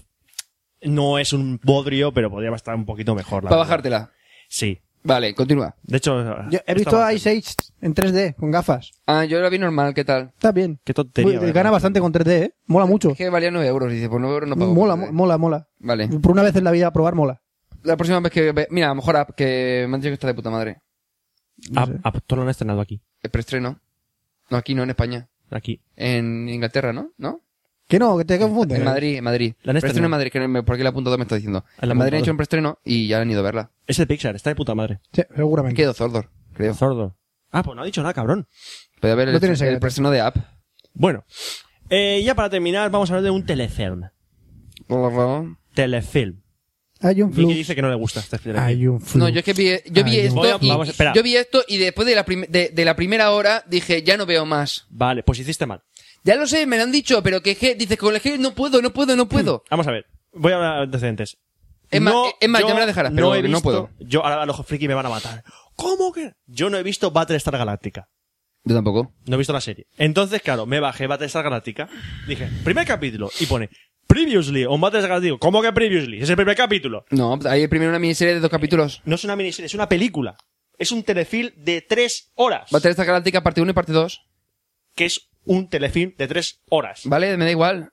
no es un bodrio, pero podría estar un poquito mejor. la Para verdad. bajártela. Sí. Vale, continúa. De hecho, eh, Yo he está visto a bastante- Ice Age en 3D, con gafas. Ah, yo la vi normal, ¿qué tal? Está bien. Qué tontería, Uy, ¿verdad? gana bastante con 3D, ¿eh? Mola mucho. Es que valía nueve euros, dice, por nueve euros no pago. Mola, mo- mola, mola. Vale. Por una vez en la vida probar, mola. La próxima vez que... ve- Mira, a lo mejor app, que me han dicho que está de puta madre. Ah, ah, todo lo han estrenado aquí. El preestreno. No, aquí no, en España. Aquí. En Inglaterra, ¿no? ¿No? Que no, que te confundes. En Madrid, en Madrid. La han Preestreno estrenado. en Madrid, que no me- porque la punto dos me está diciendo. Ah, la en Madrid punto han dos. hecho un preestreno y ya han ido a verla. Es de Pixar, está de puta madre. Sí, seguramente. Quedó Zordor, creo. Sordo. Ah, pues no ha dicho nada, cabrón. Puede haber No el, tiene el secreto. preestreno de app. Bueno. Eh, ya para terminar, vamos a hablar de un telefilm. Telefilm. Hay un Vicky flux. dice que no le gusta este film. Hay un flux. No, yo es que vi, yo vi Ay, esto Dios. y, Vamos, espera. yo vi esto y después de la, prim- de, de la primera hora dije, ya no veo más. Vale, pues hiciste mal. Ya lo sé, me lo han dicho, pero que es que dices, con el que no puedo, no puedo, no puedo. Vamos a ver. Voy a hablar de antecedentes. Es más, No, es más, yo eh, ya me la dejarás, he pero que no visto- puedo. Yo, ahora los friki me van a matar. ¿Cómo que? Yo no he visto Battlestar Galáctica. Yo tampoco. No he visto la serie. Entonces, claro, me bajé Battlestar Galáctica. Dije, primer capítulo. Y pone, previously, o Battlestar Galáctica. ¿Cómo que previously? Es el primer capítulo. No, hay primero una miniserie de dos capítulos. No es una miniserie, es una película. Es un telefilm de tres horas. Battlestar Galáctica parte 1 y parte 2. que es un telefilm de tres horas. Vale, me da igual.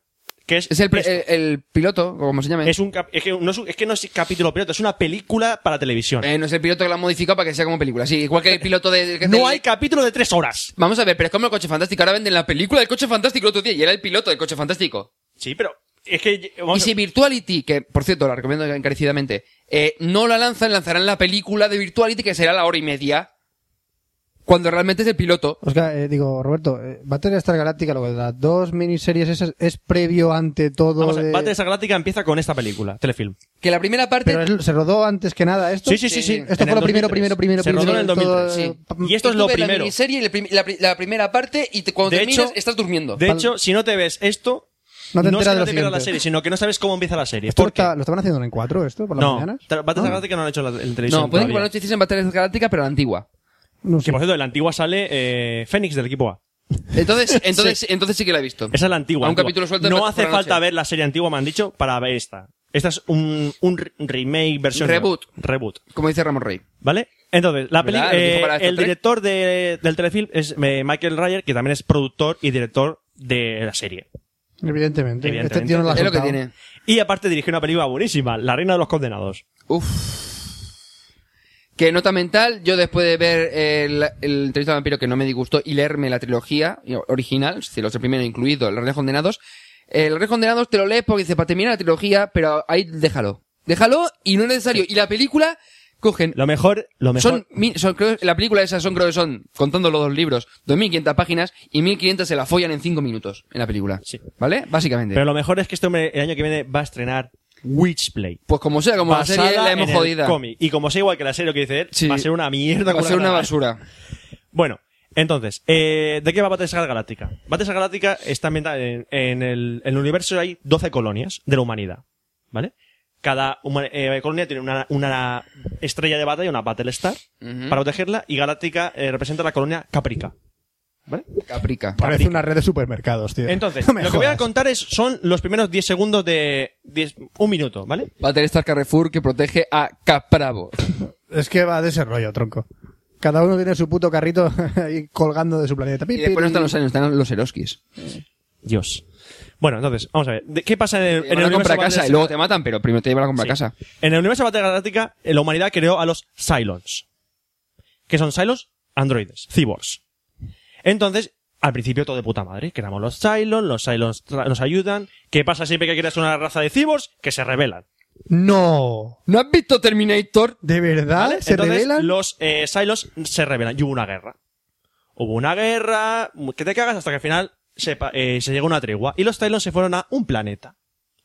Que es, Es el, pre- eh, esto. el, el piloto, o como se llame. Es un cap- es que no es, un- es que no es capítulo piloto, es una película para televisión. Eh, no es el piloto que lo han modificado para que sea como película. Sí, igual que el piloto de... de- no hay capítulo de tres horas. Vamos a ver, pero es como el coche fantástico. Ahora venden la película del coche fantástico el otro día y era el piloto del coche fantástico. Sí, pero es que eh, Y vamos, si Virtuality, que por cierto la recomiendo encarecidamente, eh, no la lanzan, lanzarán la película de Virtuality que será la hora y media. Cuando realmente es el piloto. Oscar, eh, digo, Roberto, eh, Battlestar Galáctica, lo que las dos miniseries esas es previo ante todo. vamos a de- ver, Battlestar Galáctica empieza con esta película, telefilm. Que la primera parte... Pero es- se rodó antes que nada esto. Sí, sí, sí, sí. Esto En fue el lo primero, 2003. primero, primero, Se rodó primero. en el todo- eh, 2003, pa- Y este? esto es lo Estuve primero. La miniserie, y la, prim- la pri- la primera parte y te- cuando De termines hecho- estás durmiendo. De hecho, si no te ves esto, No te es enteras que de lo pierdas la siguiente. serie, sino que no sabes cómo empieza la serie. ¿Esto ¿Por qué? está- ¿Lo estaban haciendo en cuatro esto por las No, mañanas? Ah. tra- Battlestar Galáctica no lo han hecho en la en televisión. no, pues, este pueden que por la todavía. noche hiciesen batallas galácticas, pero la antigua. No Que sé. por cierto, en la antigua sale eh, Fénix del equipo A. Entonces, entonces, entonces sí que la he visto. Esa es la antigua. A un antigua. capítulo suelto no por- hace por la noche. falta ver la serie antigua, me han dicho, para ver esta. Esta es un, un re- remake versión. Reboot. Reboot. Como dice Ramón Rey. ¿Vale? Entonces, la peli, ¿Verdad? Lo dijo eh, para estos el tres. director de- del telefilm es eh, Michael Ryer, que también es productor y director de la serie. Evidentemente. Evidentemente. Este tío no lo ha Es lo que soltado. tiene. Y aparte dirigió una película buenísima, La Reina de los Condenados. Uf. Que nota mental, yo después de ver el, el entrevista al vampiro que no me disgustó y leerme la trilogía original, si los primeros incluido, los Reyes Condenados, eh, los Reyes Condenados te lo lees porque dice, para terminar la trilogía, pero ahí déjalo. Déjalo y no es necesario. Y la película, cogen... Lo mejor, lo mejor. Son, mil- son, creo, la película esa son, creo que son, contando los dos libros, 2.500 páginas y 1.500 se la follan en 5 minutos en la película. Sí. ¿Vale? Básicamente. Pero lo mejor es que este hombre el año que viene va a estrenar Witchblade. pues como sea, como la basada serie la hemos en el jodida. cómic. Y como sea igual que la serie lo que dice él, Sí. va a ser una mierda. Va como a ser una cagada. basura. Bueno, entonces, eh, ¿de qué va Battlestar Galáctica? Battlestar Galáctica está ambientada en, en el, en el universo hay 12 colonias de la humanidad, ¿vale? Cada huma- eh, colonia tiene una, una estrella de batalla, una Battlestar, Ujú. para protegerla, y Galáctica eh, representa la colonia Caprica. ¿Vale? Caprica. Parece Caprica. una red de supermercados, tío. Entonces, No lo me que voy a jodas. contar es, son los primeros 10 segundos de 10 un minuto, ¿vale? Battlestar Carrefour que protege a Capravo. Es que va de ese rollo, tronco. Cada uno tiene su puto carrito ahí colgando de su planeta. Y después no están los años, están los Eroskis. Dios. Bueno, entonces, vamos a ver. ¿De- ¿Qué pasa en el, Te en llevan el a comprar universo casa y Battlestar- luego te matan, pero primero te llevan a comprar casa. En el universo de Batalla Galáctica, eh, la humanidad creó a los Cylons. Que son Cylons, androides, cyborgs. Entonces, al principio todo de puta madre. Creamos los Cylons, los Cylons tra- nos ayudan. ¿Qué pasa siempre que creas una raza de cyborgs? Que se rebelan. No. ¿No has visto Terminator? ¿De verdad? ¿vale? ¿Se Entonces, revelan? los eh, Cylons se rebelan. Y hubo una guerra. Hubo una guerra, que te cagas hasta que al final se, pa- eh, se llegó a una tregua. Y los Cylons se fueron a un planeta.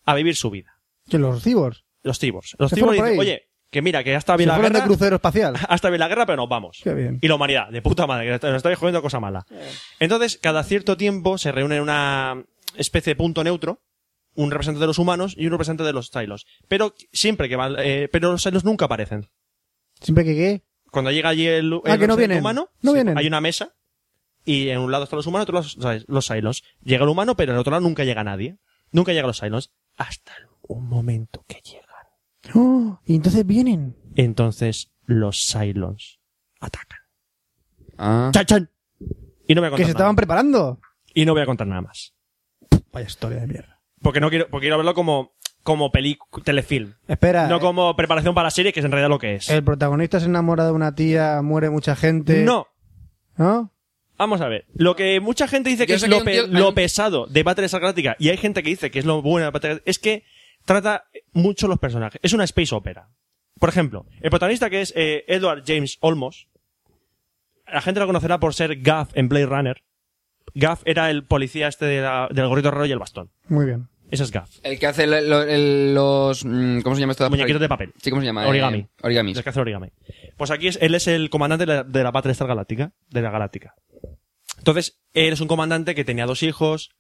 A vivir su vida. Que los cyborgs. Los cyborgs. Los Se fueron cyborgs por dicen, ahí. oye, que mira, que hasta bien Se la fueron de guerra. crucero espacial. Hasta bien la guerra, pero nos vamos. Qué bien. Y la humanidad, de puta madre, que nos estáis jodiendo cosa mala. Entonces, cada cierto tiempo se reúne en una especie de punto neutro, un representante de los humanos y un representante de los Sylos. Pero siempre que van, eh, pero los Sylos nunca aparecen. Siempre que qué. Cuando llega allí el, Ah, el que no representante vienen. humano, No vienen. hay una mesa y en un lado están los humanos, otro lado los Sylos. Llega el humano, pero en el otro lado nunca llega nadie. Nunca llegan los Sylos. Hasta un momento que llegan. Oh, y entonces vienen. Entonces, los Cylons atacan. Ah. Chan, chan. Y no voy Que a contar se nada. estaban preparando. Y no voy a contar nada más. Vaya historia de mierda. Porque no quiero, porque quiero verlo como, como peli, telefilm. Espera. No eh, como preparación para la serie, que es en realidad lo que es. El protagonista se enamora de una tía, muere mucha gente. No. ¿No? Vamos a ver. Lo que mucha gente dice que Yo es sé que hay lo, un pe- tío- hay lo un- pesado de Battlestar Galactica, y hay gente que dice que es lo bueno de Battlestar es que trata mucho los personajes. Es una space opera. Por ejemplo, el protagonista que es eh, Edward James Olmos, la gente lo conocerá por ser Gaff en Blade Runner. Gaff era el policía este de la- del gorrito raro y el bastón. Muy bien. Ese es Gaff. El que hace lo- lo- el- los... mm, ¿Cómo se llama esto? Muñequitos de papel. Sí, ¿cómo se llama? Origami. Eh, origami. El que hace origami. Pues aquí es, él es el comandante de la, de la Battlestar Galáctica, de la Galáctica. Entonces, él es un comandante que tenía dos hijos,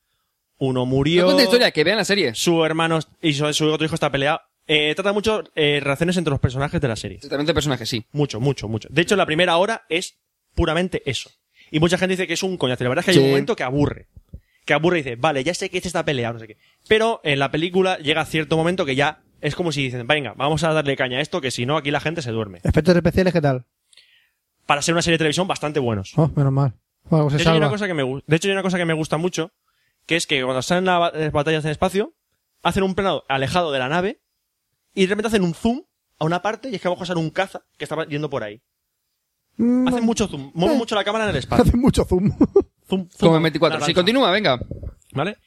uno No murió, cuentes historia, que vean la serie. su hermano y su, su otro hijo está peleado. Eh, trata mucho eh, relaciones entre los personajes de la serie. Exactamente el personaje, sí. Mucho, mucho, mucho. De hecho, la primera hora es puramente eso. Y mucha gente dice que es un coñazo. Y La verdad es que hay Sí. un momento que aburre. Que aburre y dice, vale, ya sé que este está peleado, no sé qué. Pero en la película llega cierto momento que ya es como si dicen, venga, vamos a darle caña a esto, que si no, aquí la gente se duerme. Efectos especiales, ¿qué tal? Para ser una serie de televisión bastante buenos. Oh, menos mal. Algo se De hecho, hay una salva. cosa que me, gu- de hecho, hay una cosa que me gusta mucho, que es que cuando salen las ba- las batallas en espacio, hacen un plano alejado de la nave y de repente hacen un zoom a una parte y es que abajo sale un caza que estaba yendo por ahí. Mm, Hacen mucho zoom, mueven mucho la cámara en el espacio. Hace mucho zoom. Zoom, zoom. eh. Como en 24. Sí, Naranja. continúa, venga. ¿Vale?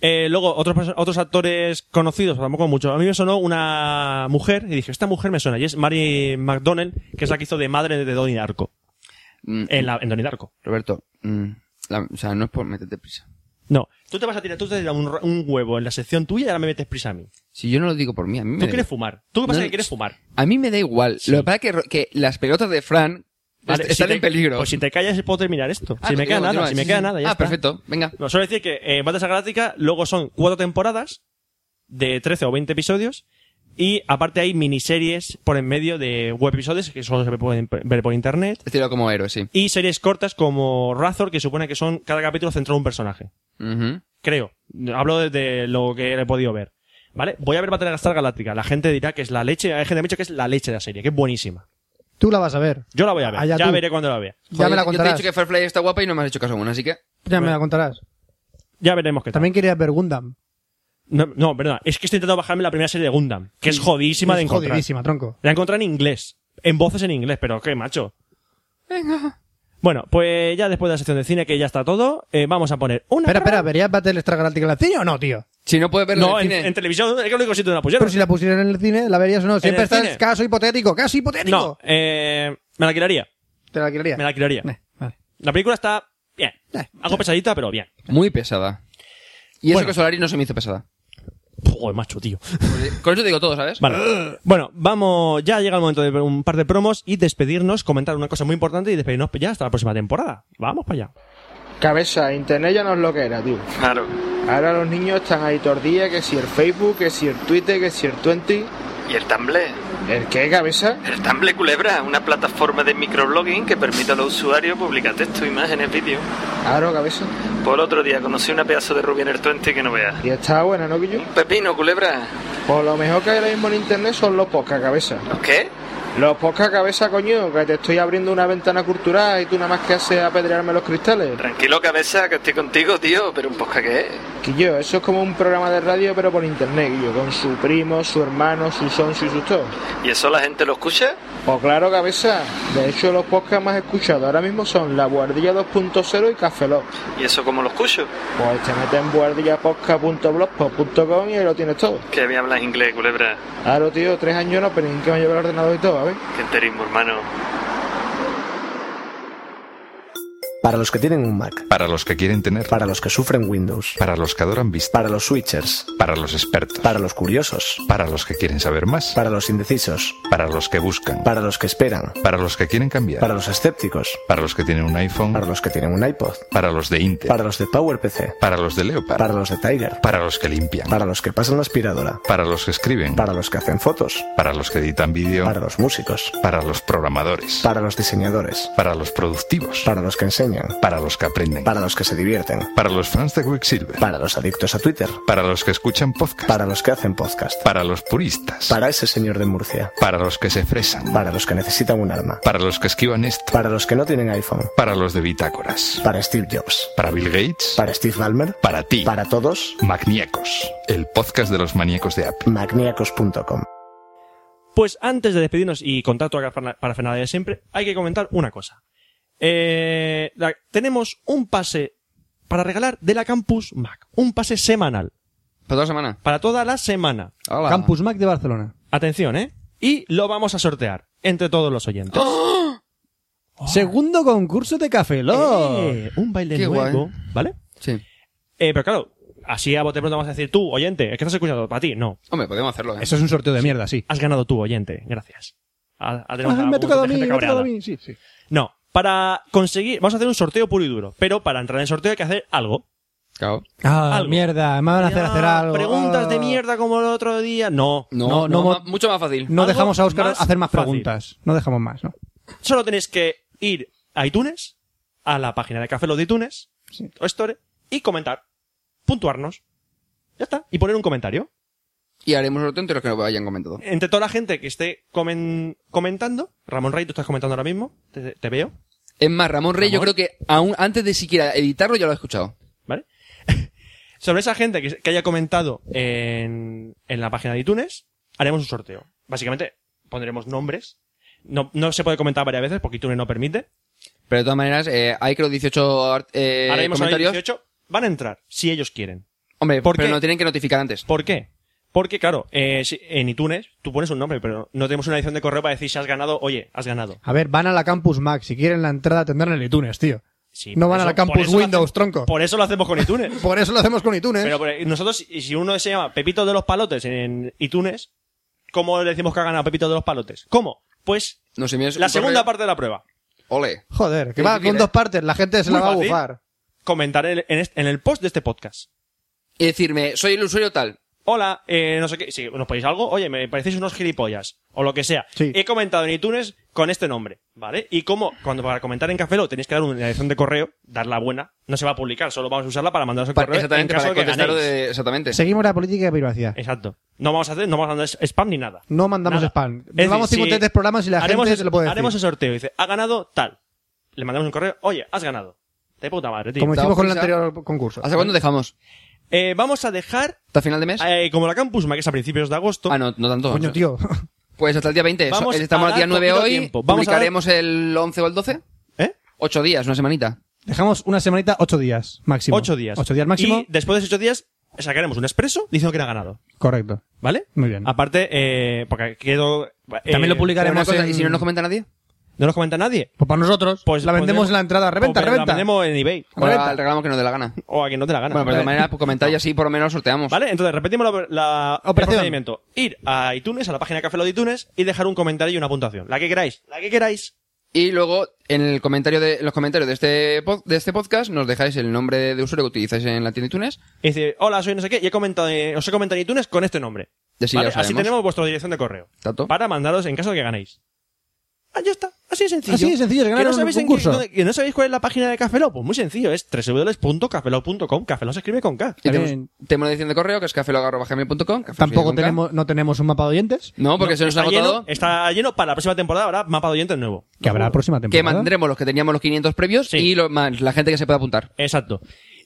Eh, luego, otros, perso- otros actores conocidos, tampoco mucho. A mí me sonó una mujer y dije, esta mujer me suena. Y es Mary McDonnell, que es la que hizo de madre de Donnie Darko. Mm, En, la, en Donnie Darko. Roberto, mm, la- o sea, no es por meterte prisa. No. Tú te vas a tirar, tú te tiras un, ra- un huevo en la sección tuya y ahora me metes prisa a mí. Si yo no lo digo por mí, a mí me Tú da quieres igual. fumar. Tú lo que pasa No, es que quieres fumar. A mí me da igual. Lo que pasa es que, ro- que las pelotas de Fran Vale, est- si están te- en peligro. Pues si te callas puedo terminar esto. Ah, si me continúa, queda nada, continúa, si me sí, queda sí. nada, ya Ah, está. perfecto. Venga. No, suelo decir que eh, Batalla Galáctica luego son cuatro temporadas de 13 o 20 episodios y aparte hay miniseries por en medio de web episodios que solo se pueden ver por internet Estilo como héroe, sí. y series cortas como Razor que supone que son cada capítulo centrado en un personaje. Ujú. Creo. Hablo desde lo que he podido ver. ¿Vale? Voy a ver Battlestar Galáctica. La gente dirá que es la leche. Hay gente que me ha dicho que es la leche de la serie, que es buenísima. Tú la vas a ver. Yo la voy a ver. Allá ya tú. veré cuando la vea. Ya Joder, me la yo- Yo te he contarás. dicho que Firefly está guapa y no me has hecho caso aún, así que... Ya me la contarás. Ya veremos qué tal. También querías ver Gundam. No, no, verdad. Es que estoy intentando bajarme la primera serie de Gundam, que es jodidísima de Es encontrar. jodidísima, tronco. La encontré en inglés. En voces en inglés, pero qué macho. Venga. Bueno, pues ya después de la sección de cine, que ya está todo, eh, vamos a poner una. Espera, espera, cara- ¿verías Battlestar Galactica en el cine o no, tío? Si no puedes verlo No, en en, el cine... en televisión, es que lo único sitio donde la pusieron. Pero si la pusieran en el cine, ¿la verías o no? Siempre el está cine? el caso hipotético, caso hipotético. No, eh, me la alquilaría. Te la alquilaría. Me la alquilaría. Eh, vale. La película está bien. Eh, Algo pesadita, pero bien. Muy pesada. Y eso Bueno. que Solari no se me hizo pesada. Joder, macho, tío. Pues, Con eso te digo todo, ¿sabes? Vale. Bueno, vamos, ya llega el momento de ver un par de promos y despedirnos, comentar una cosa muy importante y despedirnos ya hasta la próxima temporada. Vamos para allá. Cabeza, internet ya no es lo que era, tío. Claro. Ahora los niños están ahí todo el día, que si el Facebook, que si el Twitter, que si el Twenty. ¿Y el Tumblr? ¿El qué, cabeza? El Tumblr Culebra, una plataforma de microblogging que permite a los usuarios publicar texto, imágenes, vídeos. Claro, cabeza. Por otro día conocí una pedazo de rubia en el 20 que no veas. Y está buena, ¿no, Guillo? Un pepino, Culebra. Pues lo mejor que hay ahora mismo en internet son los podcasts, cabeza. ¿Los qué? Los podcasts, cabeza, coño, que te estoy abriendo una ventana cultural y tú nada más que haces apedrearme los cristales. Tranquilo, cabeza, que estoy contigo, tío, pero un posca que es. Guillo, eso es como un programa de radio, pero por internet, Guillo, con su primo, su hermano, su sonso y sus todo. ¿Y eso la gente lo escucha? Pues claro, cabeza. De hecho, los podcasts más escuchados ahora mismo son La Guardilla 2.0 y Cafeloc. ¿Y eso cómo lo escucho? Pues te metes en guardillapodcast.blogspot.com y ahí lo tienes todo. Que me hablas inglés, Culebra. Claro, tío, tres años no, pero en que me lleva el ordenador y todo, a ver. Qué enterismo, hermano. Para los que tienen un Mac. Para los que quieren tener. Para los que sufren Windows. Para los que adoran Vista. Para los switchers. Para los expertos. Para los curiosos. Para los que quieren saber más. Para los indecisos. Para los que buscan. Para los que esperan. Para los que quieren cambiar. Para los escépticos. Para los que tienen un iPhone. Para los que tienen un iPod. Para los de Intel. Para los de PowerPC. Para los de Leopard. Para los de Tiger. Para los que limpian. Para los que pasan la aspiradora. Para los que escriben. Para los que hacen fotos. Para los que editan vídeo. Para los músicos. Para los programadores. Para los diseñadores. Para los productivos. Para los que enseñan. Para los que aprenden. Para los que se divierten. Para los fans de Quicksilver. Para los adictos a Twitter. Para los que escuchan podcast. Para los que hacen podcast. Para los puristas. Para ese señor de Murcia. Para los que se fresan. Para los que necesitan un arma. Para los que esquivan esto. Para los que no tienen iPhone. Para los de bitácoras. Para Steve Jobs. Para Bill Gates. Para Steve Ballmer. Para ti. Para todos. Magníacos. El podcast de los maníacos de Apple. Magníacos.com. Pues antes de despedirnos y contar toda la parafernalia de siempre, hay que comentar una cosa. Eh, la- tenemos un pase para regalar de la Campus Mac. Un pase semanal. ¿Para toda la semana? Para toda la semana. Campus Mac de Barcelona. Atención, ¿eh? Y lo vamos a sortear entre todos los oyentes. Segundo concurso de Café Lock. Eh, un baile Qué nuevo, guay. ¿vale? Sí. Eh, pero claro, así a bote pronto vamos a decir tú, oyente, es que estás escuchando para ti, no. Hombre, podemos hacerlo, ¿eh? Eso es un sorteo de mierda, sí. Has ganado tú, oyente, gracias. Ah, ah, tenemos Ah, un me ha tocado a montón de mí, gente me ha tocado a cabreada. mí, sí, sí. No, para conseguir, vamos a hacer un sorteo puro y duro, pero para entrar en el sorteo hay que hacer algo. Claro. Ah, mierda, me van a hacer hacer algo. Preguntas Ah. de mierda como el otro día, no. No, no, no, mo- mucho más fácil. No Algo dejamos a Oscar más hacer más fácil. preguntas. No dejamos más, ¿no? Solo tenéis que ir a iTunes, a la página de Café Los de iTunes, o Store, y comentar, puntuarnos. Ya está, y poner un comentario. Y haremos el sorteo entre los que nos hayan comentado. Entre toda la gente que esté comen- comentando, Ramón Rey, tú estás comentando ahora mismo, te, te veo, Es más, Ramón Rey, yo Ramón. creo que aún antes de siquiera editarlo ya lo he escuchado. ¿vale? Sobre esa gente que, que haya comentado en, en la página de iTunes, haremos un sorteo. Básicamente, pondremos nombres. No, no se puede comentar varias veces porque iTunes no permite. Pero de todas maneras, eh, hay creo 18 art- eh, ahora mismo son comentarios. 18, van a entrar, si ellos quieren. Hombre, ¿Por pero qué? no tienen que notificar antes. ¿Por qué? Porque, claro, eh, si- en iTunes tú pones un nombre, pero no tenemos una edición de correo para decir si has ganado, oye, has ganado. A ver, van a la Campus Mac. Si quieren la entrada tendrán el iTunes, tío. Sí, no por van a eso- la Campus por eso lo Windows, Pues- hacemos- tronco. Por eso lo hacemos con iTunes. Por eso lo hacemos con iTunes. Pero por- nosotros, si si uno se llama Pepito de los Palotes en iTunes, ¿cómo le decimos que ha ganado Pepito de los Palotes? ¿Cómo? Pues Nos envías la un segunda correo. parte de la prueba. Ole. Joder, que Sí, va sí, con eh. dos partes. La gente se la Muy va a fácil. bufar. Comentar en, en est- en el post de este podcast. Y decirme, soy el usuario tal. Hola, eh, no sé qué, si nos ponéis algo, oye, me parecéis unos gilipollas, o lo que sea. Sí. He comentado en iTunes con este nombre, ¿vale? Y como, cuando para comentar en Café Lock tenéis que dar una dirección de correo, dar la buena, no se va a publicar, solo vamos a usarla para mandaros el Para- correo en exactamente, caso de para que contestar ganéis. de- exactamente. Seguimos la política de privacidad. Exacto. No vamos a hacer, no vamos a mandar spam ni nada. No mandamos Eh, Nada. spam. Es Llevamos decir, 53 programas y la haremos gente el- se lo puede decir. Haremos el sorteo. Dice, ha ganado tal. Le mandamos un correo. Oye, has ganado. De puta madre, tío. Como hicimos con el prisa. anterior concurso. ¿Hasta cuándo dejamos? Eh, vamos a dejar, ¿Hasta final de mes? eh, como la Campus Mac es a principios de agosto, Ah, no, no tanto. Coño, tío. Pues hasta el día 20. Vamos So- Estamos a al día dar 9 poquito hoy. tiempo. Vamos a dar- publicaremos el 11 o el 12. ¿Eh? Ocho días, una semanita. Dejamos una semanita, ocho días máximo. ocho días. Ocho días máximo. Y después de esos ocho días, sacaremos un expreso diciendo que ha ganado. Correcto. ¿Vale? Muy bien. Aparte, eh, porque quedo. eh, También lo Pero una publicaremos cosa, en- ¿Y si no nos comenta nadie? No nos comenta nadie. Pues para nosotros. Pues la pondremos- vendemos pues en la entrada. Reventa, o la reventa. Ah, vendemos en eBay. Ahora Comenta. regalamos pues que nos dé la gana. O a quien no te la gana. Bueno, pero de manera, pues comentar y así por lo menos sorteamos. Vale, entonces repetimos la, la- el Operación. procedimiento. Ir a iTunes, a la página de Café Lo de iTunes, y dejar un comentario y una puntuación. La que queráis, la que queráis. Y luego, en el comentario de, en los comentarios de este, pod- de este podcast, nos dejáis el nombre de usuario que utilizáis en la tienda iTunes. Y dice, hola, soy no sé qué, y he comentado, eh, os he comentado en iTunes con este nombre. Y así ¿Vale? ya lo Así sabemos. tenemos vuestra dirección de correo. Tanto. Para mandaros en caso de que ganéis. Ah, ya está. Así de sencillo. Así de sencillo, es Que ganar no un sabéis en qué- concurso. dónde- que no sabéis cuál es la página de Café Lock, Pues muy sencillo, es www.cafeloc.com. Café Lock se escribe con K. Y También- tenemos, tenemos una edición de correo que es cafelog.gmail.com. Tampoco tenemos, no tenemos un mapa de oyentes. No, porque se nos ha está, lleno, agotado. está lleno para la próxima temporada, habrá mapa de oyentes nuevo. Que habrá próxima Que temporada. mantendremos los que teníamos los 500 previos Sí. y lo- más la gente que se pueda apuntar. Exacto.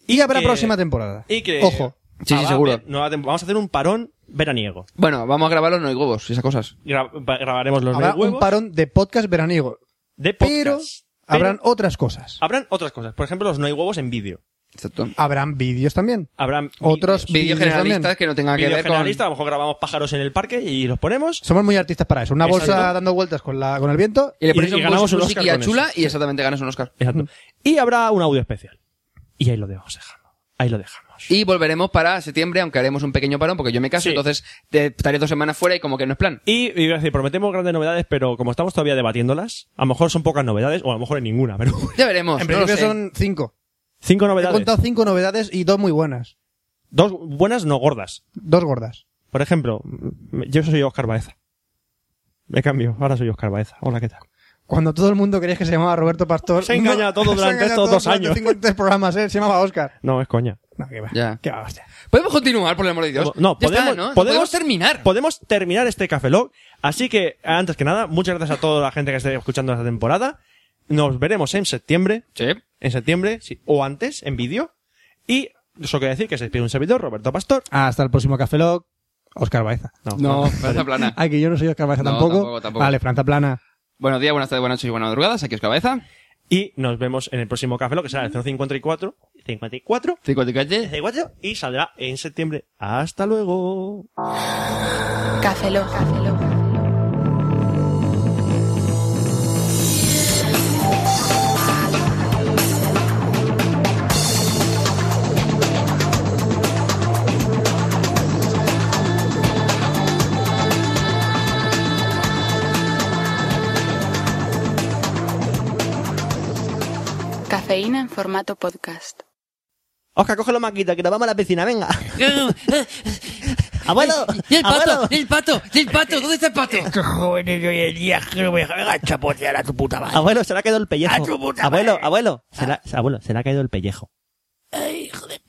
Y habrá que- próxima temporada. Y que... Ojo. Sí, Ah, sí, va, seguro. bien, nueva tem- vamos a hacer un parón veraniego. Bueno, vamos a grabarlo, no hay huevos y esas cosas. Gra- pa- grabaremos los Habrá de huevos un parón de podcast veraniego. de podcast. Pero habrán otras cosas. Ah. habrán otras cosas. Por ejemplo, los no hay huevos en vídeo. Habrán vídeos también. Habrán Otros Vídeos generalistas también. que no tengan que Vídeo ver con... generalista, a lo mejor grabamos pájaros en el parque y los ponemos. Somos muy artistas para eso. Una Exacto. bolsa dando vueltas con, la, con el viento. Y le pones un bus- música chula y exactamente ganas un Oscar. Exacto. Y habrá un audio especial. Y ahí lo dejamos dejando. Ahí lo dejamos. Y volveremos para septiembre, aunque haremos un pequeño parón, porque yo me caso, entonces te- estaré dos semanas fuera y como que no es plan. Y, y iba a decir, prometemos grandes novedades, pero como estamos todavía debatiéndolas, a lo mejor son pocas novedades, o a lo mejor es ninguna, pero. Ya veremos. En no lo principio sé. son cinco. Cinco He novedades. contado cinco novedades y dos muy buenas. Dos buenas, no gordas. Dos gordas. Por ejemplo, m- yo soy Oscar Baeza. Me cambio, ahora soy Oscar Baeza. Hola, ¿qué tal? Cuando todo el mundo creía que se llamaba Roberto Pastor. Se engaña a todos se durante engaña a estos dos todos durante años. 53 programas, ¿eh? Se llamaba Oscar. No, es coña. No, qué va. Ya. Qué va, hostia. Podemos continuar, por el amor de Dios. No, Ya podemos, está, ¿no? podemos terminar. Podemos terminar este Café Log. Así que, antes que nada, muchas gracias a toda la gente que esté escuchando esta temporada. Nos veremos en septiembre. En septiembre, sí, o antes, en vídeo. Y eso quiere decir que se despide un servidor, Roberto Pastor. Ah, Hasta el próximo Café Lock. Oscar Baeza. No, Franza Plana. Ay, que yo no soy Oscar Baeza No, tampoco. tampoco, tampoco. Vale, Franza Plana. Buenos días, buenas tardes, buenas noches y buenas madrugadas. Aquí os cabeza. Y nos vemos en el próximo Café Log, que será el 054. 54. 54. 54. Y saldrá en septiembre. Hasta luego. Café Lock. Cafeína en formato podcast. Oscar, coge los maquitos, que nos vamos a la piscina, venga. Abuelo, ¡Y el pato! ¡Y el pato! ¡Y el pato! ¿Dónde está el pato? Estos jóvenes de hoy en día que no me dejan chapotear a tu puta madre. Ah, Abuelo, se le ha quedado el pellejo. A tu puta Abuelo, abuelo. Se le ha- abuelo, se le ha caído el pellejo. Ay, hijo de